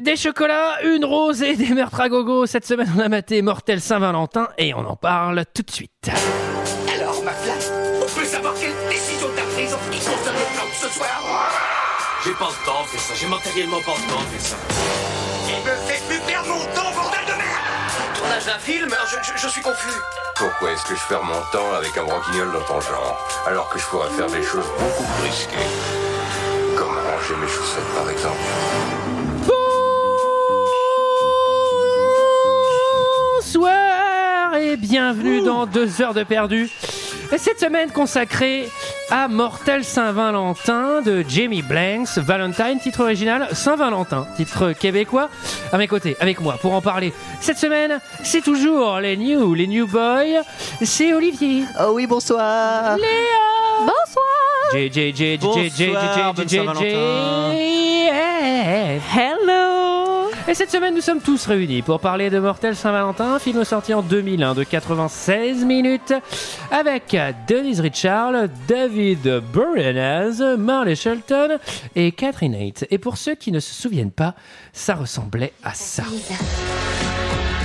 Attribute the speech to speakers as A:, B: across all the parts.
A: Des chocolats, une rose et des meurtres à gogo. Cette semaine, on a maté Mortel Saint-Valentin et on en parle tout de suite.
B: Alors, ma place, on peut savoir quelle décision t'as prise en ce qui concerne le plan de ce soir
C: J'ai pas le temps de faire ça, j'ai matériellement pas le temps de faire ça.
B: Il me fait plus perdre mon temps, bordel de merde Tournage d'un film je, je- je suis confus.
D: Pourquoi est-ce que je perds mon temps avec un broquignol dans ton genre Alors que je pourrais faire des choses beaucoup plus risquées. Comme ranger mes chaussettes par exemple.
A: Bonsoir et bienvenue dans deux heures de perdu. Et Cette semaine consacrée à Mortel Saint-Valentin de Jamie Blanks, Valentine, titre original, Saint-Valentin, titre québécois. À mes côtés, avec moi, pour en parler. Cette semaine, c'est toujours les new, les new boys. C'est Olivier,
E: Oh oui, bonsoir.
A: Léa, JJ, JJ,
E: Bonsoir, bonne Saint-Valentin.
F: Hello
A: Et cette semaine, nous sommes tous réunis pour parler de Mortel Saint-Valentin, film sorti en 2001 de 96 minutes, avec Denise Richard, David Boreanaz, Marley Shelton et Catherine Haight. Et pour ceux qui ne se souviennent pas, ça ressemblait à ça.
G: Lise,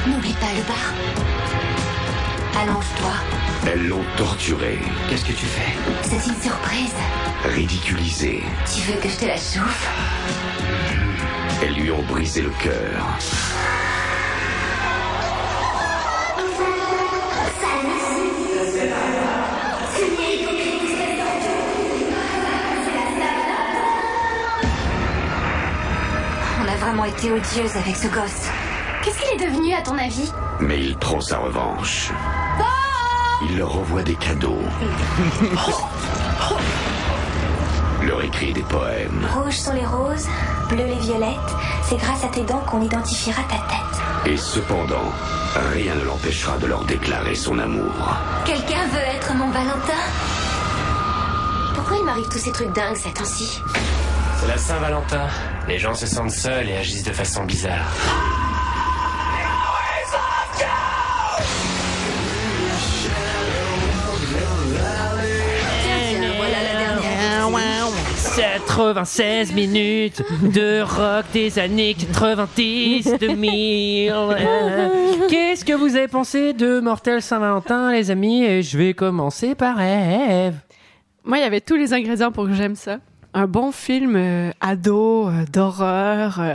G: n'oublie pas le bar. Allonge-toi,
H: Elles l'ont torturé,
B: Qu'est-ce que tu fais
G: c'est une surprise.
H: ridiculisé.
G: Tu veux que je te la chauffe
H: Elles lui ont brisé le cœur.
G: On a vraiment été odieuse avec ce gosse. Qu'est-ce qu'il est devenu à ton avis
H: Mais il prend sa revanche. Il leur envoie des cadeaux. leur écrit des poèmes.
G: Rouges sont les roses, bleues les violettes. C'est grâce à tes dents qu'on identifiera ta tête.
H: Et cependant, rien ne l'empêchera de leur déclarer son amour.
G: Quelqu'un veut être mon Valentin Pourquoi il m'arrive tous ces trucs dingues ces temps-ci
C: C'est la Saint-Valentin. Les gens se sentent seuls et agissent de façon bizarre.
G: Tiens, voilà la dernière.
A: 96 minutes de rock des années 90 2000. Euh, Qu'est-ce que vous avez pensé de Mortel Saint-Valentin, les amis Et je vais commencer par Eve.
F: Moi, il y avait tous les ingrédients pour que j'aime ça. Un bon film euh, ado, euh, d'horreur, euh,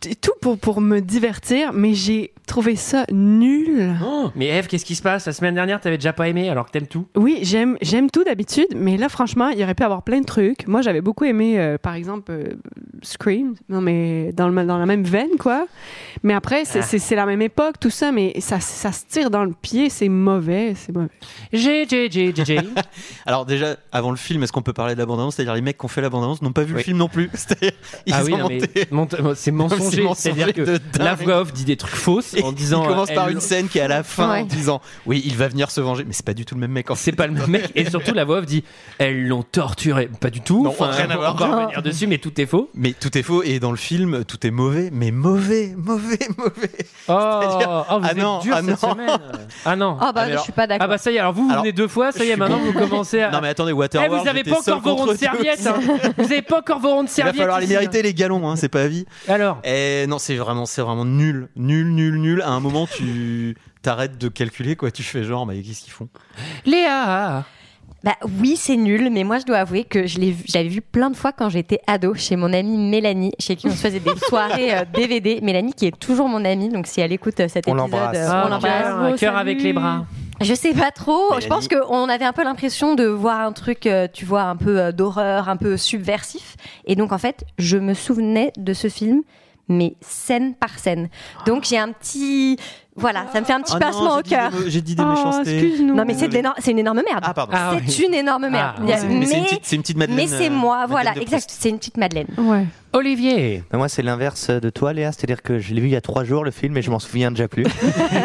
F: t- tout pour, pour me divertir, mais j'ai trouvé ça nul.
E: Oh.
A: Mais Eve, qu'est-ce qui se passe La semaine dernière, t'avais déjà pas aimé alors que t'aimes tout.
F: Oui, j'aime j'aime tout d'habitude, mais là, franchement, il aurait pu avoir plein de trucs. Moi, j'avais beaucoup aimé, euh, par exemple, euh, Scream, non, mais dans, le, dans la même veine, quoi. Mais après, c'est
A: Ah.
F: c'est- c'est la même époque, tout ça, mais ça, ça se tire dans le pied, c'est mauvais, c'est mauvais.
A: J, J, J, J, J.
E: Alors déjà, avant le film, est-ce qu'on peut parler de l'abondance C'est-à-dire les mecs qui ont fait l'abondance n'ont pas vu
A: Oui.
E: le film non plus. C'est-à-dire ils
A: ah
E: sont
A: oui, non, mais
E: montés.
A: mont- c'est mensonger.
E: mensonger
A: C'est-à-dire
E: de
A: que
E: dingue.
A: la voix off dit des trucs fausses en
E: Et
A: disant.
E: ils commencent
A: euh,
E: par
A: elle-
E: une scène qui est à la fin
F: Ouais.
E: en disant oui, il va venir se venger, mais c'est pas du tout le même mec. En fait.
A: Oh, C'est pas le même mec. Et surtout, la voix off dit Elles l'ont torturé. Pas du tout.
E: Non, rien à voir.
A: On va revenir dessus, mais tout est faux.
E: Mais tout est faux et dans le film tout est mauvais, mais mauvais, mauvais, mauvais.
A: Oh,
E: C'est-à-dire-
A: oh, vous
E: Ah
A: êtes
E: non,
A: dur
E: ah
A: cette
E: non.
A: semaine. Ah non.
I: Ah bah
E: Ah, mais alors-
I: je suis pas
A: Ah
I: d'accord.
A: bah ça y est, alors vous, vous
E: Alors,
A: venez deux fois, ça y
E: je
A: est,
E: suis
A: maintenant vous commencez à.
E: Non mais attendez,
A: Eh,
E: Waterworld.
A: vous avez
E: j'étais
A: pas
E: seul
A: encore vos
E: contre
A: ronds de
E: deux.
A: serviettes. hein. vous avez pas encore vos ronds de
E: Il va
A: serviettes.
E: falloir les
A: ici.
E: mériter les galons, hein, c'est pas à vie.
A: Alors.
E: Et Eh, non, c'est vraiment, c'est vraiment nul, nul, nul, nul. À un moment, tu t'arrêtes de calculer, quoi. Tu fais genre, mais qu'est-ce qu'ils font
A: Léa
I: Bah oui, c'est nul, mais moi je dois avouer que je l'ai vu- j'avais vu plein de fois quand j'étais ado chez mon amie Mélanie, chez qui on se faisait des soirées euh, DVD. Mélanie qui est toujours mon amie, donc si elle écoute euh, cet
E: On
I: épisode,
E: l'embrasse.
I: euh,
A: Ah,
I: on l'embrasse.
A: cœur, un cœur avec les bras.
I: Je sais pas trop.
E: Mélanie.
I: Je pense qu'on avait un peu l'impression de voir un truc, euh, tu vois, un peu euh, d'horreur, un peu subversif. Et donc, en fait, je me souvenais de ce film, mais scène par scène. Donc, j'ai un petit. Voilà, ça me fait un petit
E: Ah non,
I: pincement au
E: j'ai dit
I: cœur.
E: des mo- J'ai dit des
F: Oh,
E: méchancetés.
F: excuse-nous.
I: Non, mais c'est de l'éno- c'est une énorme merde.
E: Ah pardon.
A: Ah,
I: c'est
A: oui.
I: une énorme merde.
A: Ah,
I: Il y a-
E: C'est-
I: mais
E: mais c'est une petite, c'est une petite Madeleine.
I: mais c'est moi,
E: euh,
I: voilà,
E: Madeleine de
I: exact. C'est une petite Madeleine.
F: Ouais.
A: Olivier
J: Ben, moi, c'est l'inverse de toi, Léa. C'est-à-dire que je l'ai vu il y a trois jours, le film, et je m'en souviens déjà plus.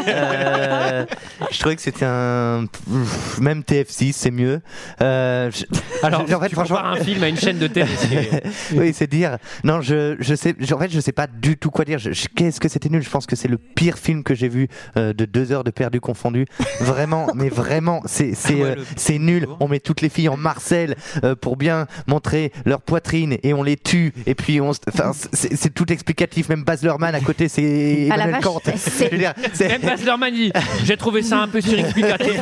J: Euh, je trouvais que c'était
E: Hum,
J: un. Pff, Même TF6, c'est mieux. Euh, je-
A: Alors,
J: en fait,
A: tu
J: franchement-
A: compares un film à une chaîne de télé. c'est-
J: oui, c'est dire. Non, je, je sais. je- en fait, je sais pas du tout quoi dire. Je- je- Qu'est-ce que c'était nul Je pense que c'est le pire film que j'ai vu euh, de deux heures de perdu confondu. Vraiment, mais vraiment, c'est c'est euh, c'est nul. On met toutes les filles en Marcel euh, pour bien montrer leur poitrine et on les tue. Et puis on, se- enfin, c'est c'est tout explicatif. Même Baz Luhrmann à côté, c'est
A: Ah, la
J: Emmanuel
A: vache,
J: Kant.
A: c'est-
J: Je veux dire, c'est-
A: Même Baz Luhrmann, il dit, j'ai trouvé ça un peu surexplicatif.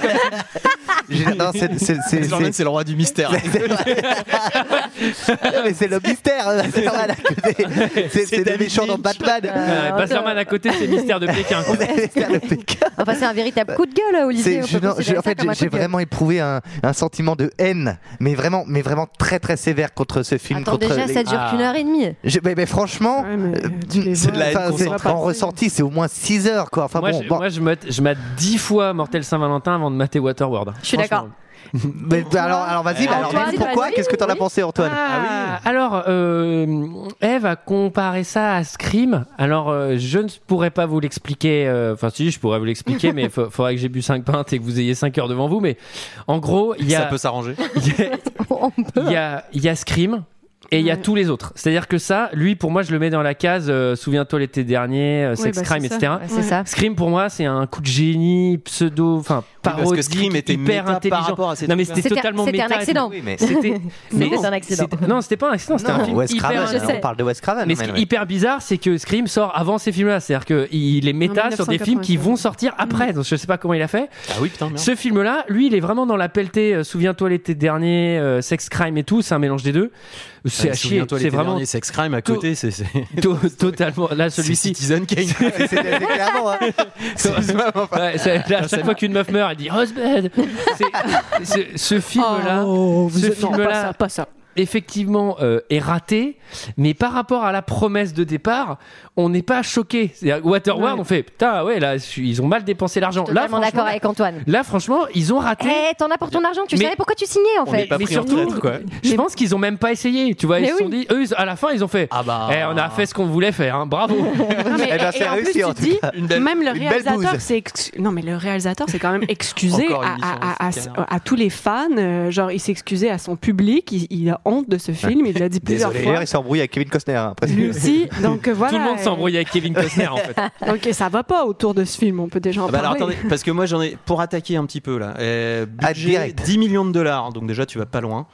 J: J'ai- non, c'est- c'est- c'est-
E: Baz Luhrmann, c'est le roi du mystère.
J: mais c'est le mystère. C'est normal à côté. C'est- C'est des méchants dans Batman.
A: Euh, Baz Luhrmann à côté, c'est mystère de Pékin. quoi.
I: Enfin, c'est un véritable coup de gueule, euh, Olivier.
J: C'est-
I: on peut
J: je- non,
I: considérer
J: je- en
I: ça
J: fait,
I: comme un coup
J: j'ai- j'ai
I: de gueule.
J: vraiment éprouvé un, un sentiment de haine, mais vraiment, mais vraiment très très sévère contre ce film.
I: Attends,
J: contre
I: déjà,
J: les-
I: ça
A: Ah.
I: dure qu'une heure et demie.
J: Je- mais, mais franchement, euh, c'est de la haine
A: concentrée.
J: concentrée. en ressenti, c'est au moins 6 heures. Quoi. Enfin,
A: moi,
J: bon,
A: je,
J: bon.
A: moi, je mate, je mate 10 fois Mortel Saint-Valentin avant de mater Waterworld.
J: Je suis d'accord. Mais, bah, alors, alors vas-y, bah, alors,
I: Ah,
A: Antoine,
J: dis pourquoi
A: vas-y,
J: Qu'est-ce que t'en as pensé, Antoine
A: Ah, Alors, euh, Eve a comparé ça à Scream. Alors, euh, je ne pourrais pas vous l'expliquer. euh, Enfin, si, je pourrais vous l'expliquer, mais il faudrait que j'ai bu 5 pintes et que vous ayez 5 heures devant vous. Mais en gros, il y a.
E: Ça peut s'arranger.
A: il y a, il y a Scream et il y a tous les autres. C'est-à-dire que ça, lui, pour moi, je le mets dans la case euh, Souviens-toi l'été dernier, euh,
E: Oui,
A: Sex
E: bah,
A: Crime,
E: c'est ça.
A: etc.
E: Ouais, c'est ça.
A: Scream, pour moi, c'est un coup de génie, pseudo, enfin,
E: parce que
A: parodique,
E: Scream était
A: hyper
E: méta par
A: intelligent.
E: rapport à ces
A: non, mais
E: trucs-là.
A: c'était
E: C'était-
A: totalement
I: c'était un
A: méta.
I: accident.
A: Oui,
J: mais
A: c'était mais
I: C'était un
A: non,
I: accident.
A: c'était- Non, c'était pas un accident, c'était un
J: Non,
A: film
J: Wes
A: hyper
J: Craven,
A: intelligent.
J: on parle de Wes Craven.
A: Mais ce qui
J: Manuel.
A: est hyper bizarre, c'est que Scream sort avant ces films-là. C'est-à-dire qu'il est méta sur des films qui vont sortir après. Donc je sais pas comment il a fait.
E: Ah oui, putain, merde.
A: Ce film-là, lui, il est vraiment dans la pelletée. euh, Souviens-toi l'été dernier, euh, Sex Crime et tout, c'est un mélange des deux. C'est
E: Euh,
A: à chier.
E: souviens-toi,
A: C'est
E: l'été
A: vraiment
E: dernier, Sex Crime à côté, c'est c'est-
A: to- totalement. Là,
E: c'est
A: celui-ci.
E: Citizen Kane.
J: hein.
A: Ouais, c'est- là, à chaque fois qu'une meuf meurt, elle dit Husband. C'est- c'est- Ce film-là,
I: Oh.
A: ce
F: Oh, êtes- non, pas ça, pas ça.
A: Effectivement, euh, est raté, mais par rapport à la promesse de départ, on n'est pas choqué. C'est-à-dire, Waterworld,
I: Ouais.
A: on fait putain, ouais, là, je suis- ils ont mal dépensé l'argent. Là,
I: Totalement d'accord
A: franchement,
I: avec Antoine.
A: là, franchement, ils ont raté.
I: Eh, t'en as pour ton argent, tu
A: Mais-
I: savais pourquoi tu signais en fait.
A: mais surtout, je pense qu'ils ont même pas essayé. Tu vois, ils
I: Mais
A: se sont dit, eux, ils- à la fin, ils ont fait. Ah bah. on a fait ce qu'on voulait faire. hein, bravo.
F: mais- Eh ben, et- c'est et en plus, réussi, tu en tout dis, cas. même le réalisateur, c'est ex- non mais le réalisateur s'est quand même excusé
A: Encore une
F: à,
A: mission
F: à- à-
A: Oscar.
F: à- à tous les fans. euh, genre, il s'est excusé à son public. Il, il a honte de ce film. Il l'a dit plusieurs
J: Désolé.
F: fois.
J: D'ailleurs, il s'est embrouillé avec Kevin Costner. hein, après.
F: Lui aussi. Donc euh, voilà.
A: Tout le monde
F: euh,
A: s'embrouille avec Kevin Costner en fait.
F: Ok, ça va pas autour de ce film. On peut déjà en
E: Ah bah alors,
F: parler.
E: attendez, parce que moi j'en ai pour attaquer un petit peu là. euh,
A: Ah,
E: budget
F: direct.
E: 10 millions de dollars, donc déjà tu vas pas loin.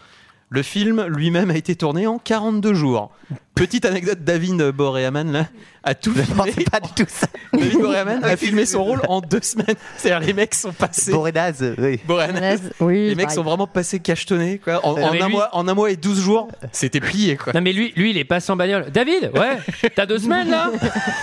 E: Le film lui-même a été tourné en 42 jours. Petite anecdote, David Boreaman là, a tout filmé.
J: pas du tout ça.
E: David Boreaman a filmé son rôle en deux semaines. C'est-à-dire les mecs sont passés.
J: Boreanaz, oui.
E: Boreanaz.
I: Oui,
E: les mecs
A: pareil.
E: sont vraiment passés cachetonnés quoi. En,
A: Non,
E: en
A: mais
E: un
A: lui-
E: mois, en un mois et 12 jours, c'était plié quoi.
A: Non mais lui, lui il est pas sans bagnole. David, ouais, t'as deux semaines là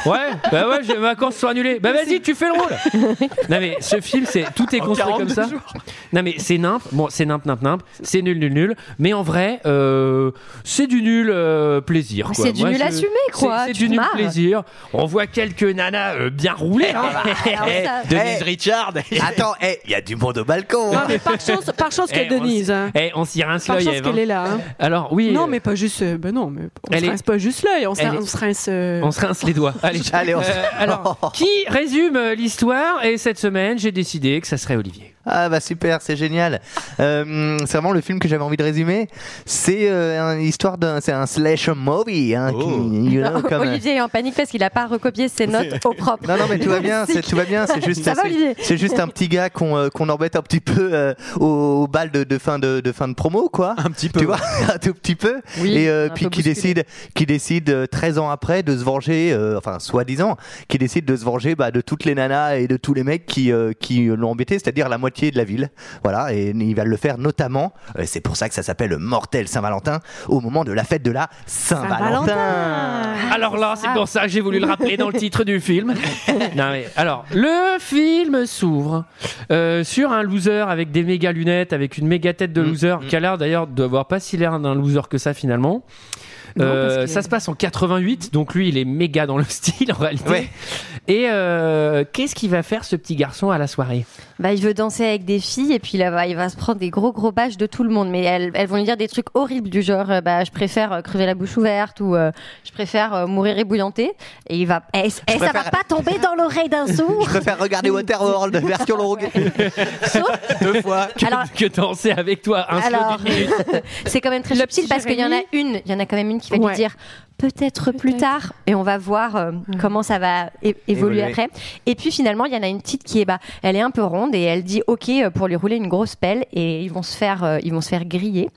A: Ouais, bah ouais, j'ai- mes vacances sont annulées. Bah vas-y, tu fais le rôle. Non mais ce film, c'est tout est
E: En
A: construit comme
E: 42
A: ça.
E: jours.
A: Non mais c'est nimp, bon c'est nimp, nimp, nimp, c'est nul, nul, nul. Mais en vrai, euh, c'est du nul euh, plaisir. quoi.
I: C'est du
A: Moi,
I: nul
A: je-
I: assumé, quoi.
A: C'est c'est
I: Tu
A: du
I: te
A: nul
I: marres.
A: plaisir. On voit quelques nanas euh, bien roulées. hein.
J: Eh,
E: Denise Richard.
J: Attends, il y a du monde au balcon. hein.
F: Non, mais par chance, par chance
A: Eh,
F: que
A: on
F: Denise.
A: s-
F: hein.
A: eh, on s'y rince
F: Par
A: l'œil.
F: chance
A: Ève,
F: qu'elle
A: hein.
F: est là. hein.
A: Alors oui.
F: Non,
A: euh,
F: mais pas juste. euh, ben non, mais on
A: Elle
F: se
A: est-
F: rince pas juste l'œil. On, se-
A: Elle est-
F: on se rince. euh,
A: On se rince les doigts. Allez,
J: Allez, on se-
A: Euh, alors, qui résume euh, l'histoire Et cette semaine, j'ai décidé que ça serait Olivier.
J: Ah bah super, c'est génial. Euh, c'est vraiment le film que j'avais envie de résumer. C'est euh, une histoire d'un, c'est un slash movie. Hein, qui- you know, comme- euh,
I: Olivier est en panique parce qu'il a pas recopié ses notes au propre.
J: Non, non, mais tout va bien, c'est, tout va bien, c'est juste,
I: Ça va,
J: c'est-
I: Olivier
J: c'est juste un petit gars qu'on, euh, qu'on embête un petit peu euh, au, au bal de, de fin de, de fin de promo, quoi. Un
E: petit
J: peu. Tu vois, un tout petit peu.
K: Oui,
J: et euh,
K: un
J: puis
K: peu
J: qui
K: bousculé.
J: décide, qui décide euh, 13 ans après de se venger, euh, enfin soi-disant, qui décide de se venger bah, de toutes les nanas et de tous les mecs qui, euh, qui l'ont embêté, c'est-à-dire la moitié de la ville. Voilà, et il va le faire notamment, euh, c'est pour ça que ça s'appelle Mortel Saint-Valentin, au moment de la fête de la Saint-Valentin. Ah,
A: Alors là, c'est pour ça que j'ai voulu le rappeler dans le titre du film. Non, mais, alors, le film s'ouvre euh, sur un loser avec des méga lunettes, avec une méga tête de loser, qui a l'air d'ailleurs d'avoir pas si l'air d'un loser que ça finalement. Euh,
K: parce que-
A: Ça se passe en 88, donc lui il est méga dans le style en réalité. Et euh, qu'est-ce qu'il va faire ce petit garçon à la soirée
I: Bah, il veut danser avec des filles et puis là, bah, il va se prendre des gros gros bâches de tout le monde. Mais elles, elles vont lui dire des trucs horribles du genre, euh, bah, je préfère euh, crever la bouche ouverte ou euh, je préfère euh, mourir ébouillantée. Et il va, eh, eh, ça va pas tomber dans l'oreille d'un sourd.
J: Je préfère regarder Waterworld, version longue.
A: Deux fois que,
I: Alors-
A: que danser avec toi un slow
I: Alors,
A: d'une minute.
I: c'est quand même très subtil parce qu'il y en a
F: Jérémy.
I: une, il y en a quand même une qui va
F: Ouais.
I: lui dire peut-être plus tard et on va voir euh, comment ça va é- évoluer
F: Évoluer.
I: après. Et puis finalement, il y en a une petite qui est bah, elle est un peu ronde et elle dit OK euh, pour lui rouler une grosse pelle et ils vont se faire euh, ils vont se faire griller.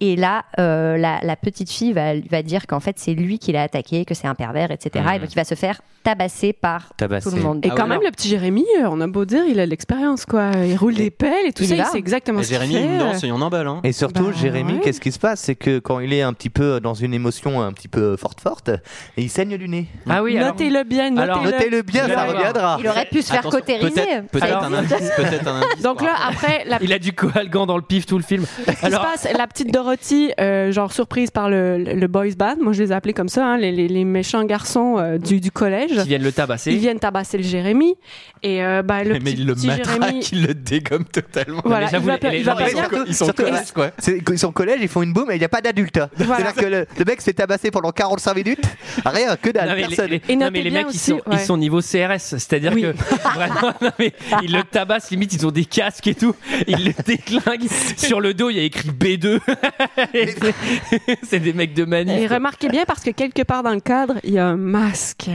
I: Et là, euh, la, la petite fille va, va dire qu'en fait, c'est lui qui l'a attaqué, que c'est un pervers, etc.
F: Mhm.
I: Et donc, il va se faire tabasser par
F: Tabasser.
I: tout le monde.
F: Et quand même, le petit Jérémy, euh, on a beau dire, il a de l'expérience, quoi. Il roule des pelles et tout
I: Il
F: ça,
I: y
F: il
I: va.
F: sait exactement ce qu'il fait.
E: Jérémy, il
F: euh.
E: danse et il y en emballe. Hein.
J: Et surtout,
F: Bah,
J: Jérémy,
F: ouais.
J: qu'est-ce qui se passe C'est que quand il est un petit peu dans une émotion un petit peu forte, forte, il saigne du nez.
A: Ah oui, alors- Notez-le
F: bien,
A: Alors- notez-le.
J: notez-le bien,
A: Vous
J: ça
A: allez voir.
J: reviendra.
A: Il aurait pu se faire Attention, cautériser. peut-être- peut-être Alors- un indice, peut-être un indice.
F: Donc là, après, la
A: Il a du coalgan dans le pif tout le film.
F: Qu'est-ce qui
A: Alors,
F: se passe La petite Dorothy, euh, genre surprise par le, le boys band, moi je les ai appelés comme ça, hein, les, les- les méchants garçons euh, du, du collège.
A: qui viennent le tabasser.
F: Ils viennent tabasser le Jérémy. Et euh, bah, le
E: mais
F: petit,
E: il le
F: petit Jérémy.
E: matraque, il le dégomme totalement.
F: Voilà, Mais j'avoue, il va pas- les- il va les- pas bien.
E: Ils sont
J: Surtout-
E: connasses, quoi.
J: C'est- Ils sont au collège, ils font une boum et il n'y a pas d'adulte. C'est-à-dire que le, le mec se fait tabasser pendant 45 minutes, rien, que dalle,
A: Non, mais les-
J: personne.
A: les, non, mais les mecs, ils, sont, ils sont niveau CRS. C'est-à-dire que vraiment, non, mais ils le tabassent, limite, ils ont des casques et tout. Ils le déclinguent. Sur le dos, il y a écrit B2. Et c'est- c'est des mecs de manif.
F: Et remarquez bien parce que quelque part dans le cadre, il y a un masque.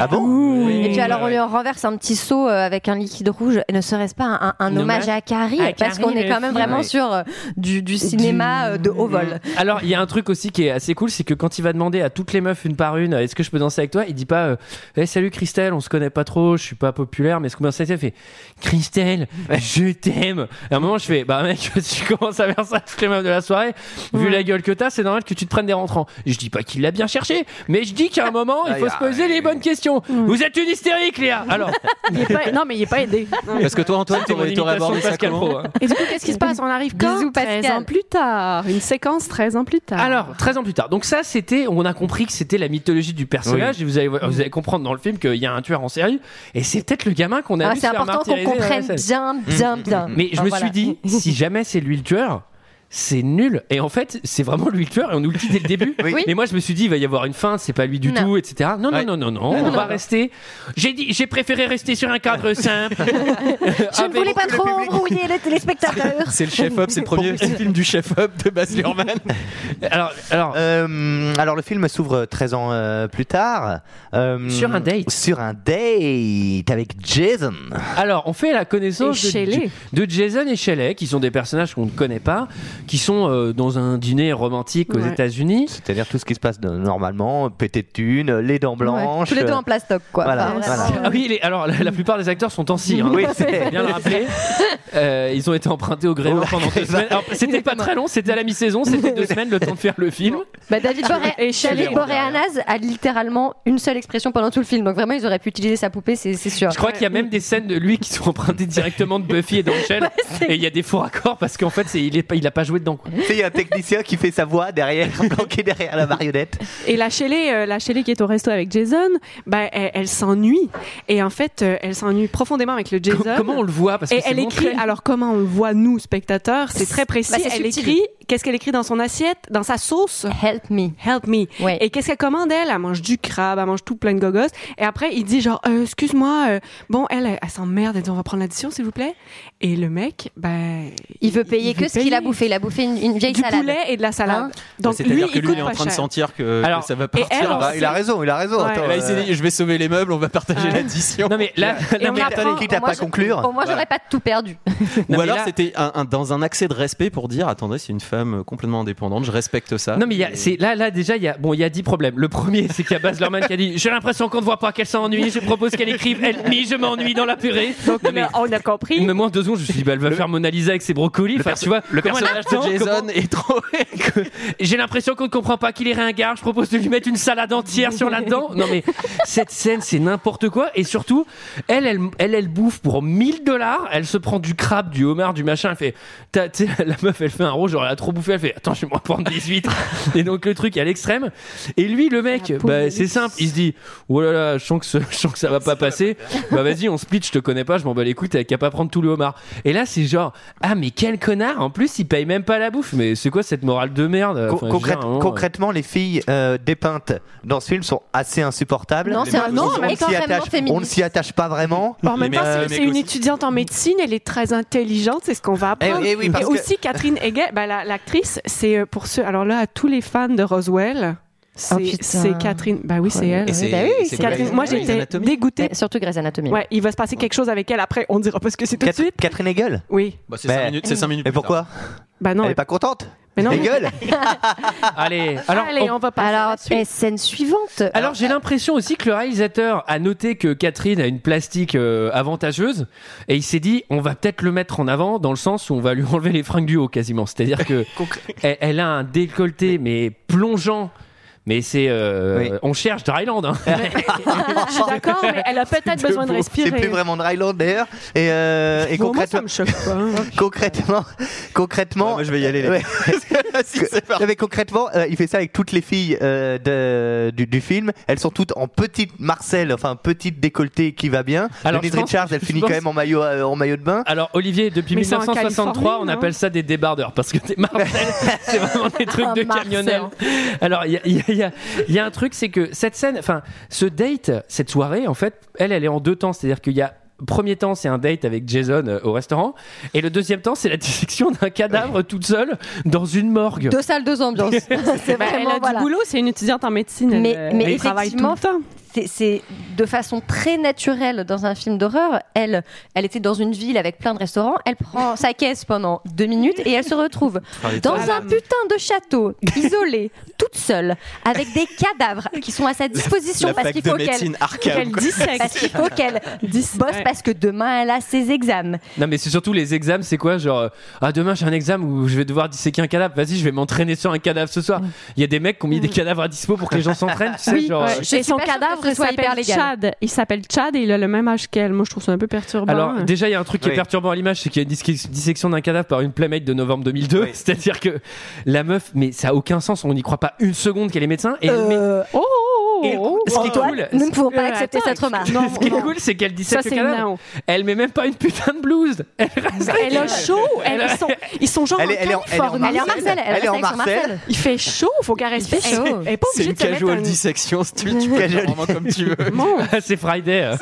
J: Ah bon
I: Et puis alors on lui renverse un petit seau euh, avec un liquide rouge. Et Ne serait-ce pas un, un- un
A: Un
I: hommage
A: hommage
I: à Carrie
A: à
I: Parce
A: Carrie,
I: qu'on est
A: le
I: quand même
A: film.
I: vraiment
A: Ouais. Mm.
I: sur euh, du, du cinéma euh, de haut vol.
A: Alors, il y a un truc aussi qui est assez cool, c'est que quand il va demander à toutes les meufs une par une, est-ce que je peux danser avec toi Il dit pas, euh, Eh, salut Christelle, on se connaît pas trop, je suis pas populaire, mais est-ce qu'on peut danser avec toi Il fait, Christelle, je t'aime. Et à un moment, je fais, bah mec, si tu commences à faire ça à toutes les meufs de la soirée, vu la gueule que t'as, c'est normal que tu te prennes des rentrants. Je dis pas qu'il l'a bien cherché, mais je dis qu'à un moment,
E: Ah,
A: il faut se poser les bonnes questions. Vous êtes une hystérique, Léa Alors,
F: Il est pas- non, mais il n'est pas aidé. Non.
E: Parce que toi, Antoine,
A: C'était
E: t'aurais
A: mon
E: t'aurais
A: imitation
E: abordé
A: de
E: ça
A: Pascal
E: comment
A: Pro, hein.
F: Et du coup, qu'est-ce qui se passe On arrive quand
I: Bisous,
F: 13
I: Pascal.
F: ans plus tard. Une séquence 13 ans plus
I: Ah.
F: tard.
A: Alors, 13 ans plus tard. Donc ça, c'était, on a compris que c'était la mythologie du personnage.
J: Oui.
A: Et vous allez, vous allez comprendre dans le film qu'il y a un tueur en série. Et c'est peut-être le gamin qu'on a
I: Ah,
A: vu
I: c'est
A: Bah se faire
I: important qu'on
A: martyriser dans la Mm.
I: comprenne
A: scène.
I: bien, bien, bien.
A: Mais je
I: Enfin,
A: me
I: voilà.
A: suis dit, si jamais c'est lui le tueur, c'est nul. Et en fait, c'est vraiment lui le tueur. Et on nous le dit dès le début.
I: Oui.
A: Mais moi, je me suis dit, il va y avoir une fin. C'est pas lui du
I: Non.
A: tout, etc. Non,
E: Ouais.
A: non, non, non, non. On va rester. J'ai dit, j'ai préféré rester sur un cadre simple.
I: Je ne voulais pas trop embrouiller les téléspectateurs.
E: C'est le chef-op, c'est le premier film du chef-op de Baz Luhrmann.
A: Alors, alors,
J: Euh, alors le film s'ouvre 13 ans euh, plus tard. Euh,
A: Sur un date.
J: Sur un date avec Jason.
A: Alors, on fait la connaissance
F: Et
A: de,
F: Shelley.
A: de Jason et Shelley, qui sont des personnages qu'on ne connaît pas, qui sont euh, dans un dîner romantique aux
F: Ouais.
A: États-Unis.
J: C'est-à-dire tout ce qui se passe de- normalement, pété de thunes, les dents blanches.
I: Tous les deux en plastoc, quoi.
J: Voilà,
I: Enfin,
J: voilà.
I: vraiment.
A: Ah oui, les- alors la, la plupart des acteurs sont en cire. hein.
J: Oui, c'est-
A: Faut bien le rappeler. Euh, ils ont été empruntés au grévin pendant deux semaines. Alors, c'était pas très long, c'était à la mi-saison, c'était deux semaines le temps de faire le film.
I: Bah, David, Boré-
F: Et Shelley.
I: David Boreanaz a littéralement une seule expression pendant tout le film. Donc vraiment, ils auraient pu utiliser sa poupée, c'est c'est sûr.
A: Je crois qu'il y a même des scènes de lui qui sont empruntées directement de Buffy et d'Angel.
I: c'est-
A: et il y a des faux raccords parce qu'en fait, c'est- il, est, pas- il a pas joué dedans. quoi.
J: Tu sais, il y a un technicien qui fait sa voix derrière, planqué derrière la marionnette.
F: Et la Shelley, euh, la Shelley qui est au resto avec Jason, ben, elle, elle s'ennuie. Et en fait, euh, elle s'ennuie profondément avec le Jason.
A: Com- comment on le voit parce que
F: Et
A: c'est
F: elle écrit,
A: montré.
F: alors comment on le voit nous, spectateurs, c'est très précis.
I: Bah, c'est
F: elle
I: subtil.
F: écrit, qu'est-ce qu'elle écrit dans son assiette, dans sa sauce
I: Help me.
F: Help me.
I: Ouais.
F: Et qu'est-ce qu'elle commande elle Elle mange du crabe, elle mange tout plein de gogos. Et après, il dit genre, Euh, excuse-moi, euh, bon, elle, elle, elle s'emmerde, elle dit on va prendre l'addition s'il vous plaît. Et le mec, ben.
I: Il veut payer que ce qu'il a
F: payer.
I: bouffé. Il a bouffé une, une vieille
F: Du
I: salade.
F: poulet et de la salade.
I: Hein
F: Donc lui,
E: Bah, C'est-à-dire que
F: il
E: lui,
F: coûte
E: il est en
F: pas
E: train de
F: cher.
E: sentir que, que
A: Alors,
E: ça va
F: et
E: partir.
F: elle, on
E: Bah,
J: Ah, il a raison, il a raison.
F: Ouais.
J: attends,
E: Là, il
J: euh,
E: s'est dit, je vais sauver les meubles, on va partager
F: Ouais.
E: l'addition.
A: Non mais là,
F: Et
A: non,
F: on
A: mais-
F: apprend-
J: quitte à
I: Moi,
J: pas
I: je-
J: conclure. Bah,
I: Au moins, j'aurais pas tout perdu.
A: Non,
E: Ou
A: mais
E: alors
A: là-
E: c'était un, un- dans un accès de respect pour dire attendez c'est une femme complètement indépendante je respecte
G: Ah.
E: ça.
A: Non mais il y a-
E: Et-
A: c'est là là déjà il y a bon il y a 10 problèmes. Le premier c'est qu'il y a Baz Luhrmann qui a dit j'ai l'impression qu'on ne voit pas qu'elle s'ennuie, je propose qu'elle écrive elle me je m'ennuie dans la purée.
F: Donc là, on a compris.
A: Mais moi en deux secondes je me suis dit bah, elle va faire Mona Lisa avec ses brocolis. Enfin,
E: perso-
A: tu vois
E: le
A: comment elle
E: personnage de
A: attend,
E: Jason
A: comment-
E: est trop
A: J'ai l'impression qu'on ne comprend pas qu'il est ringard. Je propose de lui mettre une salade entière sur là-dedans. Non mais cette scène c'est n'importe quoi et surtout elle elle elle, elle bouffe pour 1000 dollars. Elle se prend du crabe, du homard, du machin. Elle fait t'as- tu sais, la meuf elle fait un rouge, genre, elle a trop bouffé. Elle fait attends je vais me prendre 18. et donc le truc est à l'extrême. Et lui le mec
F: La
A: bah,
F: pauvre
A: c'est simple il se dit oh là là je sens que ce- je sens que ça va pas passer. bah vas-y on split je te connais pas je m'en bats les couilles t'as qu'à pas prendre tout le homard. Et là c'est genre ah mais quel connard en plus il paye même même pas la bouffe, mais c'est quoi cette morale de merde
J: Co-
A: Enfin, je veux
J: concrète-
A: dire, à un moment,
J: concrètement, les filles euh, dépeintes dans ce film sont assez insupportables.
F: Non,
J: Les
F: c'est
J: mecs,
F: un- non,
J: on- on
F: mais
J: ne s'y
F: extrêmement
J: attache-
F: féministe.
J: On ne s'y attache pas vraiment.
F: En même temps,
E: euh,
F: c'est- c'est une étudiante en médecine, elle est très intelligente, c'est ce qu'on va apprendre.
J: Eh, eh oui, parce que-
F: aussi, Catherine Heguet, bah, la- l'actrice, c'est euh, pour ceux. Alors là, à tous les fans de Roswell, c'est
I: Oh, putain.
F: c'est Catherine. Bah oui, c'est elle.
I: Et
F: oui.
I: c'est-
F: Bah oui,
I: et
F: c'est
I: c'est
F: Catherine.
I: Grey's-
F: Moi,
I: Grey's
F: j'étais
I: Anatomy.
F: dégoûtée.
I: Surtout Grey's Anatomy.
F: Ouais, il va se passer quelque chose avec elle après, on dira pas ce que c'est tout de suite.
J: Catherine Hegel
F: Oui.
E: Bah, c'est cinq minutes- c'est cinq minutes
J: Mais
E: plus
J: pourquoi
F: Bah non.
J: Elle est pas contente
F: Mais non.
J: Hegel
A: Allez, alors,
F: Allez, on va passer à la suite.
I: scène suivante.
A: Alors j'ai l'impression aussi que le réalisateur a noté que Catherine a une plastique euh, avantageuse et il s'est dit on va peut-être le mettre en avant dans le sens où on va lui enlever les fringues du haut quasiment. C'est-à-dire que elle, elle a un décolleté mais plongeant. Mais c'est euh, on cherche Dryland. hein.
F: Je suis d'accord, mais elle a peut-être besoin de respirer.
J: C'est plus vraiment Dryland d'ailleurs. Et, euh, et
F: Bon, moi, ça
J: concrètement,
F: me choque pas. hein.
J: concrètement, concrètement,
E: je vais y aller. les-
J: Ouais. Non, mais concrètement, euh, il fait ça avec toutes les filles euh, de- du, du film. Elles sont toutes en petite marcelle, enfin petite décolletée qui va bien.
A: Alors,
J: Alors,
A: je pense-
J: Richards, elle
A: je
J: finit
A: pense-
J: quand même en maillot, euh, en maillot de bain.
A: Alors Olivier, depuis
F: Mais c'est en
A: 1963, on
F: Californie, non
A: appelle ça des débardeurs parce que des Marcel, c'est vraiment des trucs
I: Ah,
A: de
I: Marcel.
A: camionneurs. Alors il y a, il y a- il y a- il y a un truc, c'est que cette scène, enfin ce date, cette soirée, en fait, elle, elle est en deux temps, c'est-à-dire qu'il y a Premier temps, c'est un date avec Jason euh, au restaurant. Et le deuxième temps, c'est la dissection d'un cadavre toute seule dans une morgue.
I: Deux salles, deux ambiances. c'est
F: Bah, elle a
I: vraiment
F: du
I: voilà.
F: boulot, c'est une étudiante en médecine. elle,
I: Mais-
F: euh,
I: mais
F: elle travaille tout le
I: effectivement,
F: temps.
I: C'est- C'est de façon très naturelle dans un film d'horreur. Elle, elle était dans une ville avec plein de restaurants. Elle prend sa caisse pendant deux minutes et elle se retrouve dans un putain de château, isolée, toute seule, avec des cadavres qui sont à sa disposition
E: la
I: parce
E: fac
I: qu'il
E: de
I: faut qu'elle
E: médecine Arkham.
F: Qu'elle
E: quoi.
I: parce
F: dissèque.
I: qu'il faut qu'elle bosse
F: Ouais.
I: parce que demain elle a ses examens.
A: Non, mais c'est surtout les examens, c'est quoi Genre, euh, ah, demain j'ai un examen où je vais devoir disséquer un cadavre. Vas-y, je vais m'entraîner sur un cadavre ce soir. Il y a des mecs qui ont mis des cadavres à dispo pour que les gens s'entraînent, tu sais, genre.
F: Ouais.
A: euh,
I: je
F: Et son
I: suis pas sûre
F: cadavre
I: que ce soit hyper
F: s'appelle
I: légal.
F: Chad. Il s'appelle Chad et il a le même âge qu'elle. Moi, je trouve ça un peu perturbant.
A: Alors déjà il y a un truc qui est
J: Oui.
A: perturbant à l'image, c'est qu'il y a une dis- dissection d'un cadavre par une playmate de novembre 2002. C'est-à-dire que la meuf, mais ça a aucun sens, on n'y croit pas une seconde qu'elle est médecin. Et, elle met-
F: Euh, oh, oh, oh,
A: et
F: oh,
A: ce qui est
I: Antoine,
A: cool,
I: nous ne pouvons pas
F: Euh,
I: accepter
F: attends,
I: cette remarque.
F: excuse- non,
A: ce qui est
F: non.
A: cool, c'est qu'elle
F: Ça,
A: dissèque le
F: c'est
A: cadavre.
F: non.
A: Elle met même pas une putain de blouse. Elle reste-
F: Elle a chaud. Elle,
A: Elle a-
F: ils, sont, ils sont genre
J: Elle est-
F: en
J: elle est en- elle est en
F: Californie.
I: Elle est en Marseille. Elle
J: Elle est en
I: reste avec son
J: Marseille.
I: Marcel.
F: Il fait chaud. Faut qu'elle respecte.
I: fait chaud.
F: Elle- Elle est pas
E: C'est
F: obligée
E: une
F: de se
E: casual
F: mettre
E: dissection, si tu tu fais vraiment comme tu veux.
F: un... Bon.
A: c'est Friday. euh.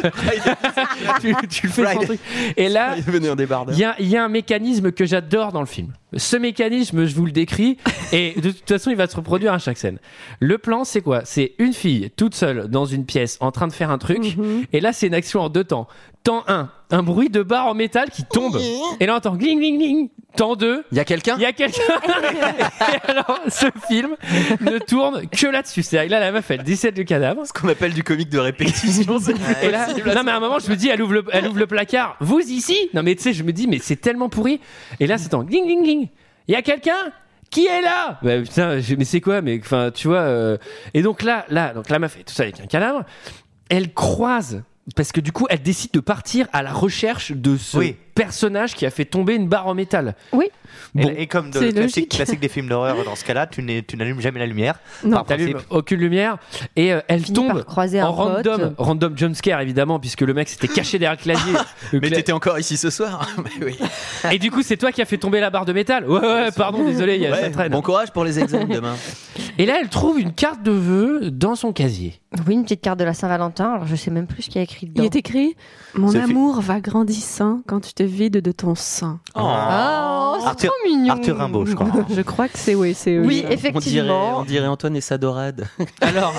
A: tu, tu le fais sans
J: Friday.
A: truc. Et là,
E: Venez en débardeur.
A: Il y, a, il y a un mécanisme que j'adore dans le film. Ce mécanisme, je vous le décris, et de toute façon, il va se reproduire à chaque scène. Le plan, c'est quoi C'est une fille toute seule dans une pièce en train de faire un truc,
E: Mhm.
A: et là, c'est une action en deux temps. Temps 1, un bruit de barre en métal qui tombe, et là, on entend gling gling gling. Temps 2,
E: Il y a quelqu'un
A: il y a quelqu'un. et alors, ce film ne tourne que là-dessus. C'est-à-dire, que là, la meuf, elle décède le cadavre.
E: Ce qu'on appelle du comique de répétition. c'est-
A: Et là, non, mais à un moment, je me dis, elle ouvre le, elle ouvre le placard. Vous ici Non, mais tu sais, je me dis, mais c'est tellement pourri. Et là, c'est en ding ding ding. Il y a quelqu'un qui est là Bah, putain, je- mais c'est quoi Mais enfin, tu vois. euh, Et donc là, là, donc la meuf est tout ça avec un cadavre. Elle croise. Parce que du coup, elle décide de partir à la recherche de ce
J: Oui.
A: personnage qui a fait tomber une barre en métal.
J: Et-
A: Bon.
J: Et, comme dans
F: C'est
J: le classique,
F: logique.
J: classique des films d'horreur, dans ce cas-là, tu n'es- tu n'allumes jamais la lumière.
F: Non.
J: Par
A: T'allumes
J: principe.
A: aucune lumière et euh, elle
I: Finit
A: tombe
I: par croiser un
A: en
I: pote.
A: random, random jumpscare évidemment, puisque le mec s'était caché derrière le clavier. Le
E: Mais
A: cla-
E: t'étais encore ici ce soir. Mais oui.
A: Et du coup, c'est toi qui as fait tomber la barre de métal. Ouais, ouais, pardon, désolé, il y a
E: Ouais,
A: ça traîne.
E: bon courage pour les examens demain.
A: Et là, elle trouve une carte de vœux dans son casier.
I: Oui, une petite carte de la Saint-Valentin. Alors je sais même plus ce qu'il y a écrit dedans.
F: Il est écrit Mon
J: Sophie.
F: amour va grandissant quand tu te vides de ton sang.
A: Ah.
J: Ah.
I: Oh, c'est
J: Arthur-
I: trop mignon.
J: Arthur Rimbaud, je crois.
F: Je crois que c'est oui, c'est
I: Oui,
F: ça.
E: On dirait,
I: effectivement.
E: on dirait Antoine et sa dorade.
A: Alors,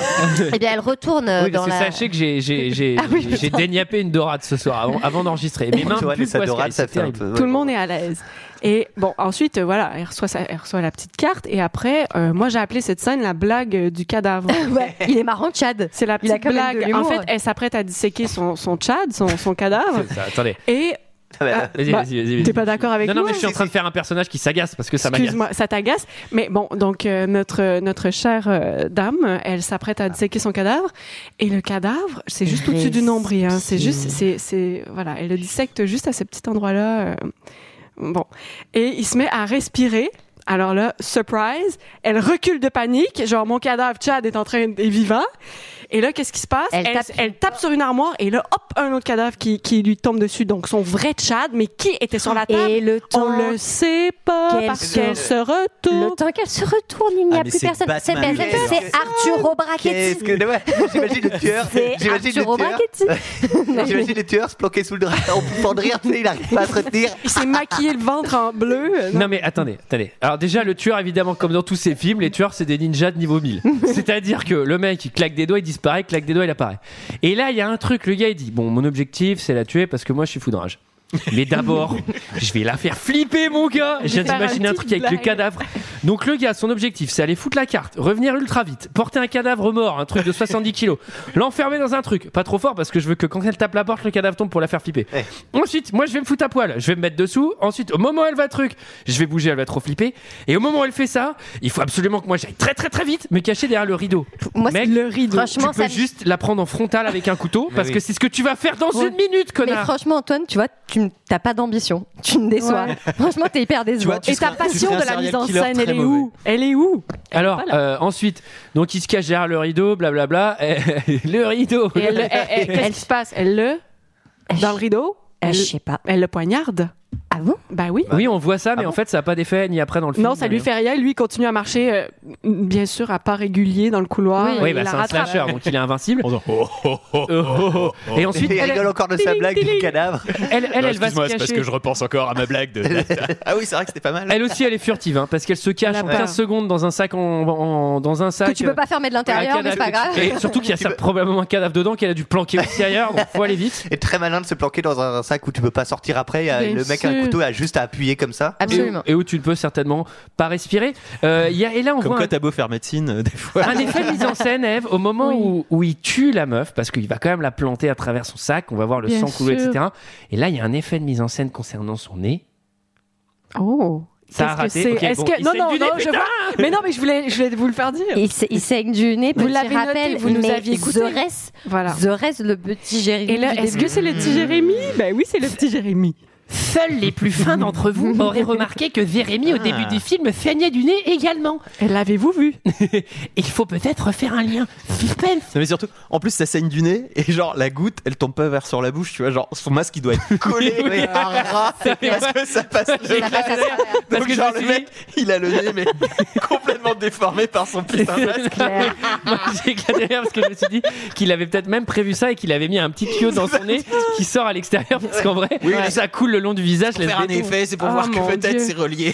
I: Eh bien, elle retourne euh,
A: oui,
I: dans
A: parce que
I: la.
A: sachez que j'ai j'ai j'ai
I: Ah oui,
A: j'ai- j'ai déniapé une dorade ce soir avant, avant d'enregistrer. Mes mains
J: Tu vois,
A: puent
J: les
A: le poiscaille,
J: Sadoras, ça
A: c'est
J: fait un
A: terrible.
J: peu.
F: Tout le monde est à l'aise. Et bon, ensuite, euh, voilà, elle reçoit, sa- elle reçoit la petite carte. Et après, euh, moi, j'ai appelé cette scène la blague euh, du cadavre.
I: Ouais, il est marrant, Chad.
F: C'est la
I: Il a
F: petite
I: quand même de
F: blague. En
I: l'humour.
F: fait, elle s'apprête à disséquer son, son Chad, son, son cadavre.
A: C'est ça, Attendez,
F: Et. Ah,
A: vas-y,
F: bah,
A: vas-y, vas-y. vas-y.
F: T'es pas d'accord avec hein.
A: Non, non,
F: moi
A: mais je suis en train de faire un personnage qui s'agace parce que ça m'agace.
F: Excuse-moi, ça t'agace. Mais bon, donc euh, notre notre chère euh, dame, elle s'apprête à disséquer son cadavre et le cadavre, c'est juste au-dessus du nombril. hein. C'est juste, c'est c'est voilà, elle le dissecte juste à ce petit endroit-là. euh, bon, et il se met à respirer. Alors là, surprise, elle recule de panique, genre mon cadavre Chad est en train est vivant. Et là, qu'est-ce qui se passe
I: Elle
F: elle,
I: tape-
F: elle tape sur une armoire et là, hop, un autre cadavre qui, qui lui tombe dessus. Donc, son vrai Tchad, mais qui était sur la table
I: Et le temps
F: On le sait pas
I: qu'elle
F: parce
I: se-
F: qu'elle se retourne.
I: Le temps qu'elle se retourne, il n'y a
E: Ah, mais
I: plus
E: c'est
I: personne.
E: Batman,
I: Cette personne,
E: qu'est-ce
I: c'est Arturo
J: Qu'est-ce
I: Brachetti.
J: que. Ouais, J'imagine le tueur.
I: C'est
J: J'imagine
I: Arturo
J: le tueur.
I: Brachetti.
J: J'imagine les tueurs se planquer sous le drap en pouffant de rire, tu sais, il arrive pas à se retenir.
F: Il s'est maquillé le ventre en bleu. euh,
A: Euh, Non mais attendez, attendez. Alors déjà le tueur évidemment comme dans tous ces films, les tueurs c'est des ninjas de niveau 1000. C'est-à-dire que le mec il claque des doigts, il disparaît, il claque des doigts, il apparaît. Et là il y a un truc, le gars il dit "Bon, mon objectif c'est la tuer parce que moi je suis fou de rage." Mais d'abord, je vais la faire flipper mon gars. Je viens
F: Faire
A: d'imaginer un
F: une
A: truc
F: petite
A: avec le
F: blague.
A: cadavre. Donc le gars, son objectif, c'est aller foutre la carte, revenir ultra vite, porter un cadavre mort, un truc de 70 kilos, l'enfermer dans un truc, pas trop fort parce que je veux que quand elle tape la porte, le cadavre tombe pour la faire flipper.
J: Ouais.
A: Ensuite, moi je vais me foutre à poil, je vais me mettre dessous. Ensuite, au moment où elle va truc, je vais bouger, elle va trop flipper. Et au moment où elle fait ça, il faut absolument que moi j'aille très très très vite, me cacher derrière le rideau.
I: Moi, c'est-
A: Mec,
F: Le rideau.
I: franchement,
A: tu peux
I: ça. me-
A: juste la prendre en frontal avec un couteau parce
E: oui.
A: que c'est ce que tu vas faire dans
I: Ouais.
A: une minute,
I: Mais
A: connard.
I: franchement, Antoine, tu vois, tu m- t'as pas d'ambition. Tu me déçois. Franchement, t'es hyper décevant.
E: vois, tu
I: Et ta
E: seras- tu
I: passion de
E: seras un
I: la
E: serial
I: mise en
E: killer
I: scène,
E: très
I: elle est
E: mauvais.
I: où
F: Elle est où
A: Alors euh, ensuite, donc il se cache derrière le rideau, blablabla, et- le rideau.
F: Et elle, elle- elle- Qu'est-ce qui se passe Elle le dans le rideau
I: Euh,
F: Elle,
I: Je sais pas.
F: elle le poignarde.
I: Ah bon
F: Bah oui.
A: Oui, on voit ça, mais en fait, ça n'a pas d'effet ni après dans le film.
F: Non, ça lui
A: ni-
F: fait rien. Lui, il continue à marcher, euh, bien sûr, à pas régulier dans le couloir.
I: Oui.
A: Oui,
F: Il
A: bah,
F: la
A: c'est un
F: rattrape.
A: slasher, donc il est invincible.
E: oh,
A: Oh, oh, oh. Et ensuite,
J: il
A: elle,
J: rigole encore de sa blague du cadavre.
A: elle, elle,
K: Non,
A: elle va se
K: excuse-moi, c'est parce
A: cacher.
K: que je repense encore à ma blague de.
E: Ah oui, c'est vrai que c'était pas mal.
A: Elle aussi, elle est furtive, hein, parce qu'elle se cache
F: Elle a
A: en
F: peur.
A: 15 secondes dans un sac, en, en- dans un
I: Que
A: sac. euh,
I: tu peux pas fermer de
A: un
I: l'intérieur, mais c'est pas
A: cadavre.
I: grave.
A: Et surtout qu'il y a ça, probablement un cadavre dedans qu'elle a dû planquer aussi ailleurs, donc faut aller vite.
J: Et très malin de se planquer dans un sac où tu peux pas sortir après. euh,
F: Bien
J: le mec a un
F: sûr.
J: couteau, a juste à appuyer comme ça.
I: Absolument.
A: Et où tu ne peux certainement pas respirer. Euh, il y a, et là, on
E: Comme
A: voit
E: quoi,
A: un-
E: t'as beau faire médecine, euh, des fois.
A: Un effet mise en scène, Eve, au moment
F: Oui.
A: où, où il tue la meuf, parce qu'il va quand même la planter à travers son sac, on va voir le
F: Bien
A: sang couler,
F: sûr.
A: etc. Et là, il y a un effet de mise en scène concernant son nez.
F: Oh.
A: Ça a
F: Qu'est-ce que
A: raté.
F: c'est
A: Ok,
F: Est-ce
A: bon,
F: que
A: il
F: non,
A: saigne
F: non,
A: du nez,
F: non, je
A: putain
F: vois- Mais non, mais je voulais, je voulais vous le faire dire.
I: Il, s- il saigne du nez.
F: Vous
I: petit
F: l'avez noté,
I: rappel,
F: vous nous
I: mais
F: aviez écouté.
I: The Rest,
F: Voilà.
I: The Rest, le petit Jérémy.
F: Et là,
I: du
F: est-ce
I: début.
F: que c'est le petit Jérémy Ben oui, c'est le petit Jérémy.
A: Seuls les plus fins d'entre vous auraient remarqué que Jérémy,
E: Ah.
A: au début du film, saignait du nez également.
F: Et L'avez-vous vu
A: Il faut peut-être faire un lien. Suspense.
E: Non, mais surtout, en plus, ça saigne du nez et genre la goutte, elle tombe pas vers sur la bouche, tu vois. Genre, son masque, il doit être collé
J: Oui, un rat.
E: parce que ça passe.
I: Je la passe à travers.
A: Parce
E: Donc,
A: que je
E: genre,
A: me
E: le
A: suis dit-
E: mec, il a le nez, mais complètement déformé par son putain de masque.
I: Claire.
A: Moi, j'ai éclaté de rire parce que je me suis dit qu'il avait peut-être même prévu ça et qu'il avait mis un petit tuyau dans son nez qui sort à l'extérieur parce qu'en vrai, ça coule le long du visage. les
E: Faire un
A: détours.
E: effet, c'est pour
F: Ah,
E: voir que
F: mon
E: peut-être
F: Dieu.
E: c'est relié.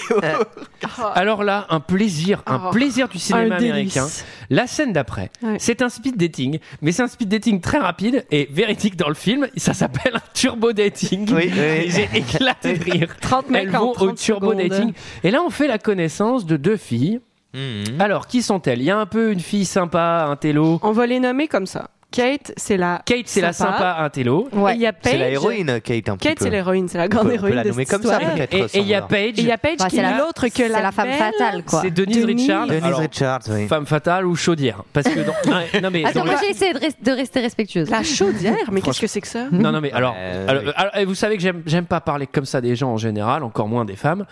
F: Ah,
A: Alors là, un plaisir, un
F: Oh,
A: plaisir du cinéma
F: Un délice.
A: américain. La scène d'après,
F: Ouais.
A: c'est un speed dating, mais c'est un speed dating très rapide et véridique dans le film. Ça s'appelle un turbo dating.
J: Oui,
A: Et
J: oui.
A: J'ai éclaté de rire.
F: 30 mecs
A: Elles
F: en
A: vont au
F: 30
A: turbo
F: secondes.
A: dating. Et là, on fait la connaissance de deux filles.
J: Mhm.
A: Alors, qui sont-elles Il y a un peu une fille sympa, un télo.
F: On va les nommer comme ça. Kate, c'est la.
A: Kate, c'est la
F: Sympa.
A: sympa, un télo.
F: Et
I: Ouais.
F: Il y a Paige.
J: C'est la héroïne, Kate, un petit
F: Kate,
J: peu.
F: c'est l'héroïne, c'est la
J: On
F: grande
J: peut- on peut
F: héroïne
J: la
F: de
J: nommer
F: cette
J: comme ça,
F: histoire.
J: peut-être.
A: Et et il y a
J: sans
A: Paige.
F: Ah. Et il y a Paige
I: Bah,
F: qui
I: c'est
F: est
I: la-
F: l'autre que
I: c'est
F: la,
I: la femme
F: belle.
I: fatale, quoi.
A: C'est Denise
F: Denise.
A: Richards.
J: Denise
A: Alors,
J: Richards, oui.
A: Femme fatale ou chaudière Parce que dans- Ouais, non, mais dans
I: Attends,
A: le-
I: moi j'ai essayé de, res- de rester respectueuse.
F: La chaudière, mais qu'est-ce que c'est que ça
A: Non, non, mais alors,
J: Euh,
A: alors,
J: oui.
A: alors, et vous savez que j'aime- j'aime pas parler comme ça des gens en général, encore moins des femmes.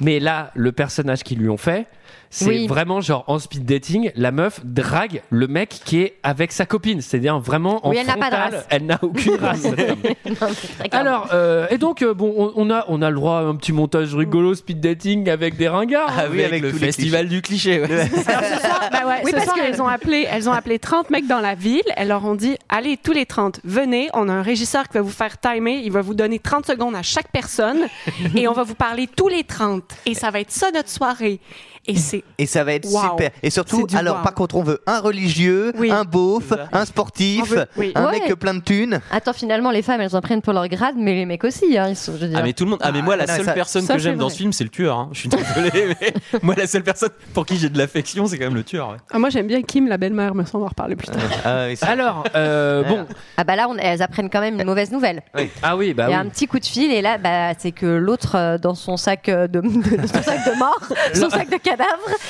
A: Mais là, le personnage qu'ils lui ont fait, c'est
I: Oui.
A: vraiment genre en speed dating, la meuf drague le mec qui est avec sa copine. C'est-à-dire vraiment en
I: Oui, elle n'a pas de
A: frontal,
I: race.
A: elle n'a aucune race. cette femme.
I: Non, mais très clairement.
A: alors, euh, et donc, euh, bon, on, on a, on a le droit à un petit montage rigolo speed dating avec des ringards.
E: Ah oui,
J: Avec
E: avec, le
J: tous les
E: festival du cliché. ouais.
F: Alors ce soir, bah ouais,
I: Oui,
F: ce
I: parce
F: soir,
I: que-
F: elles ont appelé, elles ont appelé 30 mecs dans la ville. Elles leur ont dit allez tous les 30, venez. On a un régisseur qui va vous faire timer. Il va vous donner 30 secondes à chaque personne et on va vous parler tous les 30. Et ça va être ça notre soirée. Et c'est
J: Et ça va être
F: Wow.
J: super. Et surtout,
F: C'est du
J: alors
F: wow.
J: par contre, on veut un religieux,
F: Oui.
J: un beauf,
E: C'est ça.
J: un
F: On
J: sportif,
F: veut- oui.
J: un
I: Ouais.
J: mec plein de thunes.
I: Attends, finalement, les femmes, elles en prennent pour leur grade, mais les mecs aussi, hein, ils sont, je veux dire.
E: Ah mais tout le monde. Ah mais moi la
J: non, mais
E: seule
J: ça-
E: personne
F: ça,
E: que
F: c'est
E: j'aime dans
F: vrai.
E: ce film c'est le tueur. hein. Je suis désolé mais moi la seule personne pour qui j'ai de l'affection c'est quand même le tueur. ouais.
F: Ah, moi j'aime bien Kim la belle-mère, mais ça on va en reparler plus tard.
J: Ah, oui, ça-
A: Alors, euh, bon,
I: Ah bah là, on- elles apprennent quand même une mauvaise nouvelle.
A: Eh, ah oui, bah
I: Il y a
A: oui.
I: un petit coup de fil et là, bah, c'est que l'autre euh, dans son sac euh, de, de- de- son sac de mort, son sac de cadavre.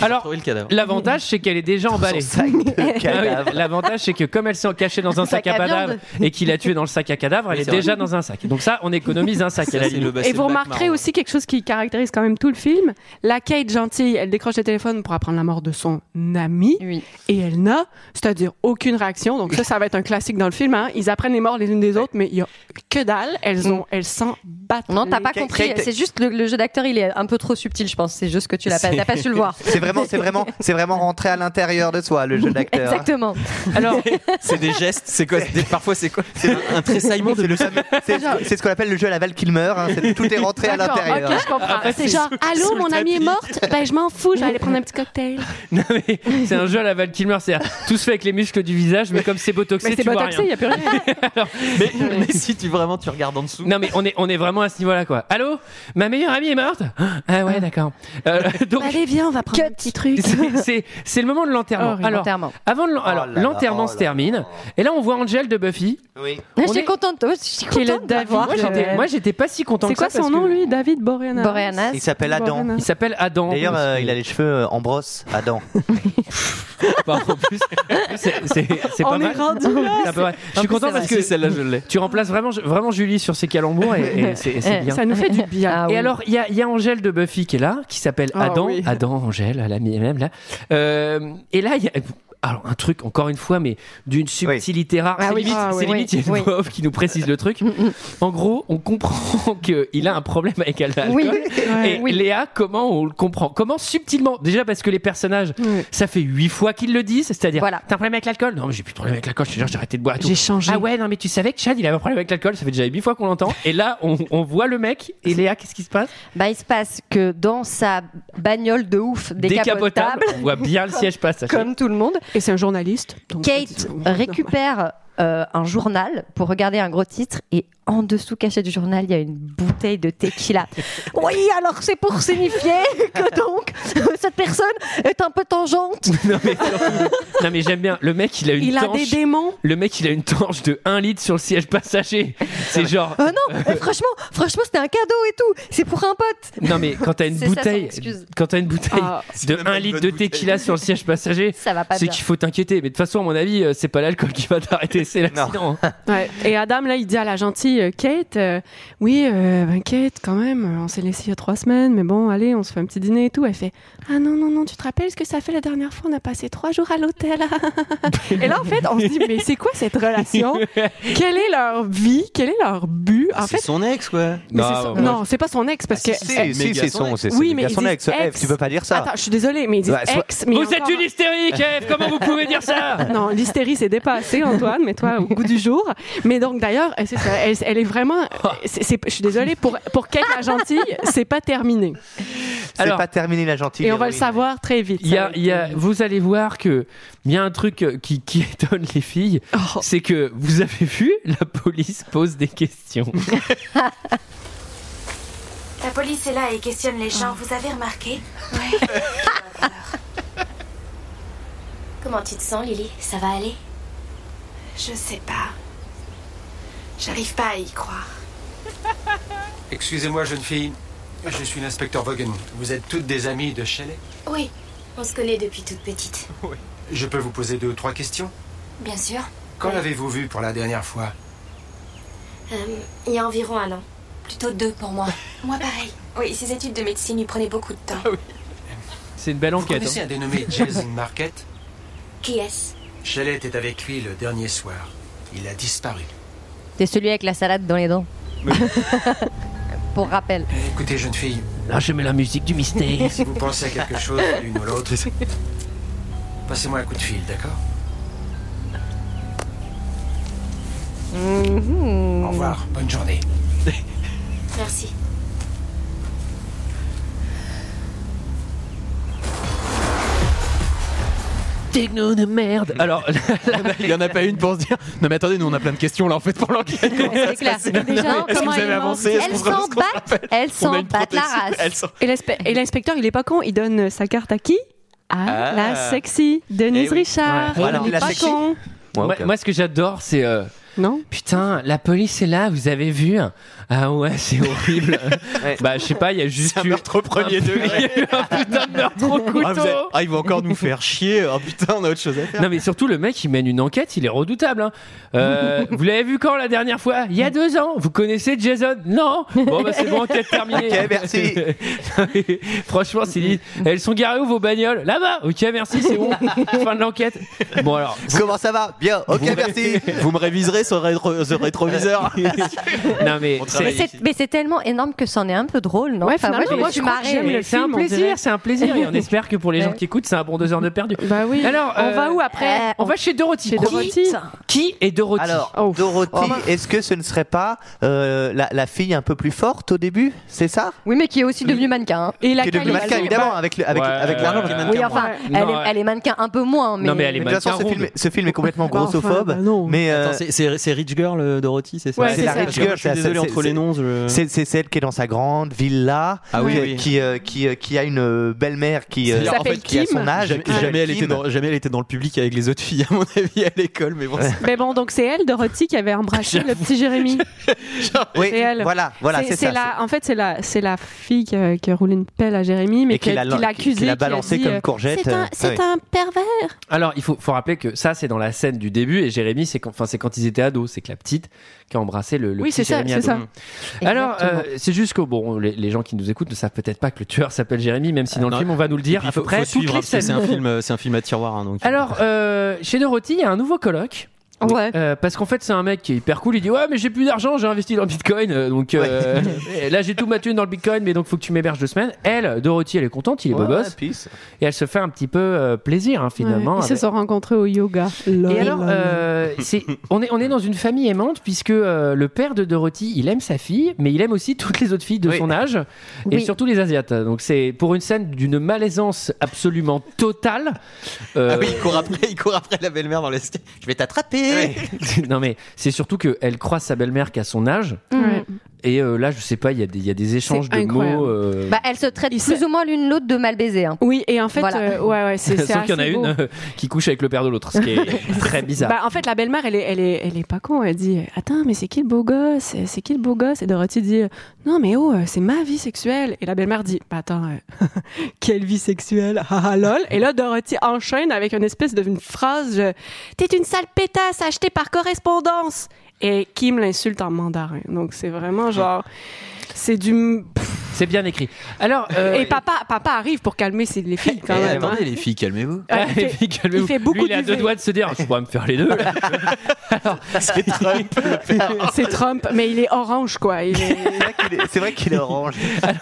A: Alors, l'avantage, c'est qu'elle est déjà emballée. Ah oui, L'avantage, c'est que comme elle s'est cachée dans un sac,
F: Sac
A: à
F: à
A: cadavre
F: viande.
A: et qu'il l'a tuée dans le sac à cadavre, elle
E: Oui,
A: est
E: c'est vrai.
A: déjà dans un sac. Donc ça, on économise un sac.
E: Ça,
A: à la
E: c'est
A: limite.
E: le bas-
F: Et vous remarquerez aussi quelque chose qui caractérise quand même tout le film. La Kate gentille, elle décroche le téléphone pour apprendre la mort de son ami et elle n'a, c'est-à-dire aucune réaction. Donc ça, ça va être un classique dans le film. hein. Ils apprennent les morts les unes des autres, mais il y a que dalle. Elles ont, elles s'en battent.
I: Non,
A: Euh,
I: t'as
F: les
I: pas
F: Kate-
I: compris.
F: Kate-
I: C'est juste le, le jeu d'acteur, il est un peu trop subtil, je pense. C'est juste que tu l'as pas, t'as pas su le voir.
J: C'est vraiment, c'est vraiment, c'est vraiment rentrer à l'intérieur de soi, le jeu d'acteur. hein.
I: Exactement.
A: Alors,
E: C'est des gestes, c'est quoi c'est- Parfois, c'est quoi C'est un, un tressaillement de.
J: C'est le fameux- c'est- c'est ce qu'on appelle le jeu à la Val Kilmer. hein, c'est- tout est rentré à
F: D'accord,
J: l'intérieur.
F: ok, je comprends. C'est genre, allô, mon amie est morte. Ben je m'en fous, je vais aller prendre un petit cocktail.
A: Non, mais c'est un jeu à la Val Kilmer, c'est tout se fait avec les muscles du visage, mais comme c'est botoxé,
F: Mais c'est
A: tu vois
F: botoxé, il
A: rien.
F: y a plus rien.
E: Mais, mais si tu vraiment tu regardes en dessous.
A: Non mais on est on est vraiment à ce niveau-là quoi. Allô, ma meilleure amie est morte. Ah ouais d'accord. Euh, donc
F: Allez, viens, on va prendre un petit truc.
A: c'est- c'est c'est le moment de l'enterrement.
F: Horrible.
A: Alors
I: L'enterrement.
A: avant de l'en- alors
J: là là,
A: l'enterrement
J: oh
A: se
J: là
A: termine et là on voit Angel de Buffy.
J: Oui.
I: Je
A: On
I: suis
A: est-
I: contente. oh, Je suis
F: Qui est le
I: contente d'avoir. euh,
A: Moi j'étais moi j'étais pas si content.
F: C'est
A: que
F: quoi
A: ça, parce
F: son nom,
A: que-
F: lui David Boreanaz.
I: Boreanaz.
J: Il s'appelle Adam.
F: Boreanaz.
A: Il s'appelle Adam.
J: D'ailleurs, euh, il a les cheveux euh, en brosse, Adam.
E: Bah, en plus,
A: c'est c'est- c'est
F: On
A: pas
F: est
A: mal.
F: rendu là.
A: C'est un peu vrai. Je suis content parce que
E: Si, celle-là, je l'ai.
A: tu remplaces vraiment vraiment Julie sur ses calembours et, et c'est et c'est bien.
F: Ça nous fait du bien.
I: Ah oui.
A: Et alors, il y, a- il y a Angèle de Buffy qui est là, qui s'appelle
F: Ah
A: Adam.
F: oui.
A: Adam, Angèle, elle a mis elle-même là. Euh, et là, il y a. Alors, un truc, encore une fois, mais d'une subtilité rare.
I: Ah
A: c'est
I: oui.
A: limite,
I: Ah
A: c'est
I: oui.
A: limite, il y a une
I: Oui.
A: voix off qui nous précise le truc. en gros, on comprend qu'il a un problème avec l'alcool.
I: Oui.
A: Et Léa, comment on le comprend Comment subtilement Déjà parce que les personnages,
F: Oui.
A: ça fait huit fois qu'ils le disent, c'est-à-dire
I: Voilà.
A: T'as un problème avec l'alcool Non, mais j'ai plus de problème avec l'alcool, je te jure, j'ai arrêté de boire. et tout.
F: J'ai changé.
A: Ah ouais, non, mais tu savais que Chad, il avait un problème avec l'alcool, ça fait déjà huit fois qu'on l'entend. Et là, on, on voit le mec, et Léa, qu'est-ce qui se passe
I: Bah, il se passe que dans sa bagnole de ouf décapotable,
A: On voit bien le siège passer.
I: comme tout le monde,
F: Et c'est un journaliste. donc-
I: Kate récupère euh, un journal pour regarder un gros titre et en dessous caché du journal, il y a une bouteille de tequila. Oui, alors c'est pour signifier que donc euh, cette personne est un peu tangente.
A: Non, mais, non, mais j'aime bien. Le mec, il a une
F: Il a
A: tanche.
F: des démons.
A: Le mec, il a une tanche de 1 litre sur le siège passager. C'est genre.
I: Euh, non, euh, franchement, franchement, c'était un cadeau et tout. C'est pour un pote.
A: Non, mais quand t'as une
I: C'est ça, son
A: bouteille.
I: excuse.
A: Quand t'as une bouteille
F: Ah.
A: de 1 litre de tequila sur le siège passager,
I: Ça va pas
A: c'est
I: bien.
A: qu'il faut t'inquiéter. Mais de toute façon, à mon avis, euh, c'est pas l'alcool qui va t'arrêter, c'est l'accident. hein.
F: Ouais. Et Adam, là, il dit à la gentille euh, Kate euh, Oui, euh, ben Kate, quand même, euh, on s'est laissé il y a trois semaines, mais bon, allez, on se fait un petit dîner et tout. Elle fait Ah non, non, non, tu te rappelles ce que ça fait la dernière fois On a passé trois jours à l'hôtel. et là, en fait, on se dit Mais c'est quoi cette relation Quelle est leur vie Quel est leur but En
E: C'est
F: fait,
E: son ex, quoi.
F: mais
A: Non,
F: c'est son-
A: moi,
F: non, c'est pas son ex, parce que.
J: Ah, Si, si, c'est son, c'est
F: Oui,
J: c'est
F: mais
J: bien
F: ils
J: son
F: disent
J: ex. Ève,
F: ex.
J: tu peux pas dire ça.
F: Attends, je suis désolée, mais ils disent
J: Ouais, soit-
F: ex, mais
A: Vous
F: encore-
A: êtes une hystérique, Eve Comment vous pouvez dire ça
F: Non, l'hystérie c'est dépassé, Antoine, mais toi au goût du jour. Mais donc d'ailleurs, elle, c'est ça, elle- elle est vraiment. c'est- c'est- je suis désolée pour pour Kate la gentille, c'est pas terminé.
J: C'est
A: Alors-
J: pas terminé la gentille.
F: Et on va le
J: héroïne.
F: savoir très vite.
A: Il y a-
F: ça.
A: il y a- vous allez voir que il y a un truc euh, qui, qui étonne les filles,
F: Oh.
A: c'est que vous avez vu, la police pose des questions.
G: La police est là et questionne les
K: Mm.
G: gens, vous avez remarqué Comment tu te sens, Lily Ça va aller
K: Je sais pas. J'arrive pas à y croire.
C: Excusez-moi, jeune fille. Je suis l'inspecteur Vaughan. Vous êtes toutes des amies de Shelley.
G: Oui, on se connaît depuis toute petite.
C: Je peux vous poser deux ou trois questions
G: Bien sûr.
C: Quand
G: Oui.
C: l'avez-vous vue pour la dernière fois
G: Euh, il y a environ un an. Plutôt deux pour moi.
K: Moi pareil. Oui, ces études de médecine lui prenaient beaucoup de temps.
A: C'est une belle
C: Vous
A: enquête.
C: connaissez
A: hein.
C: un dénommé Jason Marquette
G: Qui est-ce
C: Shelley était avec lui le dernier soir. Il a disparu.
I: C'est celui avec la salade dans les dents. Pour rappel.
C: Écoutez, jeune fille,
A: Là, je mets la musique du mystère.
C: si vous pensez à quelque chose, l'une ou l'autre, passez-moi un coup de fil, d'accord
F: Mm-hmm.
C: Au revoir, bonne journée.
G: Merci.
A: Techno de merde. Alors, là, là,
E: Il y en a pas une pour se dire. Non, mais attendez, nous on a plein de questions là en fait pour l'enquête.
I: C'est clair. Déjà,
E: Est-ce que
I: comment
E: vous avez
I: elle-
E: avancé Est-ce
I: Elles
E: qu'on se rend
I: s'en
E: compte
I: battent, elles
E: On a
I: s'en
E: une
I: battent la
E: protection.
I: race.
E: Elle s'en-
F: Et l'inspe- et l'inspecteur, il est pas con, il donne sa carte à qui à
E: Ah.
F: la sexy Denise
E: Eh oui.
F: Richard.
A: Ouais.
F: Il
J: Voilà,
F: Ah, est
J: la
F: pas
J: sexy.
F: con.
J: Ouais,
A: moi,
J: ok.
A: moi, ce que j'adore, c'est euh,
F: Non
A: Putain, la police est là, vous avez vu Ah ouais, c'est horrible. Bah, je sais pas, il y a juste. eu Un meurtre
E: premier
J: Ah,
E: degré.
A: Il y a eu un putain de meurtre au couteau.
E: Ah, vous avez- ah, ils vont encore nous faire chier. Ah putain, on a autre chose à faire.
A: Non mais surtout le mec il mène une enquête, il est redoutable. hein. Euh, vous l'avez vu quand la dernière fois Il y a deux ans. Vous connaissez Jason Non. Bon bah c'est bon, enquête terminée.
J: Ok, merci.
A: Non, mais Franchement, s'il dit, elles sont garées où vos bagnoles Là-bas. Ok, merci, c'est bon. fin de l'enquête. Bon alors.
J: Comment ça va Bien. Ok, merci.
E: Vous me réviserez sur rétro- sur rétroviseur.
A: non mais
I: Mais c'est- mais c'est tellement énorme que c'en est un peu drôle, non Enfin, moi, je me suis marrée.
A: c'est un plaisir, c'est un plaisir. Et on espère que pour les gens qui écoutent, c'est un bon deux heures de perdu.
F: Bah oui.
A: Alors,
F: On
A: euh,
F: va où après
A: Euh, On va chez Dorothy.
F: Chez
A: Qui-
F: Dorothy.
A: Qui est Dorothy
J: Alors, Dorothy, est-ce que ce ne serait pas euh, la, la fille un peu plus forte au début C'est ça
I: Oui, mais qui est aussi devenue mannequin. hein.
F: Et
J: Qui est devenue mannequin, évidemment, avec, le- avec,
A: Ouais,
J: avec
A: ouais,
J: l'argent.
A: ouais,
I: Oui, enfin,
A: Non,
I: elle, est,
A: ouais.
I: elle est mannequin un peu moins, mais.
A: Non, mais elle est
J: de toute façon,
A: mannequin
J: ce
A: ronde.
J: film, ce film est complètement
F: Bah,
J: grossophobe. mais euh,
E: Attends, c'est- c'est c'est Rich Girl, euh, Dorothy, c'est ça
J: Ouais, c'est la Rich Girl,
E: Je suis
J: c'est-
E: désolé,
J: c'est-
E: entre les noms. je-
J: c'est c'est celle qui est dans sa grande villa,
E: Ah oui,
J: qui,
E: oui.
J: qui, euh, qui, euh, qui a une euh, belle-mère qui, euh,
E: C'est-à-dire,
J: en fait, qui a son âge.
E: Jamais,
J: qui s'appelle
E: Ah, jamais elle était
J: Kim.
E: dans, jamais elle était dans le public avec les autres filles, à mon avis, à l'école. Mais bon, c'est-
F: Mais bon, donc c'est elle, Dorothy, qui avait embrassé le petit Jérémy.
J: Oui,
F: C'est elle.
J: voilà, voilà, c'est ça.
F: la- en fait, c'est la, c'est la fille qui a, qui a roulé une pelle à Jérémy, mais
J: Et
F: qui
J: qui
F: l'a
J: l'a-
F: accusé.
J: qui l'a balancé comme courgette, C'est un- euh, c'est oui. un
F: pervers.
A: Alors, il faut, faut rappeler que ça, c'est dans la scène du début, et Jérémy, c'est quand, enfin, c'est quand ils étaient ados, c'est que la petite qui a embrassé le, le
F: Oui,
A: petit
F: c'est ça,
A: Jérémy
F: c'est
A: ado.
F: ça.
A: Mmh. Alors, euh, c'est juste que bon, les, les gens qui nous écoutent ne savent peut-être pas que le tueur s'appelle Jérémy, même si dans le
E: Euh, non.
A: film, on va nous le
E: Et
A: dire
E: puis,
A: à peu
E: faut-
A: près
E: faut
A: toutes
E: suivre,
A: les
E: parce que
A: scènes.
E: C'est un film, euh, c'est un film à tiroir, hein, donc.
A: Alors, euh, chez Dorothy, il y a un nouveau coloc.
I: Ouais.
A: Euh, parce qu'en fait, c'est un mec qui est hyper cool. Il dit Ouais, mais j'ai plus d'argent, j'ai investi dans le bitcoin. euh, donc euh, là, j'ai tout ma thune dans le bitcoin, mais donc faut que tu m'héberges deux semaines. Elle, Dorothy, elle est contente, il est beau
J: Ouais,
A: gosse.
J: peace.
A: Et elle se fait un petit peu euh, plaisir, hein, finalement.
F: Ils se
A: avec-
F: sont rencontrés au yoga.
A: Et alors, euh, c'est- on, est, on est dans une famille aimante puisque euh, le père de Dorothy, il aime sa fille, mais il aime aussi toutes les autres filles de
J: Oui.
A: son âge et
I: Oui.
A: surtout les Asiates. Donc c'est pour une scène d'une malaisance absolument totale. euh,
E: Ah oui, il court après, il court après la belle-mère dans l'escalier. Je vais t'attraper.
A: non mais c'est surtout qu'elle croise sa belle-mère qu'à son âge.
F: Ouais.
A: Et euh, là, je sais pas, il y, a des- il y a des échanges de
F: incroyable.
A: mots. euh,
I: Bah, elle se traite plus ou moins l'une l'autre de mal baiser. hein.
F: Oui, et en fait,
I: Voilà.
F: euh, ouais, ouais, c'est c'est
A: Sauf qu'il y en a
F: assez
A: une
F: beau.
A: euh, qui couche avec le père de l'autre, ce qui est très bizarre.
F: Bah, en fait, la belle-mère, elle est, elle, est, elle est pas con. Elle dit Attends, mais c'est qui le beau gosse C'est qui le beau gosse Et Dorothy dit Non, mais oh, euh, c'est ma vie sexuelle. Et la belle-mère dit bah, Attends, euh, quelle vie sexuelle Ah, ah, lol. Et là, Dorothy enchaîne avec une espèce de une phrase euh, T'es une sale pétasse achetée par correspondance. Et Kim l'insulte en mandarin. Donc, c'est vraiment genre. C'est du. m- pff.
A: C'est bien écrit. Alors, euh,
F: Et papa, papa arrive pour calmer ses- les filles quand
E: Eh,
F: même. hein.
E: attendez, les filles, calmez-vous.
F: Ah, il
A: Ah,
F: fait-
A: et puis, calmez-vous.
F: il fait beaucoup
A: Lui, il a
F: d'UV.
A: deux doigts de se dire, je pourrais me faire les deux. là. Alors,
F: C'est Trump, mais il est orange, quoi. Il est-
J: C'est vrai qu'il est- C'est vrai qu'il est orange.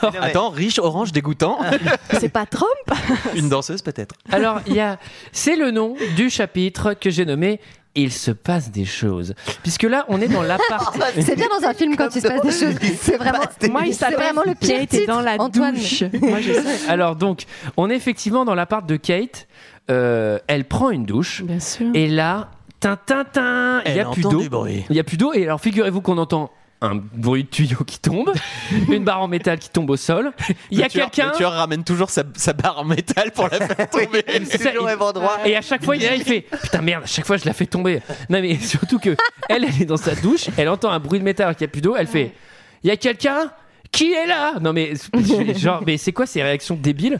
J: Non, mais-
E: Attends, riche, orange, dégoûtant.
F: C'est pas Trump
E: Une danseuse, peut-être.
A: alors, il y a, c'est le nom du chapitre que j'ai nommé. Il se passe des choses. Puisque là, on est dans l'appart.
I: C'est bien dans un film quand il se passe des choses. C'est vraiment.
F: Moi, il
I: c'est
F: s'appelle
I: vraiment le pire
F: Kate est
I: titre.
F: dans la
I: Antoine.
F: douche. Moi, je sais.
A: Alors donc, on est effectivement dans l'appart de Kate. Euh, elle prend une douche.
F: Bien sûr.
A: Et là, tintintin, il y a
E: Elle
A: plus
E: entend
A: d'eau.
E: du bruit.
A: Il y a plus d'eau. Et alors, figurez-vous qu'on entend un bruit de tuyau qui tombe, une barre en métal qui tombe au sol. Il y a
E: Le tueur-
A: quelqu'un.
E: Le tueur ramène toujours sa, sa barre en métal pour la faire tomber.
A: Ça,
J: toujours au
A: il-
J: même endroit.
A: Et à chaque fois, il est là, il fait Putain, merde, à chaque fois, je la fais tomber. Non, mais surtout que elle, elle est dans sa douche, elle entend un bruit de métal alors qu'il n'y a plus d'eau, elle fait Il y a quelqu'un Qui est là Non, mais genre, mais c'est quoi ces réactions débiles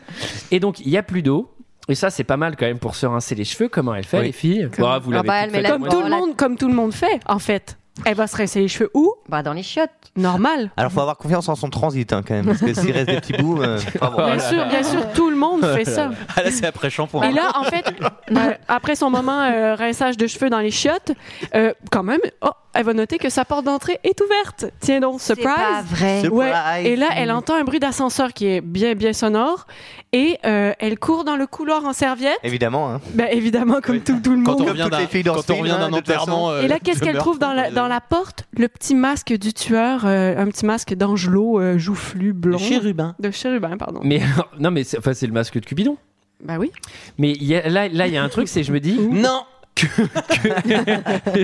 A: Et donc, il n'y a plus d'eau. Et ça, c'est pas mal quand même pour se rincer les cheveux. Comment elle fait,
E: Oui.
A: les filles Bah, Vous
I: Ah
A: l'avez
I: bah,
A: toutes
I: elle met
A: fait,
I: la-
A: moi.
F: Comme tout le monde, comme tout le monde fait, en fait. Elle va se rincer les cheveux où
I: Bah, dans les chiottes.
F: Normal.
J: Alors, faut avoir confiance en son transit hein, quand même, parce que s'il reste des petits bouts. euh, enfin, bon.
F: Bien sûr, bien sûr, tout le monde fait ça.
E: Oh Ah là, c'est après shampoing.
F: Et là, en fait, euh, après son moment euh, rinçage de cheveux dans les chiottes, euh, quand même, oh, elle va noter que sa porte d'entrée est ouverte. Tiens donc,
I: C'est pas
F: surprise.
I: vrai.
J: Surprise.
F: Ouais, et là, elle entend un bruit d'ascenseur qui est bien, bien sonore. Et euh, elle court dans le couloir en serviette.
J: Évidemment. hein.
F: Ben, évidemment, comme tout, tout le
E: Quand on
F: monde.
E: revient
J: toutes les
E: d'un
J: filles dans
E: quand
J: ce
E: on
J: film,
E: revient
J: hein,
E: d'un
J: de toute façon.
E: enterrement. euh,
F: Et là, qu'est-ce
E: de
F: qu'elle
E: meurtre,
F: trouve dans la, dans la porte Le petit masque du tueur, euh, un petit masque d'angelot euh, joufflu blanc.
E: Chérubin.
F: De chérubin, pardon.
A: Mais alors- non, mais c'est enfin, c'est le masque de Cupidon.
F: Bah oui.
A: Mais il y a- là, là, il y a un truc, c'est je me dis
E: Non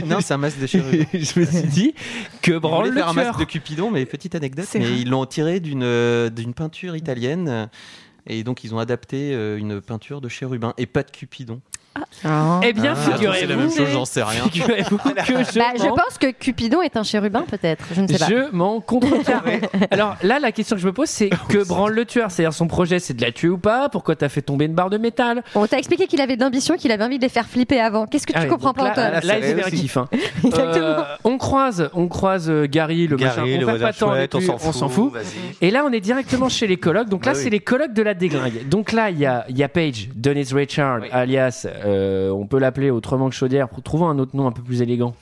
E: Non, c'est un masque de chérubin.
A: Je me suis dit que
E: Ils voulaient
A: branle le
E: faire un masque
A: tueur.
E: de Cupidon, mais petite anecdote,
F: C'est
E: mais
F: vrai.
E: ils l'ont tiré d'une euh, d'une peinture italienne. euh, Et donc, ils ont adapté euh, une peinture de chérubin et pas de Cupidon.
A: Eh bien,
E: Ah. C'est la même
A: figurez-vous
E: chose, j'en sais rien.
A: Figurez-vous que je
I: Bah, je
A: m'en-
I: pense que Cupidon est un chérubin, peut-être. Je ne sais pas. Ah
A: Je m'en contrecarre. Alors là, la question que je me pose, c'est que branle le tueur C'est-à-dire, son projet, c'est de la tuer ou pas Pourquoi t'as fait tomber une barre de métal
I: On t'a expliqué qu'il avait de l'ambition, qu'il avait envie de les faire flipper avant. Qu'est-ce que tu
A: Ah ouais,
I: comprends
A: donc
I: pas,
A: là-
I: Antoine
A: Là, il fait un kiff. hein.
I: Exactement.
A: Euh, on croise, on croise euh, Gary, le
J: Gary,
A: machin.
J: le
A: On perd
J: voisin
A: pas de temps avec
J: chouette, on
A: lui,
J: s'en
A: on
J: fout,
A: s'en fout. Et là, on est directement chez les colocs. Donc là,
J: Bah oui.
A: c'est les colocs de la déglingue. Donc là, il y a, il y a Paige, Dennis Richard, alias, euh, on peut l'appeler autrement que Chaudière. Trouvons un autre nom un peu plus élégant.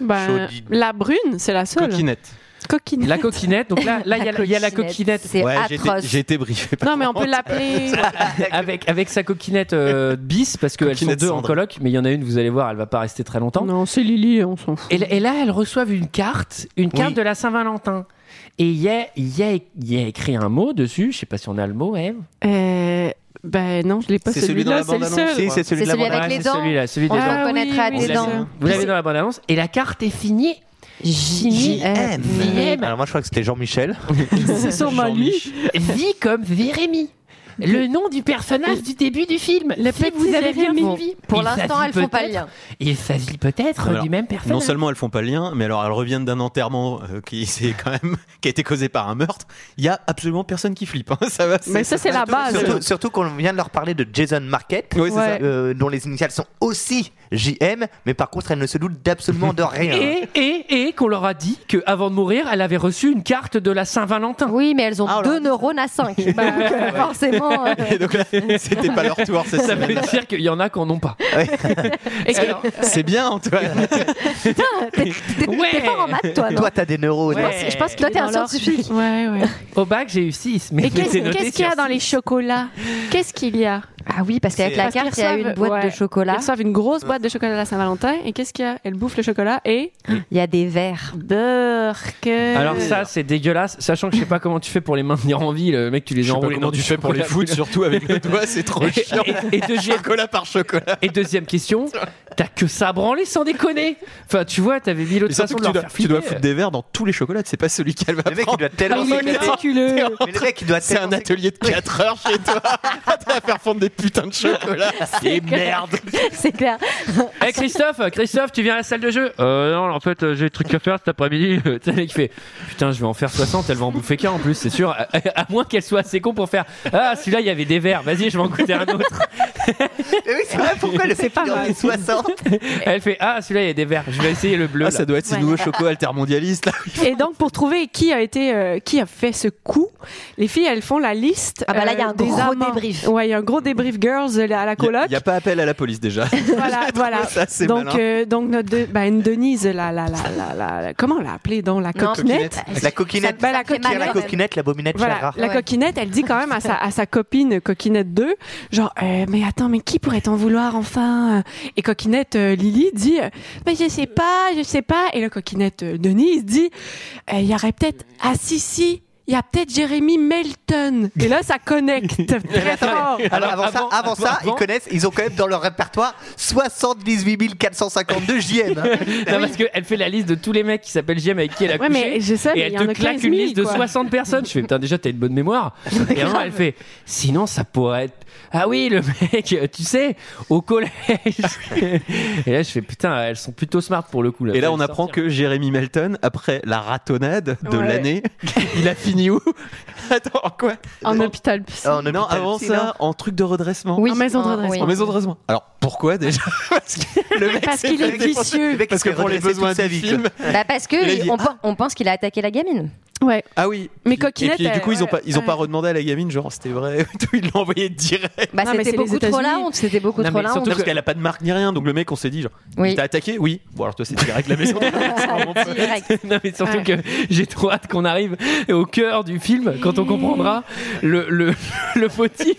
F: Ben,
A: Chaudi-
F: la brune, c'est la seule. Coquinette.
A: La coquinette. Donc là, là, il y a la- il y a la coquinette.
E: Ouais, j'ai été- J'ai été briefé.
F: Non, mais on peut l'appeler.
A: avec, avec sa coquinette euh, bis, parce qu'elles sont
E: Coquinette
A: deux en
E: cendre.
A: coloc, mais il y en a une, vous allez voir, elle va pas rester très longtemps.
F: Non, c'est Lily, on s'en fout.
A: Et, et là, elles reçoivent une carte, une carte
F: Oui.
A: de la Saint-Valentin. Et il y a, il y a- il y a écrit un mot dessus, je sais pas si on a le mot, Eve.
F: Euh, ben non, je l'ai pas
A: C'est celui dans
F: celui-là,
A: la
F: c'est le
A: bande-annonce.
F: seul. Ah
A: Si, c'est celui de la bande-annonce. Ouais, c'est celui-là, celui des
F: On
A: dents.
F: le reconnaîtra à
A: On
F: tes
A: l'a-
F: dents.
A: Vous l'avez dans la bande-annonce. Et la carte est finie.
I: J.M..
A: J.M.
J: Alors moi je crois que c'était Jean-Michel.
A: C'est son Mali. Vit comme Vérémy. Le nom du personnage du début du film. La si vous avez bien
I: Vérémy.
A: suivi.
I: Pour
A: Il
I: l'instant,
A: s'agit
I: elles font pas
A: peut-être-
I: lien.
A: Il s'agit peut-être
E: Alors,
A: du même personnage.
E: Non seulement elles font pas le lien, mais alors elles reviennent d'un enterrement euh, qui s'est quand même qui a été causé par un meurtre. Il y a absolument personne qui flippe. hein, Ça va.
J: Surtout-
F: Ah,
J: Surtout, surtout qu'on vient de leur parler de Jason Marquette,
E: Oui, c'est ça. Ouais.
J: euh, dont les initiales sont aussi JM, mais par contre, elle ne se doute d'absolument de rien.
E: hein.
A: Et, et, et qu'on leur a dit qu'avant de mourir, elle avait reçu une carte de la Saint-Valentin.
I: Oui, mais
F: Ah,
I: elles ont
F: oh
I: deux neurones à cinq. Donc, euh, forcément. euh,
E: c'était pas leur tour, c'est
A: Ça
E: ça.
A: veut dire qu'il y en a qui en ont pas.
I: Et que-
E: C'est bien, Antoine.
I: Putain, t'es- t'es t'es fort en maths, toi, non
J: Toi, t'as des neurones.
I: Je pense que toi, t'es un scientifique.
F: Ouais, ouais.
A: Au bac, j'ai eu 6.
F: Et qu'est-ce qu'est-ce qu'il y a dans les chocolats Qu'est-ce qu'il y a
I: Ah oui, parce qu'avec la
F: Parce qu'ils
I: carte, il y a
F: reçoivent-
I: une boîte
F: ouais,
I: de chocolat.
F: Ils reçoivent une grosse boîte de chocolat à la Saint-Valentin. Et qu'est-ce qu'il y a Elles bouffent le chocolat et.
I: Il y a des verres.
F: Burke.
A: Alors ça, c'est dégueulasse, sachant que je sais pas comment tu fais pour les maintenir en vie, le mec, tu les
E: Je sais pas
A: enroules
E: comment
A: dans
E: tu
A: du
E: fais pour les
A: chocolat.
E: foutre, surtout avec le doigt, c'est trop
A: Et-
E: chiant.
A: Et, et deuxième...
E: chocolat par chocolat.
A: Et deuxième question, t'as que ça à branler sans déconner. Enfin, tu vois, t'avais mis l'autre
E: Et surtout
A: façon
E: que
A: de leur
E: tu dois,
A: faire
E: tu dois
A: flipper.
E: foutre des verres dans tous les chocolats, c'est pas celui qu'elle va prendre. Le mec, il doit
A: Ah,
J: tellement
A: il est s'éclater. méticuleux.
J: Mais le mec, il doit
E: C'est un atelier de 4 heures chez toi. Tu vas faire fondre des putains de chocolats.
I: C'est
E: Et
I: clair.
E: merde.
I: C'est clair.
A: Eh Christophe, Christophe, tu viens à la salle de jeu Euh non, en fait, euh, j'ai des trucs à faire cet après-midi. Tu sais, le mec fait Putain, je vais en faire 60, elle va en bouffer qu'un en plus, c'est sûr. À, à- à moins qu'elle soit assez con pour faire Ah, celui-là, il y avait des verres, vas-y, je vais en goûter un autre.
J: Mais Eh oui, c'est vrai, pourquoi le mec, il en est 60
A: Elle fait Ah, celui-là, il y a des verres, je vais essayer le bleu.
E: Ah, ça doit être ces nouveaux chocos altermondialistes là.
F: Et donc, pour trouver qui a été, euh, qui a fait ce coup, les filles, elles font la liste. euh,
I: Ah bah là, il y a un
F: des
I: gros
F: amants.
I: débrief.
F: Ouais, il y a un gros débrief girls euh, à la
E: Il
F: coloc.
E: n'y a, pas appel à la police déjà.
F: Voilà, voilà.
E: ça assez
F: donc,
E: malin.
F: euh, donc notre de- bah, une Denise, la, la, la, la, la- la- comment on l'a appelée dans la
J: Non,
F: coquinette
J: La coquinette.
F: Bah, la
J: Pierre, la
F: coquinette.
J: coquinette, l'abominette
F: Voilà,
J: Chara.
F: la coquinette, elle dit quand même à sa, à sa copine Coquinette 2, genre, Euh, mais attends, mais qui pourrait t'en vouloir enfin Et Coquinette euh, Lily dit, euh, mais je sais pas, je sais pas. Et la Coquinette euh, Denise dit, Euh, il y aurait peut-être, ah si, si, il y a peut-être Jérémy Melton. Et là, ça connecte. Très fort.
J: Alors avant,
A: Avant-
J: ça, avant ça,
A: avant-
J: ils connaissent, ils ont quand même dans leur répertoire 78 452 JM. hein.
A: Non, parce qu'elle fait la liste de tous les mecs qui s'appellent JM avec qui elle a
F: Ouais,
A: couché.
F: mais je sais,
A: et
F: mais
A: elle
F: il y
A: te
F: en a
A: claque
F: 15
A: une
F: 000,
A: liste de
F: quoi.
A: 60 personnes. Je fais, putain, déjà, t'as une bonne mémoire. Et vraiment, elle fait, sinon, ça pourrait être. Ah oui, le mec, euh, tu sais, au collège. et là, je fais, putain, elles sont plutôt smart pour le coup. Là.
E: Et là, on
A: Faut les
E: apprend
A: sortir.
E: que Jérémy Melton, après la ratonnade de
A: Ouais.
E: l'année, il a fini où Attends, en quoi
F: En hôpital psy.
A: Oh,
J: En
E: Non,
J: hôpital
E: avant
J: psy,
E: ça, en truc de redressement.
F: Oui, En maison
I: Oh,
F: de en- redressement. oui.
E: En maison de redressement. Alors, pourquoi déjà Parce que le mec
F: Parce
E: s'est
F: qu'il
E: fait
F: est
E: défoncer.
F: vicieux. Le mec
E: Parce que
J: s'est
E: pour les
J: redressé
E: besoins
J: toute sa
E: du
J: vie, quoi.
E: film.
I: Bah, parce
E: il a
I: que
E: dit,
F: ah.
I: on, pen- on pense qu'il a attaqué la gamine.
F: Ouais.
E: Ah oui.
F: Mais
E: Puis-
F: Coquinette,
E: Et puis, du
F: elle-
E: coup, ils ont pas, ils ont
F: ouais.
E: pas redemandé à la gamine, genre, c'était vrai. et tout, Ils l'ont envoyé direct.
I: Bah,
F: Non, mais c'est les
I: c'était beaucoup trop la
F: États-Unis.
I: honte. C'était beaucoup
E: Non,
I: trop
E: mais
I: la
E: surtout
I: honte.
E: parce qu'elle a pas de marque ni rien, donc le mec, on s'est dit, genre,
I: Oui.
E: il t'a attaqué Oui. Bon, alors toi, c'est direct la maison.
I: Direct.
A: non mais surtout que j'ai trop hâte qu'on arrive au cœur du film quand on comprendra le, le, le motif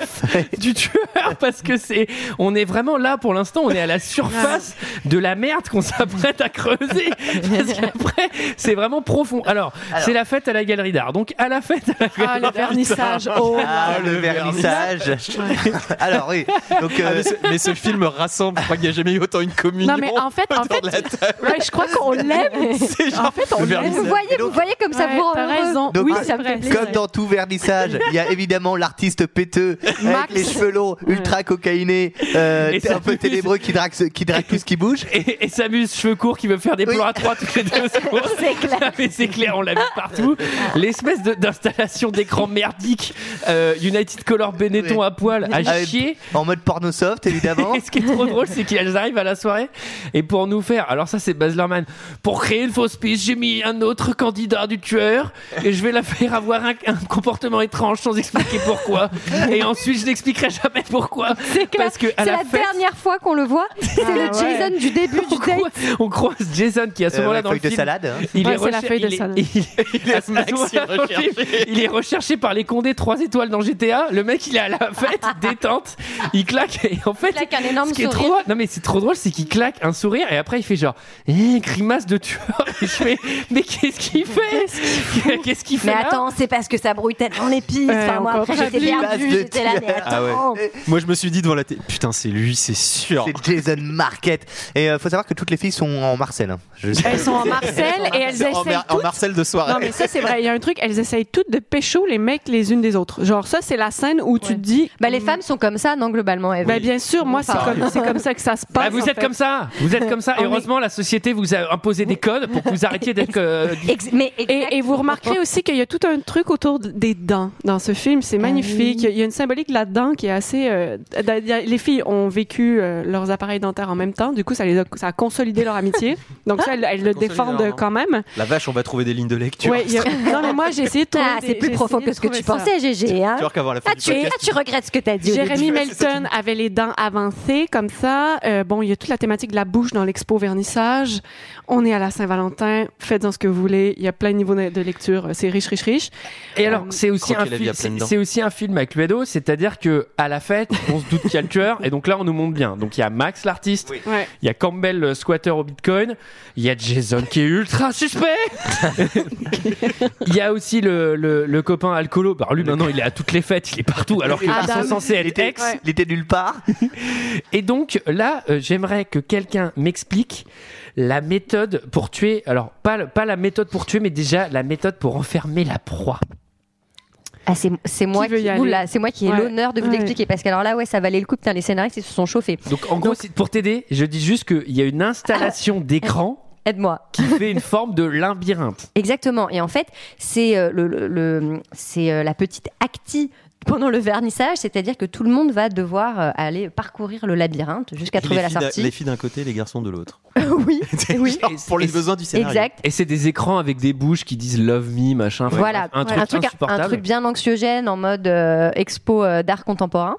A: du tueur parce que c'est on est vraiment là pour l'instant on est à la surface de la merde qu'on s'apprête à creuser parce qu'après c'est vraiment profond alors, c'est la fête à à la galerie d'art. Donc à la fête. À la
F: Ah, le
A: Galerie d'Art.
F: vernissage. Oh
J: Ah, le vernissage. Alors oui. Donc, euh,
E: Ah, mais, ce, mais ce film rassemble, je crois qu'il n'y a jamais eu autant une communion.
F: Non, mais en fait, en
E: autour
F: fait
E: de la table.
F: ouais, je crois qu'on l'aime.
E: C'est
F: En
E: genre
F: fait, on
E: le
F: l'aime.
E: vernissage.
I: voyez, vous voyez comme ça
F: Ouais,
I: vous rend
F: t'as
I: heureux.
F: raison.
J: Donc,
F: oui,
J: ah,
F: c'est vrai.
J: comme dans tout vernissage, il y a évidemment l'artiste péteux avec
F: Max.
J: les cheveux longs, ultra cocaïnés, euh,
A: Et ça
J: un peu
A: bouge.
J: ténébreux qui drague, ce- qui drague tout ce qui bouge.
A: Et, et Samus, cheveux courts, qui veut faire des
J: Oui.
A: plans à trois toutes les deux secondes.
I: C'est clair. Ah.
A: Mais c'est clair, on l'a vu partout. L'espèce de- d'installation d'écran merdique euh, United Color Benetton
J: Oui.
A: à poil à
J: Avec-
A: chier.
J: En mode porno soft, évidemment.
A: Et ce qui est trop drôle, c'est qu'elles arrivent à la soirée et pour nous faire, alors ça c'est Baz Luhrmann, pour créer une fausse piste, j'ai mis un autre candidat du tueur et je vais la faire avoir un, un comportement étrange sans expliquer pourquoi. Et ensuite je n'expliquerai jamais pourquoi. Parce que à
I: C'est
A: la,
I: la, Ah
A: fête,
I: dernière fois qu'on le voit. C'est le Jason du début du
A: on,
I: date.
A: croise, on croise Jason qui à ce
J: Euh,
A: moment-là
J: la
A: dans le
J: feuille de
A: film,
J: salade. hein.
A: il
F: Ouais,
A: est
F: c'est la
A: recher-
F: feuille de
A: il est-
F: salade.
A: il est-
E: Il est
A: à ce
E: maxi
A: moment-là, dans le film,
E: recherché.
A: il est recherché par les condés 3 étoiles dans GTA. Le mec, il est à la fête, détente. Il claque et en fait,
I: Claque un énorme
A: ce qui est
I: sourire.
A: trop drôle- non mais c'est trop drôle, c'est qu'il claque un sourire et après il fait genre eh, grimace de tueur. Et je fais mais qu'est-ce qu'il fait Qu'est-ce qu'il fait
I: Mais
A: là
I: attends, c'est parce que ça brouille tellement les pistes.
F: Ouais,
I: Enfin, moi,
F: encore
I: après, j'étais
J: plus.
I: perdue,
J: Base de
I: j'étais là, mais
J: tueur.
E: Ah ouais.
I: attends.
E: Moi, je me suis dit devant la télé, putain, c'est lui, c'est sûr.
J: C'est Jason Marquette. Et euh, faut savoir que toutes les filles sont en Marcel. hein. Je-
F: Elles sont en Marcel et elles
E: C'est en,
F: essayent
E: Mar- en
F: toutes.
E: Marcel de soirée.
F: Non, mais ça, c'est vrai. Il y a un truc, elles essayent toutes de pécho les mecs les unes des autres. Genre, ça, c'est la scène où tu
I: Ouais.
F: te dis.
I: Bah, les femmes sont comme ça, non, globalement, Eve.
F: Ben, bien sûr, moi, c'est
E: Enfin.
F: comme, c'est comme ça que ça se passe.
A: Ah, vous
F: en
A: êtes
F: fait.
A: comme ça, vous êtes comme ça.
F: Oh,
A: Et
F: mais-
A: heureusement, la société vous a imposé des codes pour que vous arrêtiez d'être. euh, du-
I: Ex- mais
F: Et, et vous remarquerez aussi qu'il y a tout un truc autour de- des dents dans ce film. C'est
I: Ah
F: magnifique. Il y a une symbolique là-dedans qui est assez. euh, d'a- d'a- les filles ont vécu euh, leurs appareils dentaires en même temps. Du coup, ça, les a, ça a consolidé leur amitié. Donc, ça, elles, elles le
E: consolide leur-
F: défendent quand même.
E: La vache, on va trouver des lignes de lecture.
F: Ouais, il y a- Non, mais moi, j'ai essayé de trouver
I: Ah,
F: des-
I: c'est plus
F: j'ai
I: profond
F: essayé
I: que
F: de
I: ce que tu
F: trouver ça.
I: pensais, GG. Hein
E: Tu vois qu'avant la fin
I: ah,
E: du
I: tu,
E: podcast,
I: ah, tu regrettes ce que t'as dit. au début.
F: Jérémy Melton avait les dents avancées comme ça. Euh, bon, il y a toute la thématique de la bouche dans l'expo vernissage. On est à la Saint-Valentin. Faites-en ce que vous voulez. Il y a plein de niveaux de lecture. euh, C'est riche, riche, riche.
A: Et alors,
F: Euh,
A: c'est aussi,
E: croquer
A: un
E: la
A: fi-
E: vie à pleines
A: c'est-
E: dents.
A: c'est aussi un film à Cluedo, c'est-à-dire que à la fête, on se doute qu'il y a le tueur. Et donc là, on nous montre bien. Donc il y a Max l'artiste,
F: Ouais.
A: Il y a Campbell, le squatter au Bitcoin. Il y a Jason qui est ultra suspect. il y a aussi le, le, le copain alcoolo. Bah, lui, maintenant, il est à toutes les fêtes. Il est partout alors qu'ils
F: Adam.
A: sont censés
J: Il
A: être
J: était,
A: ex.
F: Ouais.
J: il était nulle part.
A: Et donc, là, euh, j'aimerais que quelqu'un m'explique la méthode pour tuer. Alors, pas, le- pas la méthode pour tuer, mais déjà la méthode pour enfermer la proie.
I: Ah, c'est c'est moi
F: Qui veut
I: qui,
F: y aller
I: oula, c'est moi qui ai
F: Ouais.
I: l'honneur de vous
F: Ouais.
I: l'expliquer parce que alors là ouais ça valait le coup putain les scénaristes ils se sont chauffés
A: Donc, en gros, c'est- pour t'aider, je dis juste qu'il y a une installation
I: Ah.
A: d'écran
I: aide-moi
A: qui fait une forme de labyrinthe.
I: Exactement. Et en fait, c'est euh, le, le- le- c'est euh, la petite acti pendant le vernissage, c'est-à-dire que tout le monde va devoir euh, aller parcourir le labyrinthe jusqu'à
E: les
I: trouver la
E: filles d'un-
I: sortie.
E: les filles d'un côté, les garçons de l'autre.
I: oui, oui.
E: Genre, pour les
A: Et-
E: besoins du scénario.
I: Exact.
A: Et c'est des écrans avec des bouches qui disent Love Me, machin. Enfin,
I: Voilà,
A: bref, un,
I: un
A: truc
I: truc, un
A: insupportable.
I: truc bien anxiogène en mode euh, expo euh, d'art contemporain.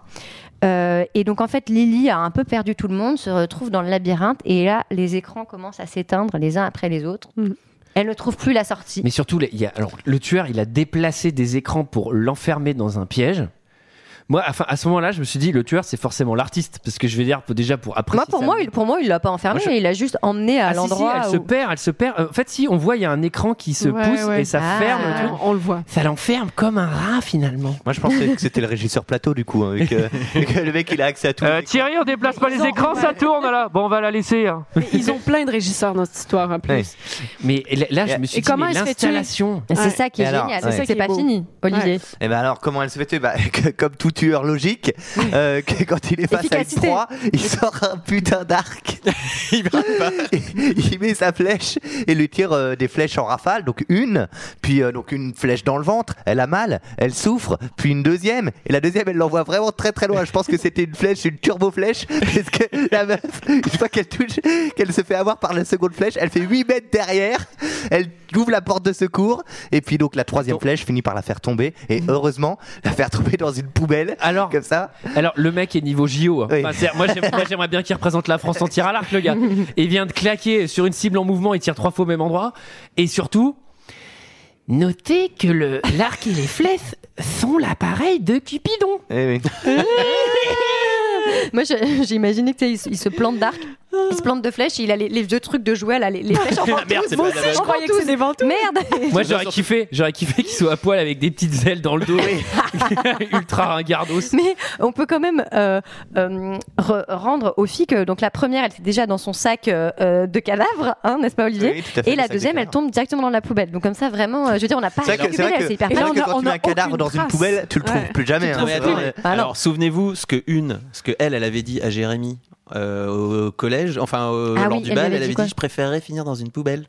I: Euh, et donc en fait, Lily a un peu perdu tout le monde, se retrouve dans le labyrinthe et là, les écrans commencent à s'éteindre les uns après les autres.
F: Mhm.
I: Elle ne trouve plus la sortie.
A: Mais surtout, les- il y a- alors, le tueur, il a déplacé des écrans pour l'enfermer dans un piège. Moi, enfin, à ce moment-là, je me suis dit, le tueur, c'est forcément l'artiste, parce que je vais dire, pour- déjà pour apprécier.
I: moi, pour
A: sa-
I: moi, il, pour moi, il l'a pas enfermée,
A: Moi, je-
I: il l'a juste emmenée à
A: Ah, si, si,
I: l'endroit
A: elle se
I: où-
A: perd, elle se perd. Euh, En fait, si on voit, il y a un écran qui se
F: Ouais,
A: pousse
F: ouais.
A: et ça
I: Ah.
A: ferme. le
F: Ouais,
A: truc.
F: on le voit.
A: Ça l'enferme comme un rat finalement.
J: Moi, je pensais que c'était le régisseur plateau, du coup, hein, et que, et que le mec il a accès à tout.
A: Euh, Thierry, on déplace pas
F: les Ils ont- écrans, ça
A: tourne là. Bon, on va la laisser. hein.
F: Mais ils ont plein de régisseurs dans cette histoire en plus.
J: Ouais.
A: Mais là, là, je me suis
F: Et
A: dit,
F: comment
A: mais
F: elle se fait tuer
A: l'installation.
I: Et C'est
F: Ouais.
I: ça qui est
J: Et alors,
I: génial,
J: ouais.
I: c'est
F: C'est
I: pas
F: beau.
I: fini, Olivier.
J: Et ben alors, comment elle se fait tuer bah, que- Comme tout tueur logique, euh, que quand il est face à
I: Efficacité.
J: une proie, il sort un putain d'arc,
E: Il va pas.
J: Et il met sa flèche et lui tire euh, des flèches en rafale, donc une, puis euh, donc une flèche dans le ventre, elle a mal, elle souffre, puis une deuxième, et la deuxième elle l'envoie vraiment très très loin. Je pense que c'était une flèche, une turbo flèche, parce que la meuf, une fois qu'elle touche, qu'elle se fait avoir par la seconde flèche, elle fait 8 mètres derrière, elle ouvre la porte de secours, et puis donc la troisième flèche finit par la faire tomber, et heureusement, la faire tomber dans une poubelle,
A: Alors,
J: comme ça.
A: Alors le mec est niveau JO. hein.
J: Oui.
A: Enfin, c'est- moi, j'aime- moi, j'aimerais bien qu'il représente la France en tir à l'arc, le gars. Il vient de claquer sur une cible en mouvement, il tire trois fois au même endroit. Et surtout, notez que le l'arc et les flèches sont l'appareil de Cupidon.
J: Eh oui.
I: Moi, je- j'imaginais que tu sais, il, se- il se plante d'arc Il se plante de flèches, il a les, les vieux trucs de jouets, là, les, les flèches en
A: Merde,
I: ventouse.
A: c'est pas la bonne.
I: que c'est des ventouses. Merde.
A: Moi j'aurais kiffé, j'aurais kiffé qu'il soit à poil avec des petites ailes dans le dos, ultra ringardos.
I: Mais on peut quand même euh, euh, re- rendre aux filles que donc la première, elle était déjà dans son sac euh, euh, de cadavre, hein, n'est-ce pas Olivier
J: Oui, tout à fait,
I: Et
J: le
I: la
J: sac de
I: deuxième, elle tombe directement dans la poubelle. Donc comme ça, vraiment, euh, je veux dire, on n'a pas
J: C'est vrai que, c'est
I: récupéré,
J: vrai
I: elle,
J: que-
I: c'est hyper
J: c'est vrai
I: mal.
J: que quand tu mets un cadavre dans une poubelle, tu le trouves
I: Ouais.
J: plus jamais.
I: Tu
J: hein,
I: le
E: mais
J: c'est
E: attends,
J: vrai.
E: mais- alors souvenez-vous ce que une, ce que elle, elle avait dit à Jérémy euh, au- au collège, enfin au-
I: Ah
E: lors
I: oui,
E: du
I: elle
E: bal,
I: avait
E: elle
I: dit
E: avait
I: quoi
E: dit je préférerais finir dans une poubelle.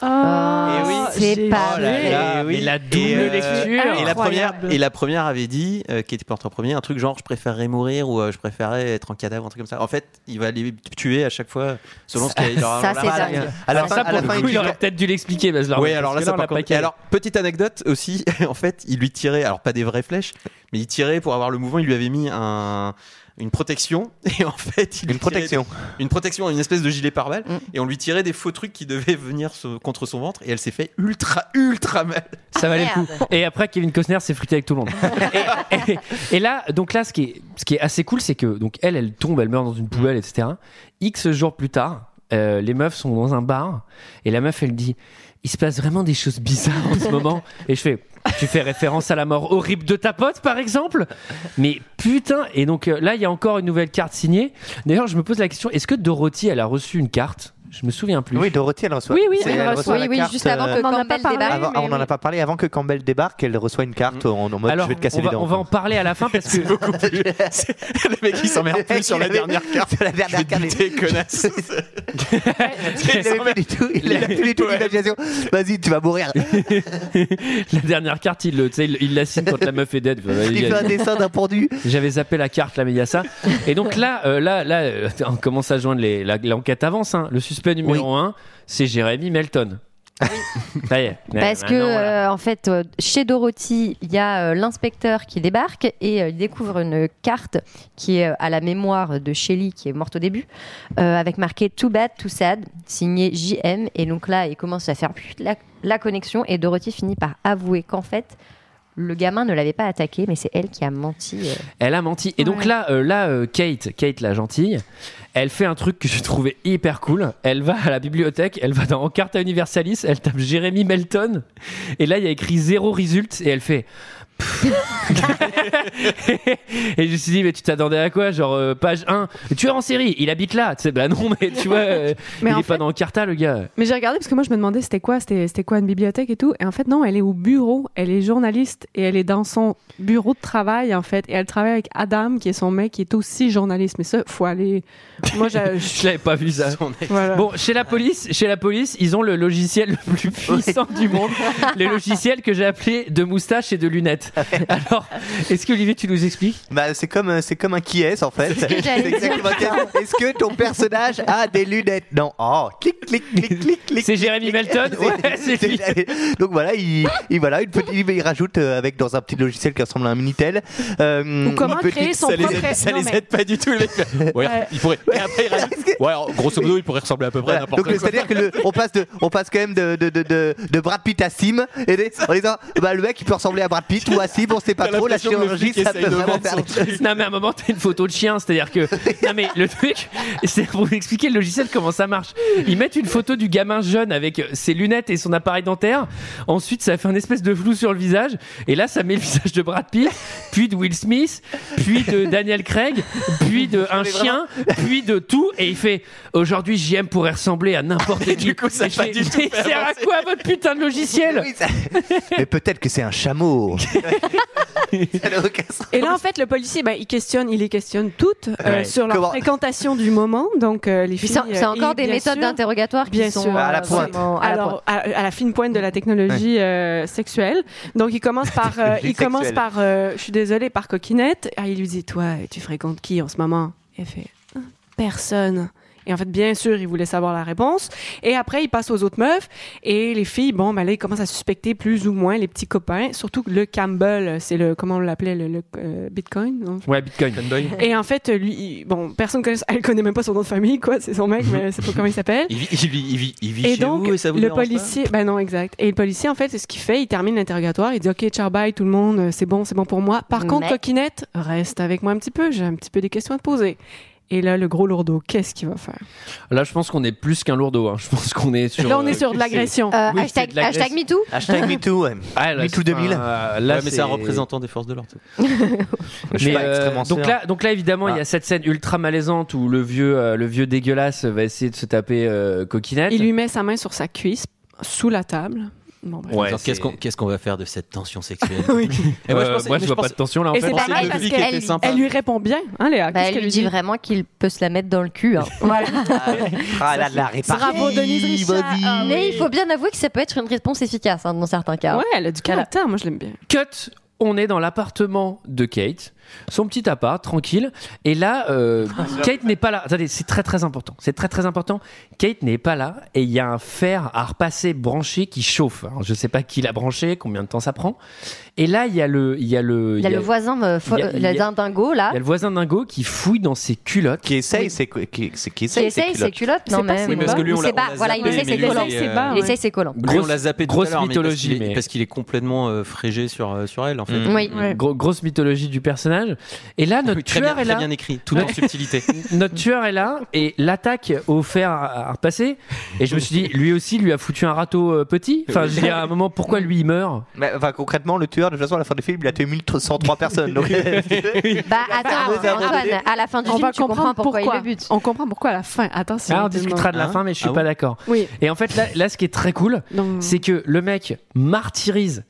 F: Oh,
I: Ah, c'est pas
E: Oh là
A: Eh
I: vrai.
E: là,
A: Mais la double
E: et,
A: lecture.
E: et la première
A: Incroyable.
E: et la première avait dit euh, qui était porte en premier un truc genre je préférerais mourir ou euh, je préférerais être en cadavre un truc comme ça. En fait, il va les tuer à chaque fois selon ce qu'il leur
A: Ça,
E: leur-
A: c'est
E: leur-
A: dingue.
E: leur-
A: Alors
E: leur-
A: ça, pour le coup, il aurait peut-être dû l'expliquer, Bazlar,
E: oui,
A: parce
E: alors
A: que
E: là,
A: là,
E: ça
A: on
E: par
A: l'a pas
E: contre.
A: calé.
E: Et Alors, petite anecdote aussi, en fait, il lui tirait, alors pas des vraies flèches, mais il tirait pour avoir le mouvement, il lui avait mis un- une protection, et en fait, il Une
J: protection.
E: une protection, une espèce de gilet pare-balles,
A: Mm.
E: et on lui tirait des faux trucs qui devaient venir se- contre son ventre, et elle s'est fait ultra, ultra mal.
A: Ça valait le coup. Et après, Kevin Costner s'est frité avec tout le monde. et, et- et là, donc là, ce qui est, ce qui est assez cool, c'est que donc elle, elle tombe, elle meurt dans une poubelle, etc. X jours plus tard, euh, les meufs sont dans un bar et la meuf, elle dit, il se passe vraiment des choses bizarres en ce moment. Et je fais, tu fais référence à la mort horrible de ta pote, par exemple. Mais putain. Et donc euh, là, il y a encore une nouvelle carte signée. D'ailleurs, je me pose la question, est-ce que Dorothy, elle a reçu une carte Je me souviens plus.
J: Oui, Dorothy, elle reçoit.
A: Oui, oui,
J: c'est-
A: elle reçoit.
J: la
A: Oui, oui,
J: carte,
A: juste avant que
J: euh,
A: On en a Campbell pas parlé, débarque.
J: Avant-
A: mais
J: on n'en a pas parlé avant que Campbell débarque, elle reçoit une carte en, en mode
A: Mm. Alors,
J: je vais te casser
A: on va,
J: les dents.
A: on va en parler à la fin parce que
E: le mec il s'emmerde plus sur la dernière carte.
J: la dernière carte.
E: T'es connasse.
J: Il n'avait plus du tout, il avait plus du tout d'imagination. Vas-y, tu vas mourir.
A: la dernière carte, il le- tu sais, il il la signe quand la meuf est dead.
J: Il fait un dessin d'un pendu.
A: J'avais zappé la carte, là, mais il y a ça. Et donc là, euh, là, là, euh, on commence à joindre les. la- L'enquête avance. hein. Le suspect numéro 1 c'est Jérémy Melton. Ça y est.
I: Parce que,
A: Maintenant, bah voilà.
I: euh, en fait, euh, chez Dorothy, il y a euh, l'inspecteur qui débarque et euh, il découvre une carte qui est euh, à la mémoire de Shelly, qui est morte au début, euh, avec marqué Too bad, too sad, signé JM. Et donc là, il commence à faire la, la connexion et Dorothy finit par avouer qu'en fait, le gamin ne l'avait pas attaqué, mais c'est elle qui a menti. euh.
A: Elle a menti. Et donc
I: Ouais.
A: là, euh, là euh, Kate, Kate la gentille, elle fait un truc que j'ai trouvé hyper cool. Elle va à la bibliothèque, elle va dans Carta Universalis, elle tape Jérémy Melton, et là il y a écrit zéro result, et elle fait. Pff. et je me suis dit, mais tu t'attendais à quoi Genre, euh, page 1, tueur en série, il habite là. Tu sais, bah non, mais tu vois, euh,
F: Mais
A: il
F: en
A: est pas dans Carta, le gars.
F: Mais j'ai regardé parce que moi je me demandais c'était quoi, c'était c'était quoi une bibliothèque et tout. Et en fait non, elle est au bureau, elle est journaliste et elle est dans son bureau de travail en fait. Et elle travaille avec Adam qui est son mec qui est aussi journaliste. Mais ça faut aller. Moi j'ai-
A: je l'avais pas vu ça.
F: Voilà.
A: Bon, chez la police, chez la police, ils ont le logiciel le plus puissant du monde, le logiciel que j'ai appelé de moustache et de lunettes. Alors, est-ce que Olivier, tu nous expliques
J: Bah, c'est comme, euh, c'est comme un qui est en fait.
A: ce que j'allais
J: C'est exactement ça. Est-ce que ton personnage a des lunettes Non. Oh, clic, clic, clic, clic, clic.
A: C'est Jérémy Melton Ouais, c'est lui.
J: Donc voilà, il, il- voilà, une petite, il rajoute euh, avec dans un petit logiciel qui ressemble à un minitel. euh,
F: Ou comment
J: une petite-
F: créer son Ça les propre- aide- ça non, les mais- aide
E: pas du tout, les mecs. il pourrait. Et après, il rajoute- Ouais, alors, grosso modo, il pourrait ressembler à peu près à
J: Voilà.
E: n'importe
J: Donc
E: quoi.
J: c'est-à-dire que le- on passe de, on passe quand même de de de de, de Brad Pitt à Sim, et des- en disant bah le mec il peut ressembler à Brad Pitt ou à Sim, on sait pas
A: T'as
J: trop. La
A: l'impression que le
J: chirurgie
A: flic
J: ça
A: essaye
J: peut
A: de
J: vraiment
A: vendre
J: faire.
A: son truc. Non, mais à un moment, t'as une photo de chien, c'est-à-dire que. Non, mais le truc, c'est pour vous expliquer le logiciel comment ça marche. Ils mettent une photo du gamin jeune avec euh, ses lunettes et son appareil dentaire. Ensuite, ça fait un espèce de flou sur le visage. Et là, ça met le visage de Brad Pitt, puis de Will Smith, puis de Daniel Craig, puis de un chien, puis de tout. Et il fait Aujourd'hui, JM pourrait ressembler à n'importe qui. du coup, ça fait du tout. sert à quoi votre putain de logiciel
J: Mais peut-être que c'est un chameau.
F: Et là, en fait, le policier, bah, il questionne, il les questionne toutes euh,
J: Ouais.
F: sur leur
J: Comment-
F: fréquentation du moment. Donc, euh, les
I: Puis
F: filles.
I: c'est- c'est
F: euh,
I: encore
F: et
I: des
F: bien
I: méthodes
F: sûr-
I: d'interrogatoire qui
F: Bien
I: sont,
F: sûr,
I: euh, À la pointe. vraiment à la
F: Alors,
I: pointe.
F: à, à la fine pointe de la technologie euh, sexuelle. Donc, il commence par, euh, il
I: Sexuelle.
F: commence par, euh, je suis désolée, par coquinette. Ah, il lui dit, toi, tu fréquentes qui en ce moment Elle fait, Ah, personne. Et en fait, bien sûr, il voulait savoir la réponse. Et après, il passe aux autres meufs. Et les filles, bon, ben là, ils commencent à suspecter plus ou moins les petits copains. Surtout que le Campbell, c'est le, comment on l'appelait, le, le, euh, Bitcoin non
A: Ouais, Bitcoin.
F: et en fait, lui, il- bon, personne connaît, elle connaît même pas son nom de famille, quoi. C'est son mec, mais c'est pas comment il s'appelle.
E: Il vit, il vit- il vit- il vit
F: Et
E: chez
F: donc,
E: vous et ça vous
F: le
E: dérange pas
F: policier, ben non, exact. Et le policier, en fait, c'est ce qu'il fait. Il termine l'interrogatoire. Il dit, OK, ciao, bye, tout le euh, monde, c'est bon, c'est bon pour moi. Par contre,
I: Mais-
F: Coquinette, reste avec moi un petit peu. J'ai un petit peu des questions à te poser. Et là, le gros lourdeau, qu'est-ce qu'il va faire
A: Là, je pense qu'on est plus qu'un lourdeau. hein. Je pense qu'on est sur.
F: Là, on est sur de l'agression. Euh,
A: c'est
I: hashtag-
A: de l'agression.
I: hashtag MeToo
J: Hashtag MeToo, ouais.
A: Ah, là,
J: MeToo
A: c'est
J: 2000.
A: un- là,
E: Ouais, mais c'est un
A: c'est-
E: représentant des forces de l'ordre.
J: Je suis
A: Mais,
J: pas
A: euh,
J: extrêmement
A: donc
J: sûr.
A: là, donc là, évidemment, il y
J: Ah.
A: a cette scène ultra malaisante où le vieux, euh, le vieux dégueulasse va essayer de se taper euh, coquinette.
F: Il lui met sa main sur sa cuisse, sous la table. Bon, bref.
A: Ouais,
E: Genre,
A: c'est-
E: qu'est-ce qu'on qu'est-ce qu'on va faire de cette tension sexuelle
A: Euh, moi, je vois pas de tension, là, en Et fait. c'est pas mal,
I: parce qu'elle-
F: elle lui répond bien, hein, Léa.
I: Bah,
F: Qu'est-ce
I: elle
F: qu'elle
I: lui dit vraiment qu'il peut se la mettre dans le cul. hein. Voilà.
J: Ah là là, répartie.
I: Bravo, Denise Richard. Ah,
J: vas-y.
A: Ah
I: Mais il faut bien avouer que ça peut être une réponse efficace hein, dans certains cas.
F: Ouais, elle a du caractère, moi je l'aime bien.
A: Cut. On est dans l'appartement de Kate, son petit appart, tranquille. Et là, euh, Kate n'est pas là. Attendez, c'est très très important. C'est très très important. Kate n'est pas là et il y a un fer à repasser branché qui chauffe. Alors, je ne sais pas qui l'a branché, combien de temps ça prend. Et là, il y a le, il y a le,
I: Il y a le voisin, euh, fo-
A: il y a-
I: euh, le
A: il y a-
I: dindingo, là,
A: Il y a le voisin dingo qui fouille dans ses culottes. Qui
J: essaye ses culottes. Qui
I: qui essaye ses culottes. Non, mais il sait pas. Voilà, il essaye ses collants. Il essaye ses collants.
E: Grosse, euh, on l'a zappé tout à
A: grosse
E: l'heure, mais
A: mythologie,
E: parce qu'il est-
A: mais-
E: parce qu'il est complètement euh, frégé sur, euh, sur elle en fait.
A: Mm. Gro- grosse mythologie du personnage. Et là, notre
E: Ah Très,
A: tueur
E: bien,
A: est
E: très
A: là.
E: bien écrit, tout
A: Ouais.
E: en subtilité.
A: Notre tueur est là et l'attaque au fer à à repasser. Et je me suis dit, lui aussi, lui a foutu un râteau euh, petit. Enfin, je veux dire, à un moment, pourquoi lui il meurt
J: Mais, enfin, concrètement, le tueur, de toute façon, à la fin du film, il a tué 1103 personnes. Donc...
I: Bah
A: Ah,
I: attends,
J: Pardon,
I: Antoine, à la fin du
F: On
I: film,
F: va
I: tu comprends
F: comprendre
I: pourquoi il
F: pourquoi.
I: le bute.
F: On comprend pourquoi à la fin. Attention.
A: Ah, on
F: tout le
A: discutera
F: monde.
A: de la fin, mais je suis
F: Ah
A: pas
F: bon
A: d'accord.
F: Oui.
A: Et en fait, là, là, ce qui est très cool, Mm. c'est que le mec martyrise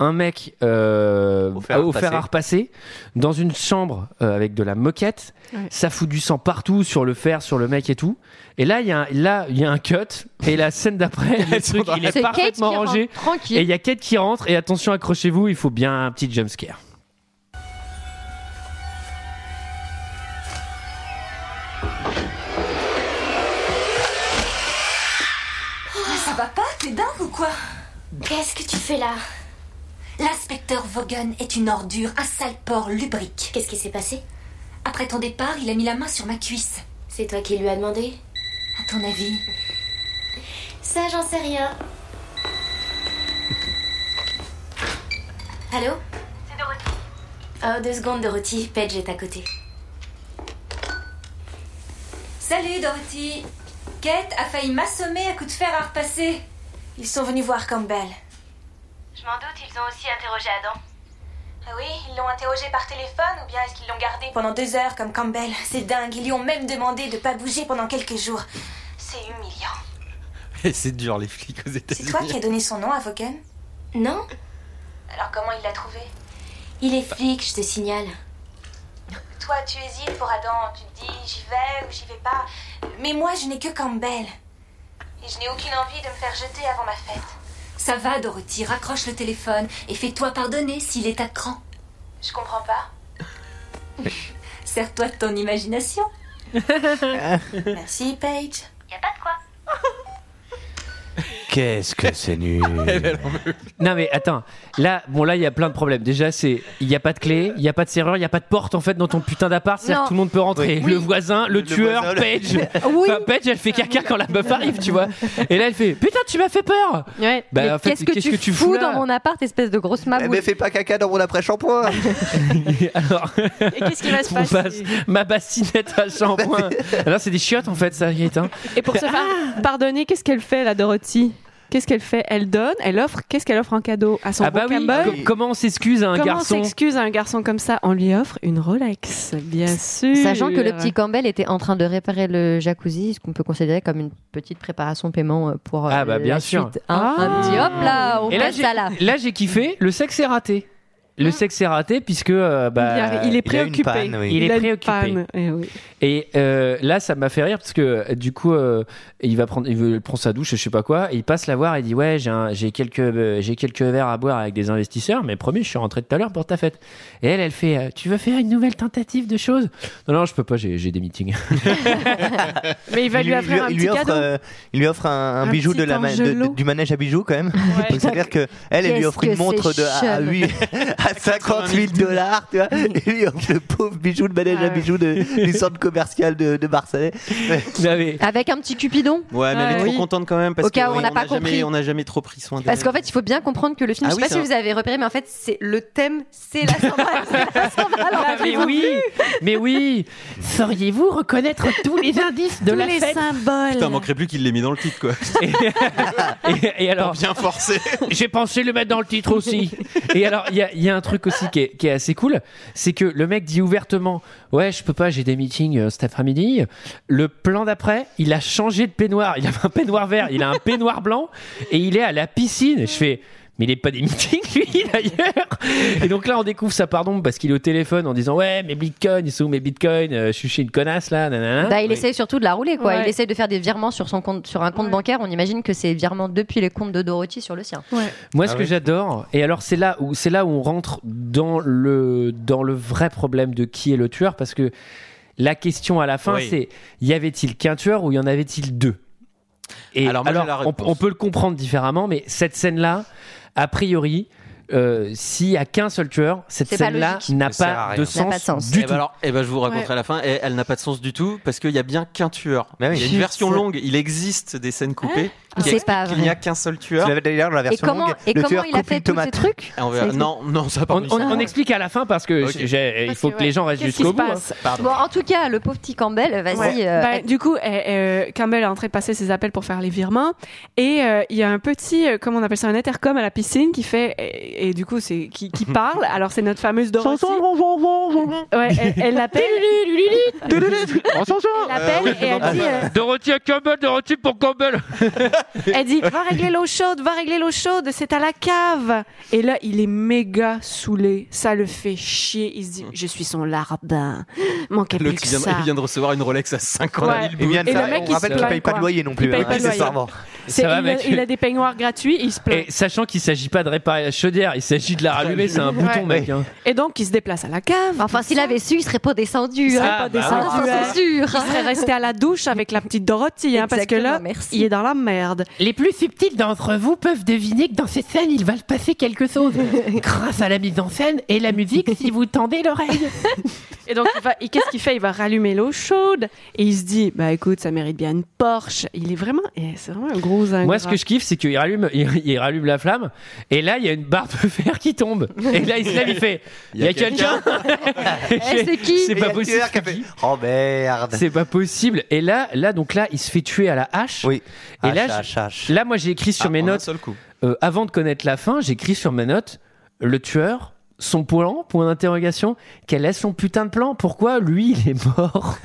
A: un mec euh, au, fer
J: fer à
A: à repasser dans une chambre euh, avec de la moquette.
F: Ouais.
A: Ça fout du sang partout sur le fer, sur le mec et tout. Et là, il y, a un- là, il y a un cut. Et la scène d'après, le truc, il est
I: C'est Kate
A: parfaitement
I: qui rentre,
A: rangé.
I: tranquille.
A: Et il y a Kate qui rentre. Et attention, accrochez-vous, il faut bien un petit jumpscare.
G: Mais ça va pas T'es dingue ou quoi Qu'est-ce que tu fais là L'inspecteur Vaughan est une ordure, un sale porc lubrique. Qu'est-ce qui s'est passé Après ton départ, il a mis la main sur ma cuisse. C'est toi qui lui as demandé À ton avis
K: Ça, j'en sais rien.
G: Allô C'est Dorothy. Oh, deux secondes, Dorothy. Paige est à côté. Salut, Dorothy. Kate a failli m'assommer à coups de fer à repasser. Ils sont venus voir Campbell.
K: Je m'en doute, ils ont aussi interrogé Adam.
G: Ah oui, ils l'ont interrogé par téléphone ou bien est-ce qu'ils l'ont gardé pendant deux heures comme Campbell C'est dingue, ils lui ont même demandé de pas bouger pendant quelques jours. C'est humiliant.
E: Et c'est dur les flics aux
G: C'est toi qui
E: États-Unis.
G: as donné son nom à Vaughan Non. Alors comment il l'a trouvé Il est flic, je te signale. Toi, tu hésites pour Adam. Tu te dis j'y vais ou j'y vais pas. Mais moi, je n'ai que Campbell. Et je n'ai aucune envie de me faire jeter avant ma fête. Ça va, Dorothy. Raccroche le téléphone et fais-toi pardonner s'il est à cran. Je comprends pas. Sers-toi de ton imagination. Merci, Paige. Y a pas de quoi.
J: Qu'est-ce que c'est nul
A: Non mais attends, là, bon là il y a plein de problèmes. Déjà c'est, il n'y a pas de clé, il n'y a pas de serrure, il n'y a pas de porte en fait dans ton putain d'appart, c'est-à-dire
I: Non.
A: que tout le monde peut rentrer.
I: Oui.
A: Le voisin, le, tueur,
J: voisin, le-
A: Paige. Enfin, Paige elle fait caca quand la meuf arrive, tu vois. Et là elle fait, putain tu m'as fait peur.
I: Ouais.
A: Bah,
I: Mais
A: en fait,
I: qu'est-ce que,
A: qu'est-ce
I: tu
A: que tu
I: fous,
A: fous là Eh ben,
I: dans mon appart, espèce de grosse maboule
J: Mais Eh ben, fais pas caca dans mon après-shampoing
F: Et qu'est-ce qui va se
A: On
F: passer
A: passe ma bassinette à shampoing. Alors c'est des chiottes en fait ça, Kate. hein.
F: Et pour se faire pardonner, qu'est-ce qu'elle fait, la Dorothy Qu'est-ce qu'elle fait Elle donne, elle offre, qu'est-ce qu'elle offre en cadeau à son
A: Ah bah
F: beau
A: oui.
F: Campbell
A: com- Comment on s'excuse à un
F: Comment
A: garçon
F: on s'excuse à un garçon comme ça On lui offre une Rolex, bien sûr.
I: Sachant que le petit Campbell était en train de réparer le jacuzzi, ce qu'on peut considérer comme une petite préparation paiement euh, pour euh,
A: Ah bah bien
I: la
A: sûr.
I: suite, hein. Un petit hop là, on
A: Et là,
I: passe
A: j'ai-
I: ça là.
A: là, j'ai kiffé. Le sexe est raté.
I: Ah.
A: Le sexe est raté puisque euh, bah,
F: Il, a- il est préoccupé.
A: Il est
F: a une
A: préoccupé.
F: panne, eh oui.
A: Et euh, là, ça m'a fait rire parce que euh, du coup, euh, il va prendre, il veut- il prend sa douche, je sais pas quoi, et il passe la voir et il dit ouais, j'ai un- j'ai quelques, euh, j'ai quelques verres à boire avec des investisseurs, mais promis, je suis rentré tout à l'heure pour ta fête. Et elle, elle fait, euh, tu veux faire une nouvelle tentative de choses Non, non, je peux pas, j'ai j'ai des meetings.
F: Mais il va
J: Il
F: lui, offrir un
J: il
F: petit
J: offre,
F: cadeau.
J: euh, il lui offre un, un
F: Un
J: bijou
F: petit
J: de la ma- de-
F: Angelo.
J: du manège à bijoux quand même. Donc c'est-à-dire que elle, elle lui
F: Qu'est-ce
J: offre une
F: que
J: montre
F: c'est
J: de à,
F: chum.
J: 8, à 50 000 dollars, tu vois. Et lui, hop, le pauvre bijou, le manège à bijoux de- du centre commercial de, de Marseille.
I: Avec un petit cupidon.
E: Ouais, mais elle est trop
I: Oui.
E: contente quand même parce
I: Au cas
E: que
I: où on
E: oui,
I: n'a pas
E: a jamais-
I: compris.
E: on n'a jamais trop pris soin d'elle.
I: Parce qu'en fait, il faut bien comprendre que le film,
E: Ah
I: je sais
E: oui,
I: pas
E: c'est
I: si vous avez repéré, mais en fait, c'est le thème, c'est la Saint-Valentin. c'est la Saint-Valentin.
A: Ah, mais oui, mais oui. Sauriez-vous reconnaître tous les indices de
I: Tous
A: la
I: les
A: fête
I: symboles.
E: Putain, manquerait plus qu'il l'ait mis dans le titre quoi.
A: et, et alors
E: bien forcé.
A: J'ai pensé le mettre dans le titre aussi. Et alors, il y a, il y a un truc aussi qui est, qui est assez cool, c'est que le mec dit ouvertement, ouais, je peux pas, j'ai des meetings euh, cet après-midi. Le plan d'après, il a changé de peignoir. Il avait un peignoir vert, il a un peignoir blanc, et il est à la piscine. Je fais. Mais il n'est pas des meetings, lui, d'ailleurs. Et donc là, on découvre sa pardon parce qu'il est au téléphone en disant Ouais, mes bitcoins, ils sont où mes bitcoins Euh, Je suis chez une connasse, là, nanana.
I: Bah, il
A: Oui.
I: essaye surtout de la rouler, quoi.
A: Ouais.
I: Il essaye de faire des virements sur son compte, sur un compte bancaire. On imagine que c'est virements depuis les comptes de Dorothy sur le sien.
A: Moi,
I: Ah
A: ce que
I: oui.
A: j'adore, et alors c'est là où c'est là où on rentre dans le dans le vrai problème de qui est le tueur, parce que la question à la fin,
E: Oui.
A: c'est y avait-il qu'un tueur ou y en avait-il deux Et alors,
E: moi, j'ai la
A: on, on peut le comprendre différemment, mais cette scène-là, a priori. euh, S'il n'y a qu'un seul tueur, cette
I: C'est pas
A: scène-là
I: logique.
A: n'a
E: Ça sert à
A: pas,
E: rien.
A: de sens du
E: Eh ben
A: tout.
E: alors, eh ben je vous raconterai
A: Ouais.
E: à la fin. Et elle n'a pas de sens du tout parce qu'il y a bien qu'un tueur. Il y a une
J: Shit.
E: version longue. Il existe des scènes coupées.
I: Ah.
E: qui
I: C'est
E: expliquent
I: pas
E: qu'il
I: vrai.
E: n'y a qu'un seul tueur.
J: Tu l'avais d'ailleurs dans la Et version
I: comment- longue, et le comment tueur il a coupe fait une tous ces tomate. trucs
E: Et on verra-
I: Ça existe.
E: Non, non, ça
A: on, on- on explique à la fin parce que j'ai- j'ai- il faut que les gens restent jusqu'au bout. hein.
I: Bon, en tout cas, le pauvre petit Campbell, vas-y.
F: Ouais.
I: euh,
F: Ben,
I: elle-
F: Du coup, elle- euh, Campbell est en train de passer ses appels pour faire les virements. Et euh, il y a un petit, euh, comment on appelle ça, un intercom à la piscine qui fait. eh, Et, et du coup, c'est qui, qui parle. Alors, c'est notre fameuse Dorothy. Ouais, elle- elle l'appelle. Elle l'appelle et
A: Ah
F: elle dit. euh,
A: Dorothy à Campbell, Dorothy pour Campbell.
F: Elle dit va régler l'eau chaude, va régler l'eau chaude, c'est à la cave. Et là, il est méga saoulé, ça le fait chier. Il se dit je suis son lardin, mon
E: Le
F: plus que
E: qui vient,
F: ça.
E: il vient de recevoir une Rolex à 50
F: Ouais.
E: 000
F: Il
E: boules.
F: vient de Et faire- le mec, on il se rappelle qu'il paye plaint, pas de quoi. loyer non Il plus, paye hein, pas de loyer. accessoirement. C'est-
A: Ça va,
F: il, a,
A: mec
F: il a des peignoirs gratuits, il se plaint.
A: Et sachant qu'il s'agit pas de réparer la chaudière, il s'agit de la rallumer, c'est un
F: Ouais.
A: bouton, mec. hein.
F: Et, donc, il se déplace à la cave.
I: Enfin, s'il avait su, il serait pas descendu.
F: Il serait pas
A: Ah, bah
F: descendu,
A: oui.
F: hein.
I: C'est sûr.
F: Il serait resté à la douche avec la petite Dorothy, hein, parce que là, il est dans la merde.
A: Les plus subtils d'entre vous peuvent deviner que dans ces scènes, il va se passer quelque chose. Grâce à la mise en scène et la musique, si vous tendez l'oreille.
F: Et donc, il va- il- qu'est-ce qu'il fait Il va rallumer l'eau chaude et il se dit bah écoute, ça mérite bien une Porsche. Il est vraiment, eh, c'est vraiment un gros ingrat.
A: Moi, ce que je kiffe, c'est qu'il rallume, il, il rallume la flamme, et là, il y a une barre de fer qui tombe. Et là, il se lève, il fait Il y a, quelqu'un Et je fais, C'est pas possible.
J: Oh merde.
A: C'est pas possible. Et là, là, donc là, il se fait tuer à la hache. Oui. Ah, Et
J: Hache,
A: là,
J: hache,
A: je- là, moi, j'ai écrit sur mes notes. euh, avant de connaître la fin, j'ai écrit sur mes notes le tueur. Son plan, point d'interrogation, quel est son putain de plan Pourquoi lui il est mort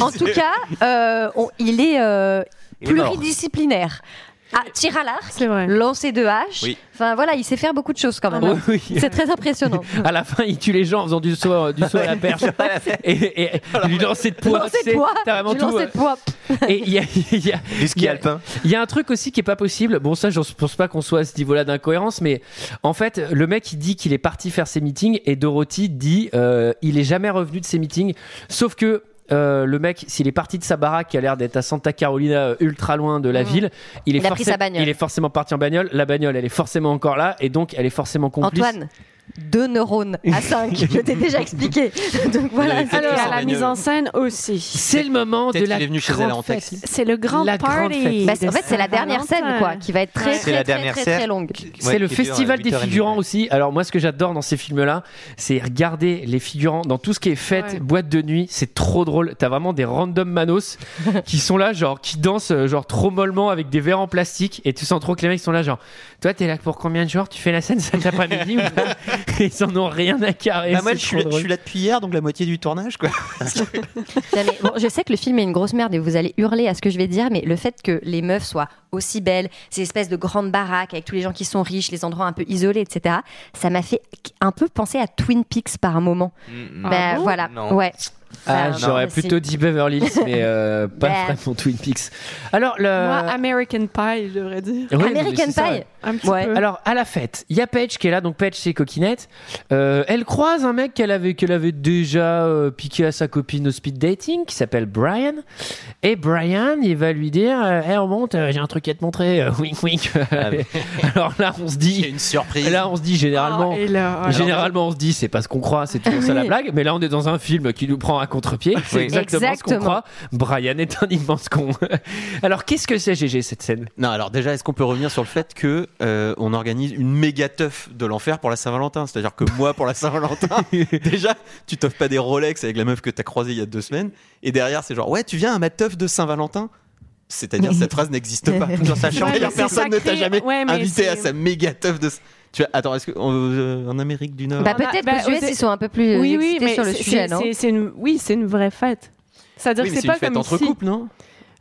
I: En tout cas, euh, on- il est euh,
A: Il est mort.
I: pluridisciplinaire. Ah, tir à l'arc,
F: vrai.
I: lancer de hache.
A: Oui.
I: Enfin voilà, il sait faire beaucoup de choses quand même.
A: Oui, oui.
I: C'est très impressionnant.
A: à la fin, il tue les gens en faisant du saut, du saut à la perche et, et, et du lancer de poids.
I: Lancer de
A: tu sais,
I: poids,
A: t'as vraiment
I: du
A: tout,
I: lancer
A: euh,
I: de poids.
A: Et il y a, il y a- il y a- Il y a un truc aussi qui est pas possible. Bon, ça, je pense pas qu'on soit à ce niveau-là d'incohérence, mais en fait, le mec, il dit qu'il est parti faire ses meetings et Dorothy dit euh, il est jamais revenu de ses meetings. Sauf que. euh, le mec, s'il est parti de sa baraque, qui a l'air d'être à Santa Carolina, euh, ultra loin de la ville, il est,
I: Mmh. Il a pris
A: forcé-
I: sa bagnole.
A: il est forcément parti en bagnole. La bagnole, elle est forcément encore là, et donc elle est forcément complice.
I: Antoine, deux neurones à 5, je t'ai déjà expliqué. Donc voilà,
A: avait fait
I: c'est-
A: Alors,
F: à la mise en scène aussi.
A: C'est le moment de la
E: est venu chez elle en
A: grande fête.
E: taxi.
F: C'est le grand
A: La grande
F: party.
A: fête.
I: Bah, c'est- en fait, c'est la dernière
F: Saint-Valentin.
I: scène quoi, qui va être très
F: Ouais.
I: très, très, très, très, très longue.
A: C'est le festival des figurants aussi. Alors moi, ce que j'adore dans ces films-là, c'est regarder les figurants dans tout ce qui est fête,
F: Ouais.
A: boîte de nuit. C'est trop drôle. T'as vraiment des random manos qui sont là, genre qui dansent euh, genre trop mollement avec des verres en plastique, et tu sens trop que les mecs sont là, genre. Toi, t'es là pour combien de jours Tu fais la scène cet après-midi ou pas Ils en ont rien à carrer.
E: Bah, moi,
A: c'est
E: je
A: trop
E: suis, là, je
A: drôle.
E: suis là depuis hier, donc la moitié du tournage, quoi.
I: Non, mais bon, je sais que le film est une grosse merde et vous allez hurler à ce que je vais dire, mais le fait que les meufs soient aussi belles, ces espèces de grandes baraques avec tous les gens qui sont riches, les endroits un peu isolés, etc., ça m'a fait un peu penser à Twin Peaks par moment.
J: Mm,
I: Ben,
J: Ah bon
I: voilà,
J: Non.
I: ouais.
A: Ah,
I: Enfin,
A: J'aurais
I: mais c'est-
A: plutôt dit Beverly Hills, mais euh, pas
I: Bah.
A: vraiment Twin Peaks. Alors, le...
F: Moi, euh, American Pie, je devrais dire.
A: Oui, mais c'est ça, ouais.
F: Un petit
A: Ouais.
F: peu.
A: Alors, à la fête, il y a Paige qui est là, donc Paige, c'est Coquinette. Euh, elle croise un mec qu'elle avait, qu'elle avait déjà euh, piqué à sa copine au speed dating, qui s'appelle Brian. Et Brian, il va lui dire euh, Hey, remonte, euh, j'ai un truc à te montrer, euh, wink wink. Alors là, on se dit.
E: une surprise.
A: Là, on se dit généralement.
F: Ah, et là, ouais.
A: Généralement, on se dit, c'est pas ce qu'on croit, c'est toujours ça la
F: Oui.
A: blague. Mais là, on est dans un film qui nous prend à contre-pied. C'est
E: Oui.
A: exactement, ce qu'on
I: Exactement.
A: croit. Brian est un immense con. Alors, qu'est-ce que c'est, GG, cette scène
E: Non, alors déjà, est-ce qu'on peut revenir sur le fait que euh, on organise une méga teuf de l'enfer pour la Saint-Valentin C'est-à-dire que moi, pour la Saint-Valentin, déjà, tu t'offres pas des Rolex avec la meuf que t'as croisée il y a deux semaines, et derrière, c'est genre, ouais, tu viens à ma teuf de Saint-Valentin C'est-à-dire, cette phrase n'existe pas. Genre, sachant
F: Ouais,
E: que
F: mais c'est
E: personne ne t'a
F: sacré.
E: jamais
F: Ouais, mais
E: invité à
F: c'est-
E: sa méga teuf de. Tu vois, attends, est-ce que en, euh, en Amérique du Nord
F: On
I: Bah,
F: a-
I: peut-être
F: bah,
I: que les US,
F: aux-
I: ils sont un peu plus
F: oui, oui,
I: excités
F: mais
I: sur le
F: c'est-
I: sujet,
F: c'est-
I: non
F: c'est- c'est une- Oui, c'est une vraie fête. C'est-à-dire
E: Oui,
F: que
E: mais
F: c'est
E: c'est une
F: pas
E: fête
F: comme
E: entre
F: si...
E: couples, non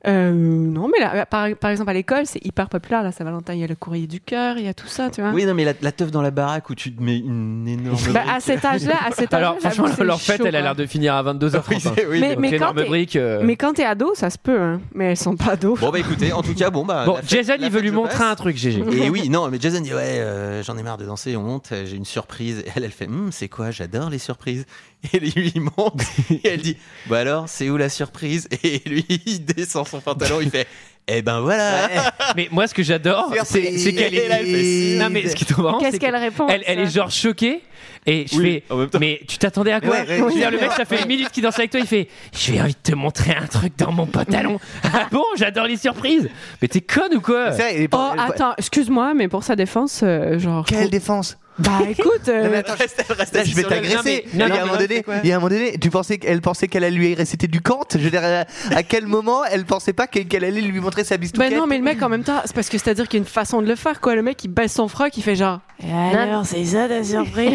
F: Euh, non, mais là, par, par exemple, à l'école, c'est hyper populaire, la Saint-Valentin. Il y a le courrier du cœur, il y a tout ça, tu vois.
E: Oui, non, mais la, la teuf dans la baraque où tu te mets une énorme.
F: Hein? Bah, à cet âge-là, à cet âge-là,
A: Alors, franchement,
F: j'avoue, c'est
A: leur fête,
F: chaud,
A: elle a
F: hein.
A: l'air de finir à 22h30.
E: Oui, c'est- oui,
F: Mais-
E: c'est vrai.
A: Donc,
F: quand
A: énorme
F: t'es-
A: brique. euh.
F: Mais quand t'es ado, ça se peut, hein. Mais elles sont pas ados.
E: Bon, bah écoutez, en tout cas, bon, bah.
A: Bon,
E: la fête-
A: Jason, il
E: la
A: veut
E: fête
A: lui
E: se
A: montrer
E: passe.
A: un truc, GG.
E: Et oui, non, mais Jason dit ouais, euh, j'en ai marre de danser, on monte, euh, j'ai une surprise. Et elle, elle fait, Hum, c'est quoi, j'adore les surprises. Et lui, il monte, et elle dit, bah alors, c'est où la surprise Et lui, il descend son pantalon, il fait, eh ben voilà.
A: Mais moi, ce que j'adore, c'est c'est qu'elle
E: Et là, elle fait,
A: est. Non, mais ce qui est trop marrant,
F: Qu'est-ce
A: c'est
F: qu'elle répond à
A: Elle, elle
F: ça
A: est genre choquée. Et je
E: Oui,
A: fais.
E: en même temps.
A: Mais tu t'attendais à quoi
E: ouais,
A: Je veux dire, Le mec, ça fait une minute qu'il danse avec toi. Il fait Je vais envie de te montrer un truc dans mon pantalon. ah bon, j'adore les surprises. Mais t'es conne ou quoi
J: C'est vrai, et-
F: Oh, attends, excuse-moi, mais pour sa défense, euh, genre. je
J: Quelle
F: trouve-
J: défense
F: Bah écoute, euh,
J: Non, mais attends,
E: Reste- reste
J: Là,
E: assis
J: je vais
E: sur le-
J: t'agresser.
A: Non, mais-
J: Il y
A: non,
J: a un moment donné, il y a un moment donné, tu pensais qu'elle pensait qu'elle allait lui réciter du Kant Je veux dire, à à quel moment elle pensait pas qu'elle qu'elle allait lui montrer sa
F: Ben
J: bistouquette
F: non, mais le mec en même temps, c'est parce que c'est-à-dire qu'il y a une façon de le faire, quoi. Le mec, il baisse son froc, il fait genre. Et alors, c'est ça ta surprise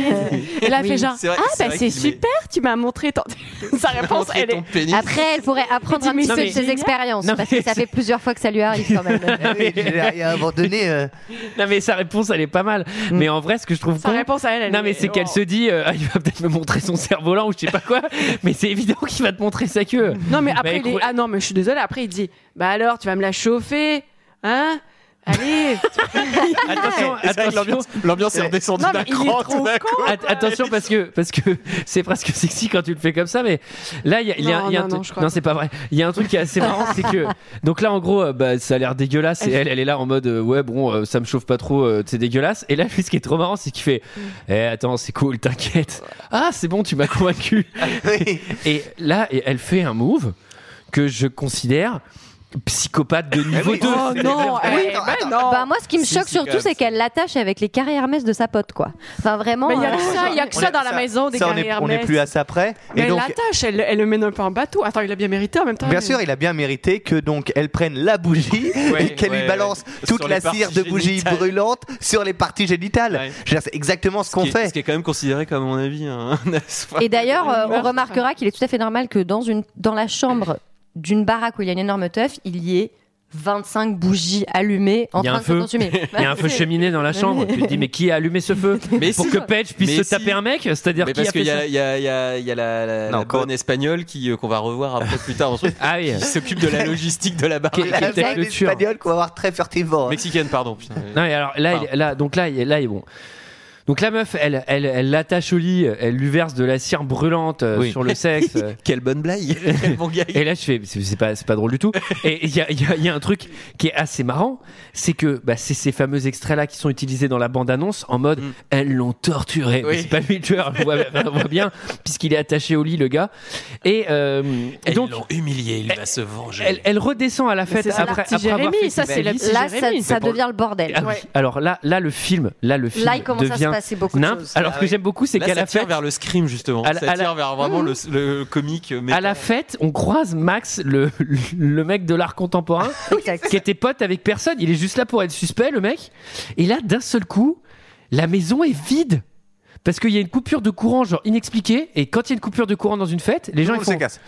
F: Et là, il fait genre.
E: C'est vrai-
F: ah,
E: c'est
F: ben
E: vrai
F: c'est
E: qu'il met-
F: super, tu m'as montré ton- sa réponse,
E: Montrer
F: elle
E: ton
F: est.
E: pénis.
I: Après, elle pourrait apprendre un
F: Mais
I: petit peu
A: c'est
I: de ses
F: génial.
I: expériences,
A: Non,
I: parce
A: mais
I: que ça fait plusieurs fois que ça lui arrive quand même.
J: Ah oui, je veux dire, Il y a un moment donné, euh,
A: Non, mais sa réponse, elle est pas mal. Mais en vrai, ce que je
F: Mm.
A: trouve
F: Sa
A: con,
F: réponse à elle, elle
A: Non, mais
F: est-
A: c'est
F: oh.
A: qu'elle se dit, euh, Ah, il va peut-être me montrer son cerf-volant ou je sais pas quoi, mais c'est évident qu'il va te montrer sa queue.
F: Non, mais après,
A: Bah,
F: il est.
A: écoute-
F: Ah non, mais je suis désolée, après, il dit. Bah alors, tu vas me la chauffer Hein Allez
A: Attention,
E: Et c'est vrai que
A: Ah, attention,
E: l'ambiance- L'ambiance est redescendue
F: Non,
E: d'un
F: mais il est
E: cran
F: trop
E: tout d'un
F: con.
E: coup.
A: Att- attention parce que parce que c'est presque sexy quand tu le fais comme ça mais là il y a, il y a-
F: Non,
A: il y a un
F: non,
A: truc-
F: non, je crois
A: c'est pas vrai il y a un truc qui est assez marrant c'est que donc là en gros euh, bah, ça a l'air dégueulasse et elle elle est là en mode euh, ouais bon euh, ça me chauffe pas trop euh, c'est dégueulasse et là lui ce qui est trop marrant c'est qu'il fait eh attends c'est cool t'inquiète ah c'est bon tu m'as convaincu
J: oui.
A: et là et elle fait un move que je considère psychopathe
E: Eh
A: de niveau
J: oui,
A: 2
J: oh,
F: Oh non
J: Eh,
F: eh,
J: attends,
F: ben
J: attends.
F: non
I: Bah, moi, ce qui me
E: Si,
I: choque
E: si, quand
I: surtout,
E: même,
I: c'est
E: ça.
I: qu'elle l'attache avec les carrières Hermès de sa pote, quoi. Enfin, vraiment.
F: Mais il y a
I: euh,
F: que ça, il y a que
J: Oh, on
F: ça
J: est-
F: dans la maison des
J: ça, on est-
F: carrières.
J: on n'est plus à ça près.
F: Mais
J: Et donc,
F: la tâche, elle, elle le mène un peu en bateau. Attends, il l'a bien mérité en même temps.
J: Bien sûr, il a bien mérité que donc elle prenne la bougie
E: Ouais,
J: et qu'elle
E: ouais,
J: lui balance
E: ouais.
J: toute
E: Sur
J: la
E: les parties
J: cire de bougie
E: génitales.
J: brûlante sur les parties génitales.
E: Ouais.
J: Je veux dire, C'est exactement ce, qu'on
E: Qui est-
J: fait.
E: Ce qui est quand même considéré comme, à mon avis, un un assoir.
I: Et d'ailleurs, euh, on
F: meurtre.
I: remarquera qu'il est tout à fait normal que dans, une, dans la chambre d'une baraque où il y a une énorme teuf, il y ait 25 bougies allumées en
A: Il y a
I: train
A: un
I: de
A: feu.
I: se consumer.
A: Il y a un feu de cheminée dans la chambre. tu te dis, mais qui a allumé ce feu
E: Mais
A: Pour
E: si.
A: que Paige puisse
E: Mais
A: se
E: si.
A: taper un mec C'est-à-dire
E: Mais
A: qui a
E: parce
A: fait
E: qu'il y
A: ça
E: a, il y a- il y a- il y a la, la,
J: Non,
E: la
J: quand-
E: bonne espagnole qui, euh, qu'on va revoir après plus tard dans ce truc,
A: Ah oui.
E: qui s'occupe de la logistique de la barre.
A: Qui- qui-
J: La
A: le tueur.
J: espagnole qu'on va voir très furtivement. hein.
E: Mexicaine, pardon. putain.
A: Non, et alors là,
E: Ah.
A: il- là, donc là, il- là, il est bon. Donc la meuf, elle, elle, elle l'attache au lit, elle lui verse de la cire brûlante euh,
E: Oui.
A: sur le sexe.
E: Quelle bonne blague Quel bon gag.
A: Et là, je fais, c'est c'est pas, c'est pas drôle du tout. Et il y a, il y a- il y a un truc qui est assez marrant, c'est que bah, c'est ces fameux extraits-là qui sont utilisés dans la bande-annonce en mode elles l'ont torturé. Mais
E: Mm. Oui.
A: C'est pas lui le tueur, on voit, on voit bien, puisqu'il est attaché au lit, le gars. Et euh,
C: Ils
A: donc,
C: l'ont humilié, il va se venger.
A: elle, elle redescend à la fête
F: c'est ça,
A: après,
F: la petite
A: après avoir
F: Jérémy,
A: fait
F: ça,
A: ses
F: c'est la
A: valises.
F: petite-
I: Là,
F: Jérémy,
I: ça,
F: c'est
I: ça
A: pour-
I: devient le bordel.
A: Ah oui. Alors là, là, le film, là, le film
I: Là, il commence à se
A: devient
I: passer beaucoup de
A: nimp.
I: choses.
A: Alors ce que j'aime beaucoup, c'est
E: Ah Là,
A: qu'à
E: ça
A: la
E: tire
A: fête,
E: vers le scream, justement.
A: À la-
E: ça
A: à la-
E: tire vers vraiment le, le comique.
A: à la fête, on croise Max, le, le mec de l'art contemporain,
I: Exact.
A: qui était pote avec personne. Il est juste là pour être suspect, le mec. Et là, d'un seul coup, la maison est vide. Parce qu'il y a une coupure de courant, genre inexpliquée, et quand il y a une coupure de courant dans une fête, les gens. ils
J: le monde se
A: font,
J: casse.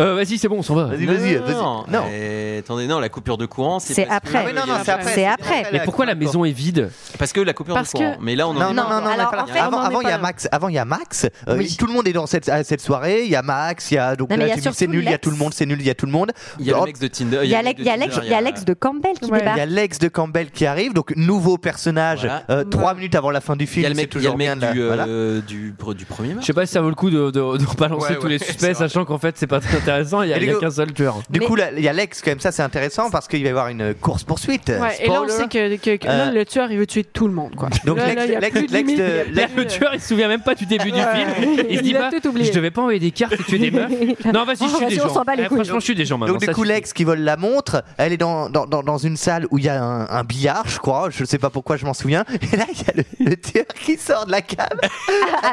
A: Euh, vas-y, c'est bon, on s'en va.
J: Vas-y, vas-y, vas-y.
E: Non,
J: Non.
E: mais attendez, non, la coupure de courant, c'est
I: C'est
E: parce que-
I: après.
J: Ah oui, non, non, c'est après.
I: C'est après.
A: Mais pourquoi la maison est vide
E: Parce que la coupure
F: Parce
E: de courant.
F: que-
E: Mais là, on en
J: Non,
E: est
J: non,
I: non,
J: non, non,
I: alors,
J: mais
I: en
J: pas
I: fait,
J: avant,
I: on en est
J: avant, il y
I: pas
J: a
I: là.
J: Max. Avant, il y a Max. Euh,
I: Oui.
J: Tout le monde est dans cette, à cette soirée. Il y a Max, il y a donc
I: Non, mais
J: là,
I: il y a
J: tu dis,
I: surtout
J: c'est nul, il y a
I: Lex.
J: tout le monde, c'est nul, il y a tout le monde.
E: Il y a
J: Hop,
E: le mec de Tinder.
I: Il y a l'ex- il y a
E: Tinder,
I: l'ex- il y a l'ex de Campbell qui
F: Ouais.
J: il y a
I: débarque.
J: Lex de Campbell qui arrive, donc nouveau personnage,
E: Voilà.
J: euh, trois minutes avant la fin du
E: Il
J: film.
E: y a le
J: c'est
E: mec, il y a
J: toujours
E: le mec
J: bien de la-
E: du, euh,
J: voilà.
E: du, du premier
A: Je
E: match.
A: sais pas si ça vaut le coup de, de- de rebalancer
D: Ouais,
A: tous
D: ouais,
A: les
D: c'est
A: suspects,
D: vrai.
A: sachant qu'en fait, c'est pas très intéressant, il y a,
J: Et
A: il y a
J: les-
A: qu'un seul tueur.
J: Du
I: Mais-
J: coup, là, il y a Lex quand même, ça c'est intéressant parce qu'il va y avoir une course poursuite.
F: Ouais, et là, on sait que, que- que- là,
J: Euh,
F: le tueur, il veut tuer tout le monde. Quoi.
J: Donc,
F: là,
J: Lex-
F: là, il y a
J: Lex-
F: plus de
J: Lex
F: limite,
J: de-
F: il y a
A: Là,
F: plus
A: le
F: de-
A: tueur, il se souvient même pas du début du film. Il se dit
F: Il a
A: pas,
F: tout oublié.
A: je devais pas envoyer des cartes et tuer des meufs. Non, vas-y, je
I: Oh,
A: suis des
I: vas-y, on
A: gens.
I: s'en bat les
A: Eh,
I: couilles.
A: franchement, je suis des gens maintenant.
J: Donc, du
A: ça
J: coup,
A: suffit.
J: Lex qui vole la montre, elle est dans, dans, dans, dans une salle où il y a un, un billard, je crois, je sais pas pourquoi je m'en souviens. Et là, il y a le, le tueur qui sort de la cave avec,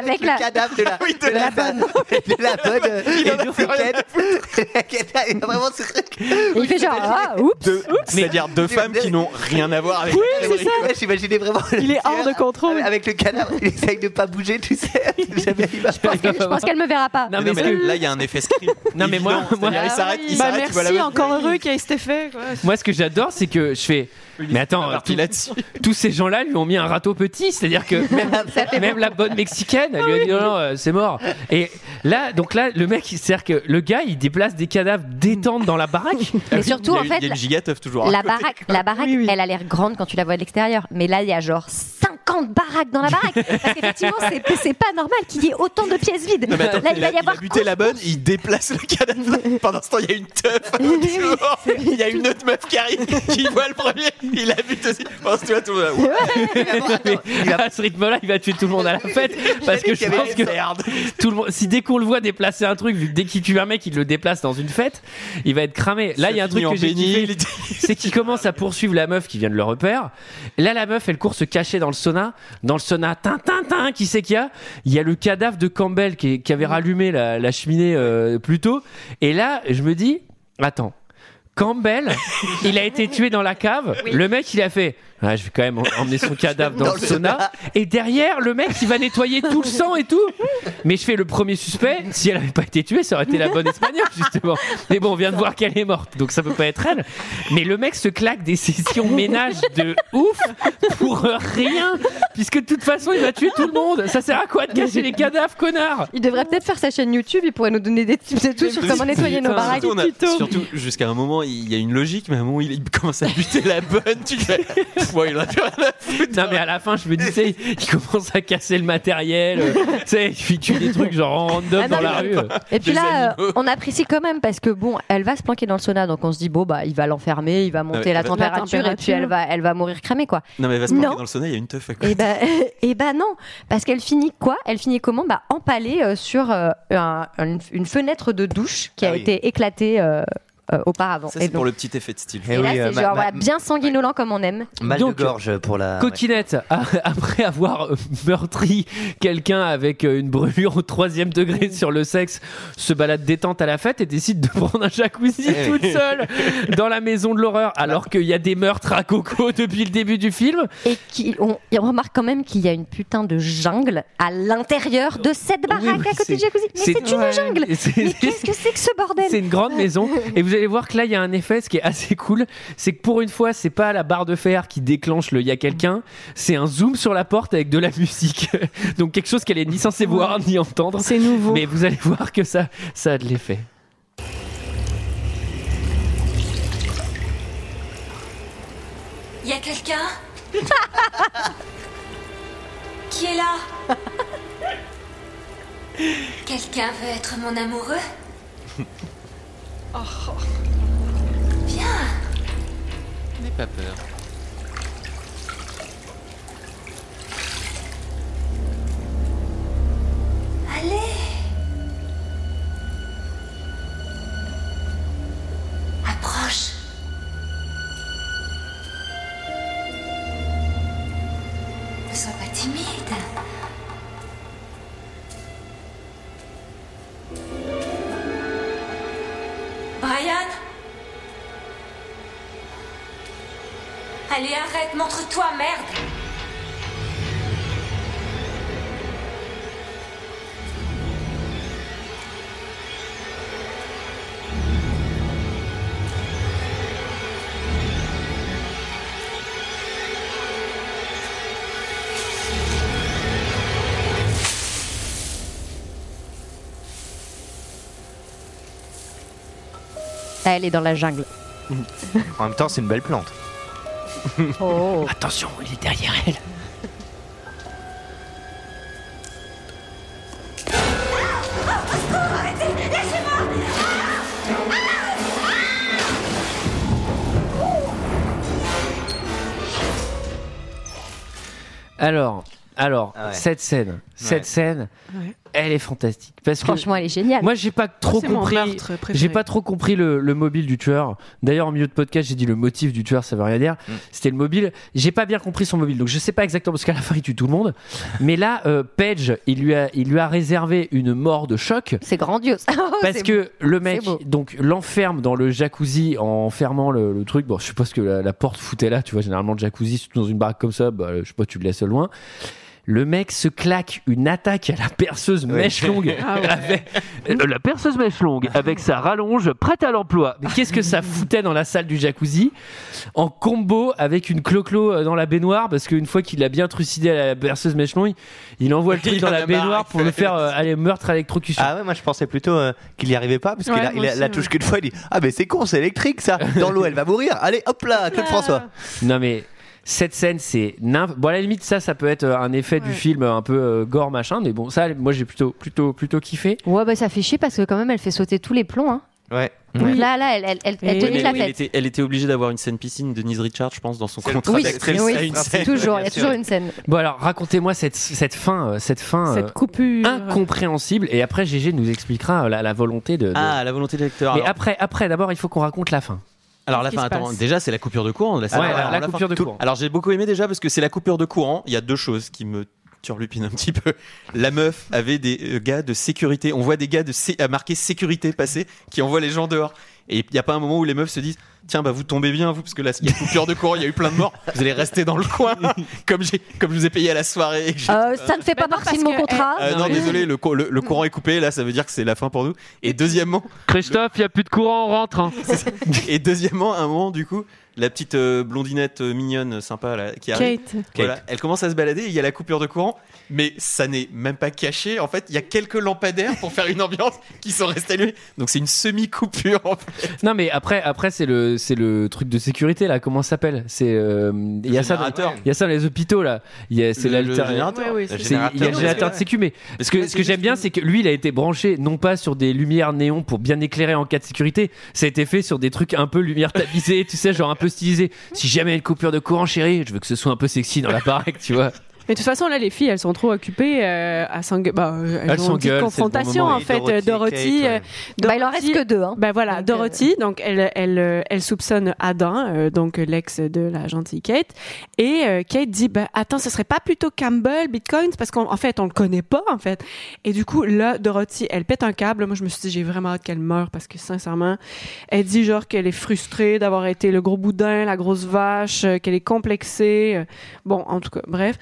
I: Avec
J: le
I: la-
J: cadavre de la, de la bonne. De la bonne. euh, et donc, Ken- il y a vraiment ce truc.
I: Et il fait genre, ah, oups.
E: Deux- C'est-à-dire deux femmes qui n'ont rien à voir avec.
J: Là, J'imaginais vraiment. le
F: Il est hors
J: tueur
F: de contrôle.
J: Avec le cadavre, il essaye de pas bouger, tu sais. Jamais il va pas.
I: Je pense qu'elle me verra pas.
A: Non,
E: Non,
A: mais,
E: mais là, là, il y a un effet script.
A: Non, mais moi-
E: évident.
A: moi-
E: C'est-à-dire, il s'arrête, il
F: Bah,
E: s'arrête, tu vois la
F: merci,
E: meuf.
F: encore heureux qu'il y ait cet effet. quoi.
A: moi, ce que j'adore, c'est que je fais. Mais attends,
E: parti
A: tout-
E: là-dessus.
A: tous ces gens-là lui ont mis un râteau petit, c'est-à-dire que même, même la bonne mexicaine, elle lui a dit non, non, euh, c'est mort. Et là, donc là, le mec, c'est-à-dire que le gars, il déplace des cadavres détendus dans la baraque.
I: Mais surtout,
E: Il y a
I: en
E: eu-
I: fait,
E: il y a
I: la-
E: eu gigateuf toujours. à
I: la
E: côté.
I: baraque, la baraque,
F: Oui, oui.
I: elle a l'air grande quand tu la vois de l'extérieur, mais là il y a genre 50 baraques dans la baraque. Parce qu'effectivement, c'est, c'est pas normal qu'il y ait autant de pièces vides.
E: Non, mais attends,
I: là, il
E: il, a,
I: va y
E: il a
I: avoir.
E: buté la bonne, il déplace le cadavre. Pendant ce temps, il y a une teuf. dehors. il y a une autre meuf qui arrive, qui voit le premier, il la bute aussi. Pendant ce temps, tout le monde.
A: Mais à ce rythme-là, il va tuer tout le monde à la fête parce que je pense que tout le monde, si dès qu'on le voit déplacer un truc, vu que dès qu'il tue un mec, il le déplace dans une fête, il va être cramé. Là, Ah, il y a un truc que j'ai kiffé, c'est qu'il commence à poursuivre la meuf qui vient de le repère. Et là, la meuf, elle court se cacher dans le sauna. Dans le sauna, tin, tin, tin, qui c'est qu'il y a Il y a le cadavre de Campbell qui, est- qui avait rallumé la, la cheminée euh, plus tôt. Et là, je me dis, attends. Campbell, il a été tué dans la cave. Le mec, il a fait Ah, Je vais quand même em- emmener son cadavre dans, le sauna. Et derrière, le mec, il va nettoyer tout le sang et tout. Mais je fais le premier suspect. Si elle avait pas été tuée, ça aurait été la bonne espagnole, justement. Mais bon, on vient de voir qu'elle est morte, donc ça peut pas être elle. Mais le mec se claque des sessions ménage de ouf pour rien, puisque de toute façon, il va tuer tout le monde. Ça sert à quoi de cacher les cadavres, connard
I: Il devrait peut-être faire sa chaîne YouTube, il pourrait nous donner des tips et tout sur comment nettoyer nos
A: Putain,
I: baraques.
E: Surtout, on a- surtout, jusqu'à un moment, il y a une logique, mais à un moment, il, il commence à buter la bonne. Tu fais, Pff, ouais, il en a plus rien à foutre.
A: Non mais à la fin je me dis tu sais, il commence à casser le matériel, euh, tu sais, il tue des trucs genre en random
I: Ah, non,
A: dans la
I: mais-
A: rue.
I: Et puis
E: Des
I: là,
E: animaux.
I: euh, on apprécie quand même parce que bon, elle va se planquer dans le sauna, donc on se dit bon bah il va l'enfermer, il va monter
E: ouais,
I: la,
E: la
I: température, et puis
F: température.
I: elle va, elle va mourir cramée quoi.
E: Non, mais va se
I: Non.
E: planquer dans le sauna, il y a une teuf à côté.
I: Et ben, et ben non, parce qu'elle finit quoi Elle finit comment Bah empalée euh, sur euh, un- un- une fenêtre de douche qui a
J: Ah oui.
I: été éclatée euh, euh, auparavant.
E: Ça,
I: et
E: c'est
I: donc-
E: pour le petit effet de style.
J: Eh
I: et là,
J: oui,
I: c'est
J: euh,
I: genre
J: ma-
I: voilà,
J: ma-
I: bien sanguinolent comme on aime.
J: Mal de
A: Donc,
J: gorge pour la. ouais.
A: Cotinette, a- après avoir euh, meurtri quelqu'un avec euh, une brûlure au troisième
I: Mm.
A: degré sur le sexe, se balade détente à la fête et décide de prendre un jacuzzi
E: Eh oui.
A: toute seule dans la maison de l'horreur, alors qu'il y a des meurtres à coco depuis le début du film.
I: Et qui, on, et on remarque quand même qu'il y a une putain de jungle à l'intérieur de cette baraque
A: oui,
I: à côté
A: c'est-
I: du jacuzzi. Mais
A: c'est-
I: c'est une
A: ouais.
I: jungle
A: Et c'est-
I: Mais qu'est-ce que c'est que ce bordel
A: C'est une grande maison et vous allez voir que là il y a un effet ce qui est assez cool, c'est que pour une fois c'est pas la barre de fer qui déclenche le y a quelqu'un, c'est un zoom sur la porte avec de la musique. Donc quelque chose qu'elle est ni censée voir ni entendre.
F: C'est nouveau.
A: Mais vous allez voir que ça ça a de l'effet.
G: Y a quelqu'un Qui est là Quelqu'un veut être mon amoureux Viens
E: N'aie pas peur.
G: Allez Approche Ne sois pas timide Brian Allez, arrête, montre-toi, merde
I: Elle est dans la jungle.
J: En même temps, c'est une belle plante.
I: Oh.
A: Attention, il est derrière elle. Alors, alors,
L: Ah ouais.
A: cette scène, cette
L: Ouais.
A: scène,
L: Ouais.
A: elle est fantastique. Parce que-
I: Franchement, elle est géniale.
A: Moi, j'ai pas trop compris. J'ai pas trop compris le, le mobile du tueur. D'ailleurs, en milieu de podcast, j'ai dit le motif du tueur, ça veut rien dire. C'était le mobile. J'ai pas bien compris son mobile, donc je sais pas exactement parce qu'à la fin il tue tout le monde. Mais là, euh, Page, il lui a, il lui a réservé une mort de choc.
I: C'est grandiose. Oh,
A: Parce
I: C'est
A: que
I: beau.
A: le mec,
I: C'est beau.
A: donc l'enferme dans le jacuzzi en fermant le, le truc. Bon, je suppose que la, la porte foutait là, tu vois, généralement le jacuzzi, surtout dans une baraque comme ça, bah, je sais pas, tu le laisses loin. Le mec se claque une attaque à la perceuse mèche longue.
L: Ah ouais.
A: avec- euh, la perceuse mèche longue avec sa rallonge prête à l'emploi. Mais qu'est-ce que ça foutait dans la salle du jacuzzi En combo avec une clo-clo euh, dans la baignoire parce qu'une fois qu'il a bien trucidé à la perceuse mèche longue, il envoie le truc
J: Il
A: dans
J: en
A: la
J: a marre,
A: baignoire
J: il
A: pour le
J: fait-
A: faire euh, aller meurtre à l'électrocution.
J: Ah ouais, moi je pensais plutôt euh, qu'il n'y arrivait pas, parce qu'il
A: Ouais,
J: a-
A: moi
J: il a-
A: aussi,
J: la
A: ouais.
J: touche qu'une fois, il dit Ah, mais c'est con, c'est électrique ça Dans l'eau, elle va mourir Allez, hop
F: Ah,
J: là, Claude François
A: Non mais cette scène c'est nymphe. Bon à la limite ça ça peut être euh, un effet du film euh, un peu euh, gore machin mais bon ça moi j'ai plutôt plutôt plutôt kiffé.
I: Ouais, bah ça fait chier parce que quand même, elle fait sauter tous les plombs. hein.
J: Ouais.
I: Donc là, là, elle, elle, elle, elle te
E: Ouais,
I: nique
E: mais
I: la
E: elle,
I: tête.
E: était, elle était obligée d'avoir une scène piscine, Denise Richard, je pense, dans son contrat
I: Oui,
E: d'actrice.
I: oui,
E: à une scène.
I: toujours, il y a
E: Bien sûr.
I: toujours une scène.
A: Bon alors racontez-moi cette, cette fin euh, cette fin
I: Cette
A: coupure incompréhensible et après GG nous expliquera euh, la, la volonté de, de-
E: Ah, la volonté de l'acteur.
A: Mais
E: alors.
A: après après d'abord il faut qu'on raconte la fin.
E: Alors la
A: Qu'est-ce
E: fin,
A: qui se
E: attends,
A: passe
E: déjà c'est la coupure de courant.
A: Ouais, la- Ah, la coupure de courant.
E: Alors j'ai beaucoup aimé déjà parce que c'est la coupure de courant. Il y a deux choses qui me turlupinent un petit peu. La meuf avait des euh, gars de sécurité. On voit des gars de sé- à marquer sécurité passer qui envoient les gens dehors. Et il n'y a pas un moment où les meufs se disent Tiens, bah vous tombez bien, vous, parce que là, il y a coupure de courant, il y a eu plein de morts, vous allez rester dans le coin, hein. comme, j'ai- comme je vous ai payé à la soirée. et que j'ai-
I: Euh, ça ne fait pas partie de mon contrat.
E: Euh, non, désolé, le, co- le- le courant est coupé, là ça veut dire que c'est la fin pour nous. Et deuxièmement.
A: Christophe, il n'y a plus de courant, on rentre. hein.
E: Et deuxièmement, à un moment, du coup, la petite euh, blondinette euh, mignonne, euh, sympa, là, qui arrive.
F: Kate.
E: Voilà,
F: Kate.
E: elle commence à se balader, il y a la coupure de courant, mais ça n'est même pas caché. En fait, il y a quelques lampadaires pour faire une ambiance qui sont restés allumés. Donc c'est une semi-coupure en fait.
A: Non mais après après c'est le c'est le truc de sécurité là comment ça s'appelle c'est euh, il y a ça dans-
E: générateur.
A: il y a ça dans les hôpitaux là il y a c'est
E: Le-
A: la
E: le
A: c'est-
E: générateur. Ouais, ouais,
A: c'est-
E: c'est
A: il y a
E: ça.
A: le générateur de sécu mais ce que ce que j'aime bien c'est que lui il a été branché non pas sur des lumières néons pour bien éclairer en cas de sécurité ça a été fait sur des trucs un peu lumière tamisée tu sais genre un peu stylisé si jamais il y a une coupure de courant chérie je veux que ce soit un peu sexy dans la baraque tu vois
F: Mais de toute façon, là, les filles, elles sont trop occupées euh, à s'engueuler. Bah, euh, elles,
A: Elles
F: ont dit
A: s'engueulent, c'est le bon
F: confrontation,
A: moment.
F: en
A: Et
F: fait.
A: Dorothy,
F: Dorothy.
A: Kate,
F: euh,
A: ouais.
I: Bah,
F: il en reste que
I: deux. hein.
F: Ben voilà, Dorothy, donc elle, elle, euh, elle soupçonne Adam, euh, donc l'ex de la gentille Kate. Et euh, Kate dit bah, Attends, ce serait pas plutôt Campbell, Bitcoins Parce qu'en en fait, on le connaît pas, en fait. Et du coup, là, Dorothy, elle pète un câble. Moi, je me suis dit J'ai vraiment hâte qu'elle meure parce que, sincèrement, elle dit genre qu'elle est frustrée d'avoir été le gros boudin, la grosse vache, euh, qu'elle est complexée. euh, Bon, en tout cas, bref.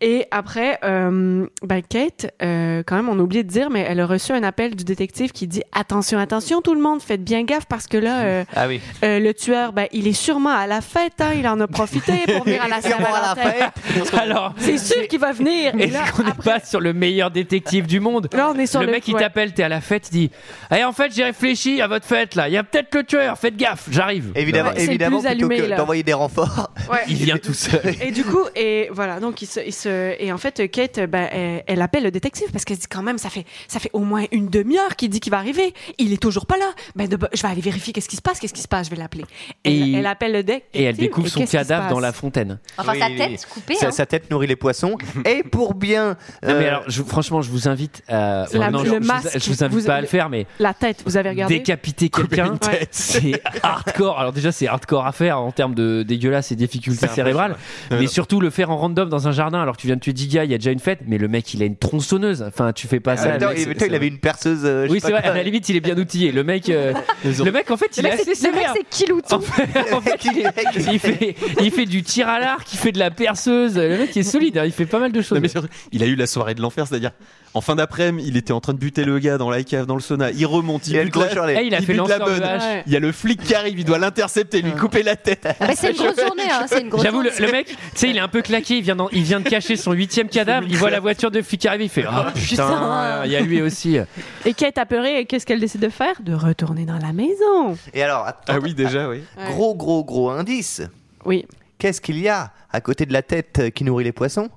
F: Et après, euh, ben Kate, euh, quand même, on a oublié de dire, mais elle a reçu un appel du détective qui dit Attention, attention, tout le monde, faites bien gaffe parce que là, euh,
J: Ah oui.
F: euh, le tueur, ben, il est sûrement à la fête, hein, il en a profité pour venir à la
J: Sûrement à la
F: Saint-Valentin.
A: alors
F: C'est sûr qu'il va venir. Et
A: Est-ce
F: là,
A: qu'on n'est pas sur le meilleur détective du monde
F: on est sur
A: Le
F: le-
A: mec, il
F: ouais.
A: t'appelle, t'es à la fête, il dit Eh, en fait, j'ai réfléchi à votre fête là, il y a peut-être le tueur, faites gaffe, j'arrive.
J: Évidemment,
F: Ouais, c'est le
J: évidemment
F: plus
J: plutôt
F: allumé,
J: que
F: là.
J: d'envoyer des renforts.
A: Il vient tout seul.
F: Et du coup, et voilà, donc il se, il se- et en fait, Kate, ben, elle, elle appelle le détective parce qu'elle se dit quand même, ça fait, ça fait au moins une demi-heure qu'il dit qu'il va arriver. Il est toujours pas là. Ben, de- je vais aller vérifier qu'est-ce qui se passe, qu'est-ce qui se passe, je vais l'appeler. Elle,
A: Et-
F: elle appelle le détective.
A: Et elle découvre son
F: qu'est-ce qui se
A: cadavre dans
F: passe?
A: la fontaine.
I: Enfin, sa tête coupée.
J: Sa,
I: hein.
J: sa tête nourrit les poissons. Et pour bien.
A: Non, mais
J: euh,
A: alors, je- franchement, je vous invite à. Oh,
F: La-
A: non,
F: le
A: je, je vous-
F: masque,
A: je vous invite
F: vous-
A: pas à le faire, mais.
F: La tête, vous avez regardé.
A: Décapiter quelqu'un, c'est hardcore. Alors déjà, c'est hardcore à faire en termes de dégueulasse et difficulté
E: C'est un peu
A: cérébrale.
E: chiant, ouais.
A: Mais
E: Non, non.
A: surtout le faire en random dans un jardin alors que tu viens de tuer 10 gars, il y a déjà une fête. Mais le mec, il a une tronçonneuse. Enfin, tu fais pas ça.
J: Ah, attends,
A: le mec,
J: il-
A: c'est-
J: attends, il
A: c'est-
J: avait une perceuse. euh, je
A: Oui,
J: sais
A: c'est
J: pas
A: vrai, à la limite, il est bien outillé. Le mec, euh, le mec en fait, il
I: Le
A: est
I: mec,
A: assez
I: c'est- le mec,
A: sévère.
I: c'est kiloutou.
A: En fait, en fait, il, est- il fait, il fait du tir à l'arc, il fait de la perceuse. Le mec est solide, hein, il fait pas mal de choses.
E: Non, mais surtout, il a eu la soirée de l'enfer, c'est-à-dire en fin d'après-midi, il était en train de buter le gars dans la cave, dans le sauna. Il remonte, il,
J: Il a
E: bute
J: le gros
E: la-
J: Shirley. Eh, il a fait
E: bute
J: lanceur
E: la
J: de
E: bonne.
J: hache. Ouais.
E: Il y a le flic qui arrive, il doit l'intercepter, lui couper la tête.
I: Ah, bah, c'est une grosse journée, hein, c'est une grosse
A: J'avoue, le,
I: journée.
A: le mec, tu sais, il est un peu claqué, il vient, d'en- il vient de cacher son huitième cadavre, il voit la voiture de flic arriver, il fait Ah putain,
F: Putain.
A: il y a lui aussi.
F: Et Kate apeurée, qu'est-ce qu'elle décide de faire De retourner dans la maison.
J: Et alors, attends,
E: Ah oui, déjà, oui.
J: gros, gros, gros indice.
F: Oui.
J: Qu'est-ce qu'il y a à côté de la tête euh, qui nourrit les poissons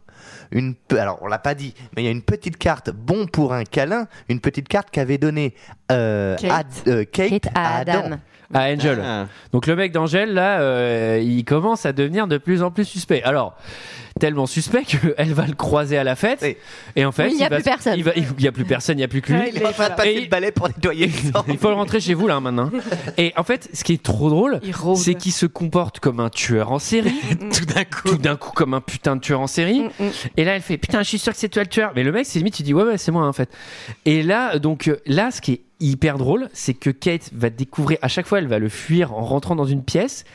J: une pe- alors on l'a pas dit, mais il y a une petite carte bon pour un câlin, une petite carte qu'avait donnée euh,
F: Kate.
J: Ad- euh, Kate à Adam.
A: À Angel. Donc le mec d'Angel, là, euh, il commence à devenir de plus en plus suspect. Alors, tellement suspect qu'elle va le croiser à la fête. Et en fait,
I: Oui, il y a
A: va-
I: plus personne.
A: Il va- il n'y a plus personne, il n'y a plus que lui.
J: Il est en train de passer
A: Et-
J: le balai pour nettoyer. le sang.
A: Il faut le rentrer chez vous là maintenant. Et en fait, ce qui est trop drôle,
F: rôde.
A: c'est qu'il se comporte comme un tueur en série.
E: Tout d'un coup.
A: Tout d'un coup, comme un putain de tueur en
I: Mm,
A: série. Et là, elle fait Putain, je suis sûr que c'est toi le tueur. Mais le mec, c'est limite, il dit Ouais, ouais, c'est moi en fait. Et là, donc, euh, là, ce qui est hyper drôle, c'est que Kate va découvrir, à chaque fois, elle va le fuir en rentrant dans une pièce.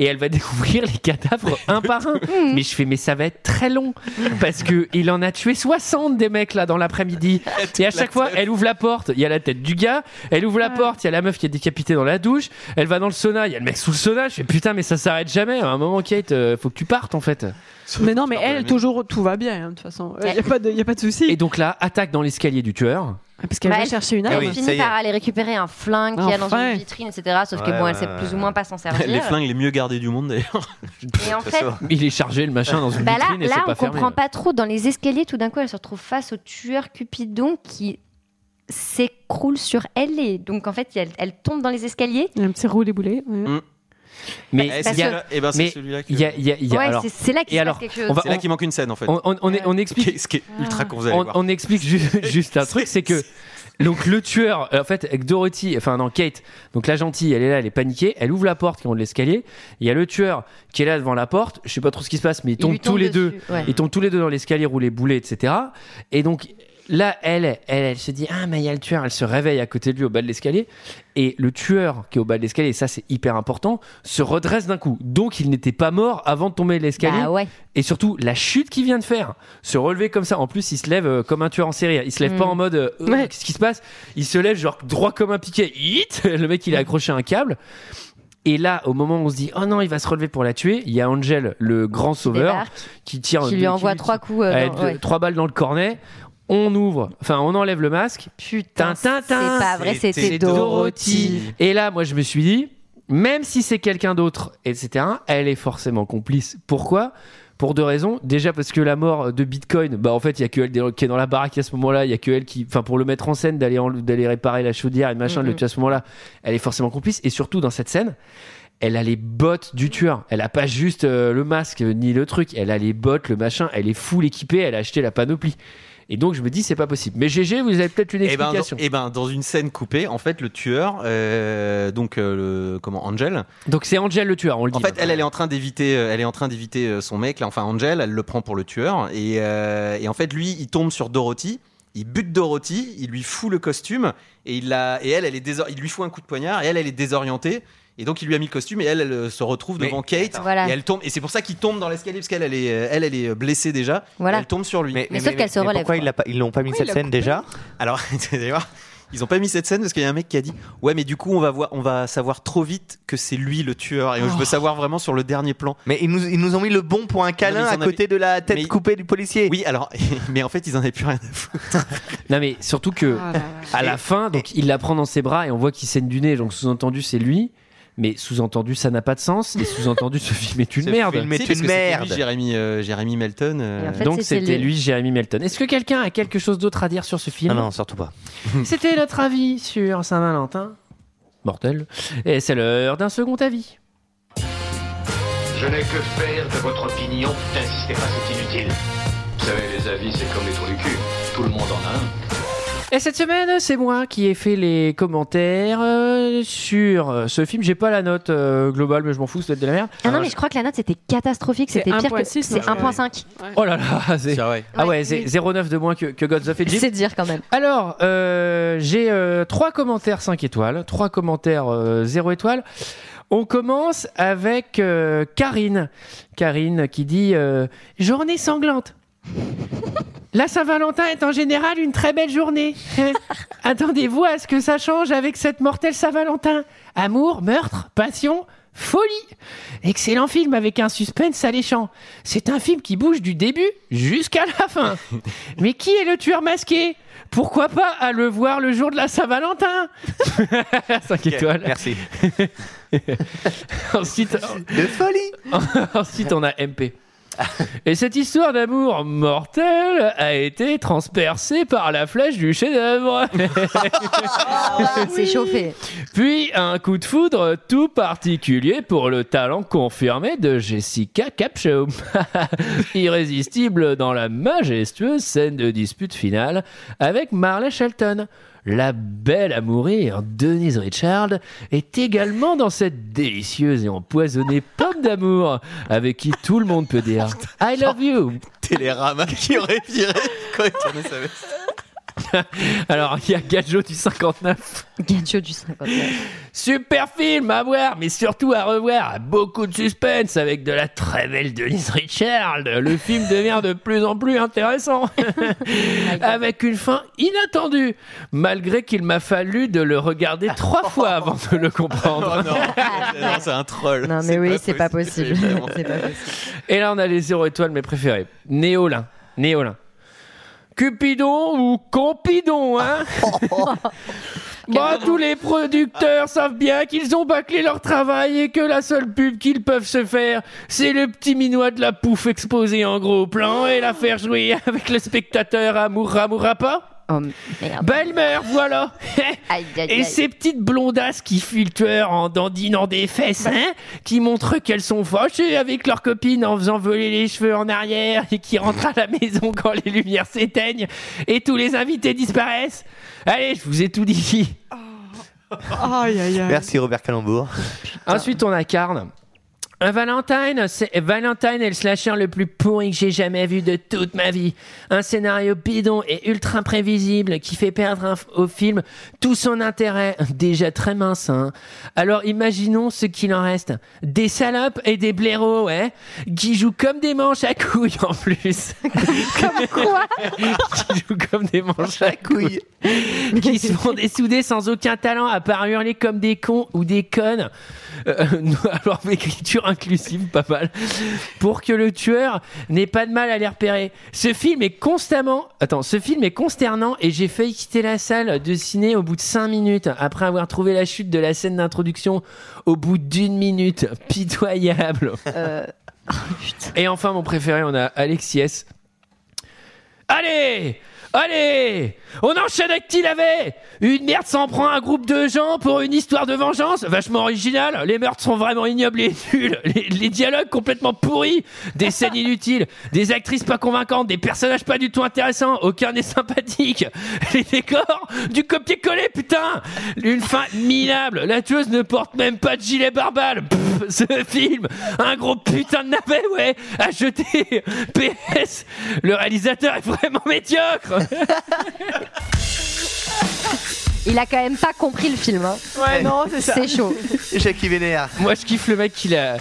A: Et elle va découvrir les cadavres un par un. Mais je fais, mais ça va être très long. Parce que il en a tué 60 des mecs là dans l'après-midi. Et à chaque fois, elle ouvre la porte, il y a la tête du gars. Elle ouvre la porte, il y a la meuf qui est décapitée dans la douche. Elle va dans le sauna, il y a le mec sous le sauna. Je fais, putain, mais ça s'arrête jamais. À un moment, Kate, euh, faut que tu partes en fait.
F: Mais non, mais elle, toujours, tout va bien, hein, de toute façon. Il n'y a, pas de- y a pas de souci.
A: Et donc Ah là, attaque dans l'escalier du tueur.
F: Parce qu'elle
I: Bah,
F: va
I: elle-
F: chercher une
I: Elle
F: arme.
J: oui, ça
I: finit
J: y est.
I: par aller récupérer un flingue qu'il y a dans
F: Enfin.
I: une vitrine, etc. Sauf que
J: Ouais,
I: bon, elle
J: ouais,
I: sait plus ou moins pas s'en servir.
E: Les flingues les mieux gardées du monde, d'ailleurs.
I: Et en fait,
A: Il est chargé le machin dans une
I: bah là,
A: vitrine et
I: là
A: c'est
I: on
A: pas fermé.
I: comprend pas trop. Dans les escaliers, tout d'un coup, elle se retrouve face au tueur Cupidon qui s'écroule sur elle. Et donc, en fait, elle, elle tombe dans les escaliers.
F: Un petit roulé-boulé. ouais.
A: Mais
E: Eh,
I: parce
E: c'est
I: que-
E: celui-là- eh ben,
A: mais
E: c'est celui-là qui.
A: il y a, il y a- il y a-
I: ouais,
A: alors,
I: c'est- c'est là
A: et
I: qu'il se
A: alors,
I: passe quelque chose.
A: on va-
E: C'est là qu'il manque une scène, en fait.
A: on, on- on est- on
E: Ce qui
A: explique
E: est- ce qui est ultra con, vous allez
A: on,
E: voir.
A: on explique ju- juste un truc, c'est que donc le tueur, euh, en fait, avec Dorothy, enfin non, Kate, donc la gentille, elle est là, elle est paniquée, elle ouvre la porte qui est en haut de l'escalier, il y a le tueur qui est là devant la porte, je sais pas trop ce qui se passe, mais ils
I: Il lui
A: tombent tous
I: tombe
A: les deux,
I: dessus, ouais.
A: ils tombent tous les deux dans l'escalier, roulent les boulets, etc. Et donc là, elle, elle, elle se dit ah mais il y a le tueur, elle se réveille à côté de lui au bas de l'escalier, et le tueur qui est au bas de l'escalier, et ça c'est hyper important, se redresse d'un coup, donc il n'était pas mort avant de tomber de l'escalier.
I: Bah ouais.
A: Et surtout, la chute qu'il vient de faire, se relever comme ça. En plus, il se lève euh, comme un tueur en série. Il se lève
I: Mm.
A: pas en mode euh, Euh,
F: Ouais.
A: qu'est-ce qui se passe Il se lève genre droit comme un piquet. Hit Le mec, il a accroché un câble. Et là, au moment où on se dit oh non, il va se relever pour la tuer, il y a Angel, le grand sauveur,
I: débarque,
A: qui tire,
I: qui lui envoie trois coups. euh,
A: euh,
I: dans-
A: deux-
I: ouais.
A: trois balles dans le cornet. On ouvre, enfin, on enlève le masque.
I: Putain,
A: Tintin,
I: c'est pas vrai,
E: c'était
I: c'était Dorothy.
A: Et là, moi, je me suis dit, même si c'est quelqu'un d'autre, etc., elle est forcément complice. Pourquoi pour deux raisons. Déjà parce que la mort de Bitcoin, bah en fait il y a que elle des- qui est dans la baraque à ce moment-là, il y a que elle qui, enfin pour le mettre en scène d'aller en- d'aller réparer la chaudière et machin, de le
I: Mhm.
A: tuer à ce moment-là, elle est forcément complice. Et surtout dans cette scène, elle a les bottes du tueur. Elle a pas juste euh, le masque euh, ni le truc. Elle a les bottes, le machin. Elle est full équipée. Elle a acheté la panoplie. Et donc je me dis c'est pas possible. Mais GG, vous avez peut-être une
E: Et ben, dans,
A: explication.
E: eh ben, dans une scène coupée, en fait, le tueur, euh, donc euh, le, comment Angel,
A: Donc c'est Angel le tueur, on le dit.
E: en fait, elle, elle est en train d'éviter, euh, elle est en train d'éviter euh, son mec. Là, enfin, Angel, elle le prend pour le tueur, et, euh, et en fait, lui, il tombe sur Dorothy. Il bute Dorothy, il lui fout le costume et il la, et elle, elle est désor- il lui fout un coup de poignard et elle, elle est désorientée et donc il lui a mis le costume et elle, elle euh, se retrouve
A: Mais-
E: devant Kate
I: Voilà.
E: et elle tombe et c'est pour ça qu'il tombe dans l'escalier parce qu'elle, elle est, euh, elle, elle est blessée déjà.
I: Voilà.
E: Elle tombe sur lui.
I: Mais sauf qu'elle se relève, quoi.
J: Pourquoi ils l'a pas- ils l'ont pas mis
F: Oui,
J: cette
F: il l'a
J: scène
F: coupé.
J: déjà
E: Alors, d'ailleurs, ils ont pas mis cette scène parce qu'il y a un mec qui a dit Ouais, mais du coup, on va, voir, on va savoir trop vite que c'est lui le tueur. Et je
I: Oh.
E: veux savoir vraiment sur le dernier plan.
J: Mais ils nous, ils nous ont mis le bon pour un câlin
E: ils
J: à
E: en avaient-
J: côté de la tête
E: Mais-
J: coupée du policier.
E: Oui, alors, mais en fait, ils en avaient plus rien à foutre.
A: Non mais surtout que
F: Ah là là.
A: à la fin, donc il la prend dans ses bras et on voit qu'il saigne du nez. Donc sous-entendu c'est lui, mais sous-entendu ça n'a pas de sens et sous-entendu ce film est une
E: Ce
A: merde.
J: film est
E: Si,
J: une
E: parce que c'était
J: merde.
E: lui, Jérémy, euh, Jérémy Melton. euh,
I: Et en fait,
A: Donc
I: c'était
A: c'était
I: le-
A: lui, Jérémy Melton. Est-ce que quelqu'un a quelque chose d'autre à dire sur ce film
E: Ah
J: Non, non, surtout pas.
A: C'était notre avis sur Saint-Valentin. Mortel. Et c'est l'heure d'un second avis.
C: Je n'ai que faire de votre opinion. N'insistez pas, c'est inutile. Vous savez, les avis, c'est comme les trous du cul. Tout le monde en a un.
A: Et cette semaine, c'est moi qui ai fait les commentaires euh, sur euh, ce film. J'ai pas la note euh, globale, mais je m'en fous, c'est de la merde.
I: Ah non, mais je crois que la note c'était catastrophique,
F: C'est
I: c'était pire que.
F: 1,6,
I: C'est
F: non,
I: 1,5.
A: Oh là là, c'est...
E: vrai.
A: Ah ouais,
I: oui.
A: c'est 0,9 de moins que, que Gods of Egypt.
I: C'est dire quand même.
A: Alors, euh, j'ai euh, trois commentaires 5 étoiles, trois commentaires euh, 0 étoiles. On commence avec euh, Karine. Karine qui dit euh, Journée sanglante. La Saint-Valentin est en général une très belle journée. Hein Attendez-vous à ce que ça change avec cette mortelle Saint-Valentin. Amour, meurtre, passion, Folie Excellent film avec un suspense alléchant. C'est un film qui bouge du début jusqu'à la fin. Mais qui est le tueur masqué Pourquoi pas à le voir le jour de la Saint-Valentin 5 étoiles.
J: Merci.
A: Ensuite,
J: De folie
A: Ensuite, on a MP. Et cette histoire d'amour mortel a été transpercée par la flèche du chef-d'œuvre.
I: C'est chauffé.
A: Puis un coup de foudre tout particulier pour le talent confirmé de Jessica Capshaw. Irrésistible dans la majestueuse scène de dispute finale avec Marley Shelton. La belle à mourir, Denise Richard, est également dans cette délicieuse et empoisonnée pomme d'amour avec qui tout le monde peut dire I love you.
E: Télérama qui aurait viré quand il tournait sa veste.
A: Alors, il y a Gadjo du 59.
I: Gadjo du 59.
A: Super film à voir, mais surtout à revoir. Beaucoup de suspense avec de la très belle Denise Richard. Le film devient de plus en plus intéressant. avec une fin inattendue. Malgré qu'il m'a fallu de le regarder trois fois avant de le
E: Oh,
A: comprendre.
E: Non, c'est un troll.
I: Non, mais oui, c'est pas possible.
E: évidemment.
I: C'est pas possible.
A: Et là, on a les zéro étoiles, mes préférés. Néolin. Néolin. Cupidon ou Compidon, hein Bon, tous les producteurs savent bien qu'ils ont bâclé leur travail et que la seule pub qu'ils peuvent se faire, c'est le petit minois de la pouffe exposé en gros plan et la faire jouer avec le spectateur Amour pas
I: Oh, merde.
A: Belle mère, voilà
I: Aïe, aïe,
A: Bah, Et
I: aïe.
A: ces petites blondasses qui filtrent en dandinant des fesses, hein, qui montrent qu'elles sont fâchées avec leurs copines en faisant voler les cheveux en arrière et qui rentrent à la maison quand les lumières s'éteignent et tous les invités disparaissent. Allez, je vous ai tout dit.
F: Aïe, aïe, aïe.
J: Merci Robert Calembour.
A: Ensuite, on incarne. Un Valentine, c'est Valentine est le slasher le plus pourri que j'ai jamais vu de toute ma vie. Un scénario bidon et ultra prévisible qui fait perdre un f- au film tout son intérêt, déjà très mince. hein. Alors imaginons ce qu'il en reste. Des salopes et des blaireaux, ouais, qui jouent comme des manches à couilles en plus. comme quoi Qui jouent comme des manches à couilles
J: Couille.
A: qui se font dessouder sans aucun talent à part hurler comme des cons ou des connes. Euh, alors, écriture inclusive, pas mal. Pour que le tueur n'ait pas de mal à les repérer. Ce film est constamment. Attends, ce film est consternant et j'ai failli quitter la salle de ciné au bout de 5 minutes après avoir trouvé la chute de la scène d'introduction au bout d'une minute. Pitoyable.
I: Euh, oh, putain.
A: Et enfin, mon préféré, on a Alexiès. Allez Allez On enchaîne avec qui l'avait Une merde s'en prend à un groupe de gens pour une histoire de vengeance vachement originale. Les meurtres sont vraiment ignobles et nuls. Les, les dialogues complètement pourris. Des scènes inutiles. Des actrices pas convaincantes. Des personnages pas du tout intéressants. Aucun n'est sympathique. Les décors du copier-coller, putain Une fin minable. La tueuse ne porte même pas de gilet barbale. Pff, ce film Un gros putain de navet, ouais À jeter PS Le réalisateur est vraiment médiocre
I: Il a quand même pas compris le film. hein.
F: Ouais, non, c'est ça.
I: C'est chaud.
J: Jackie Vénère.
A: Moi, je kiffe le mec qui l'a,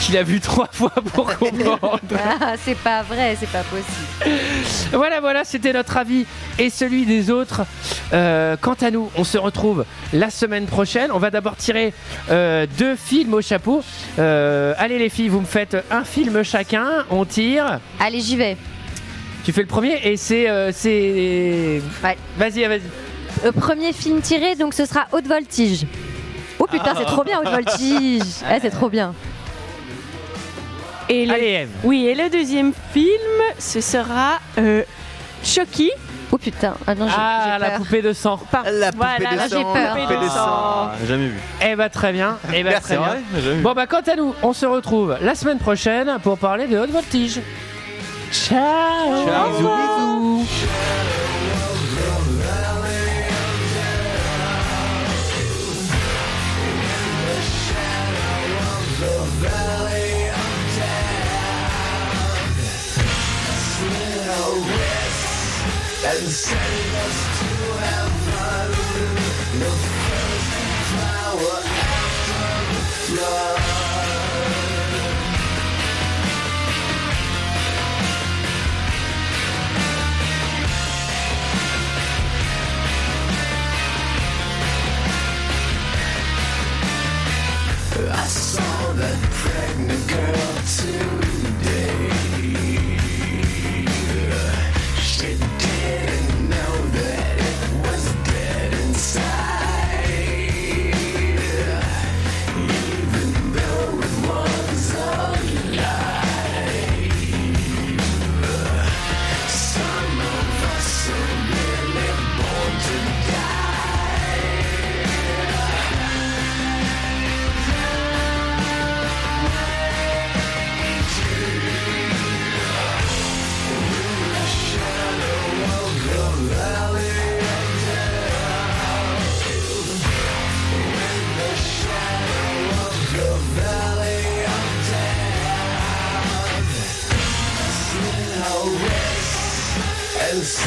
A: qui l'a vu trois fois pour comprendre.
I: Ah, c'est pas vrai, c'est pas possible.
A: voilà, voilà, c'était notre avis et celui des autres. Euh, quant à nous, on se retrouve la semaine prochaine. On va d'abord tirer euh, deux films au chapeau. Euh, allez, les filles, vous me faites un film chacun. On tire.
I: Allez, j'y vais.
A: Tu fais le premier et c'est. euh, c'est...
I: Ouais.
A: Vas-y, vas-y.
I: Le premier film tiré, donc ce sera Haute Voltige. Oh
F: Ah.
I: putain, c'est trop bien Haute Voltige. Eh, c'est trop bien.
F: Et le-
A: Allez, Eve.
F: Oui, et le deuxième film, ce sera euh, Chucky.
I: Oh putain, ah non, j'ai
A: Ah,
I: j'ai
A: la
I: peur.
A: poupée de sang.
J: La poupée
F: Voilà,
J: de
F: là,
J: sang.
I: j'ai peur.
J: La poupée de sang.
E: Ah, jamais vu.
A: Eh bah, très bien. Eh bah,
J: Merci,
A: très bien.
E: Jamais vu.
A: Bon bah quant à nous, on se retrouve la semaine prochaine pour parler de haute voltige. Ciao,
E: Ciao. Bisous,
A: bisous.
H: I saw
B: Bells.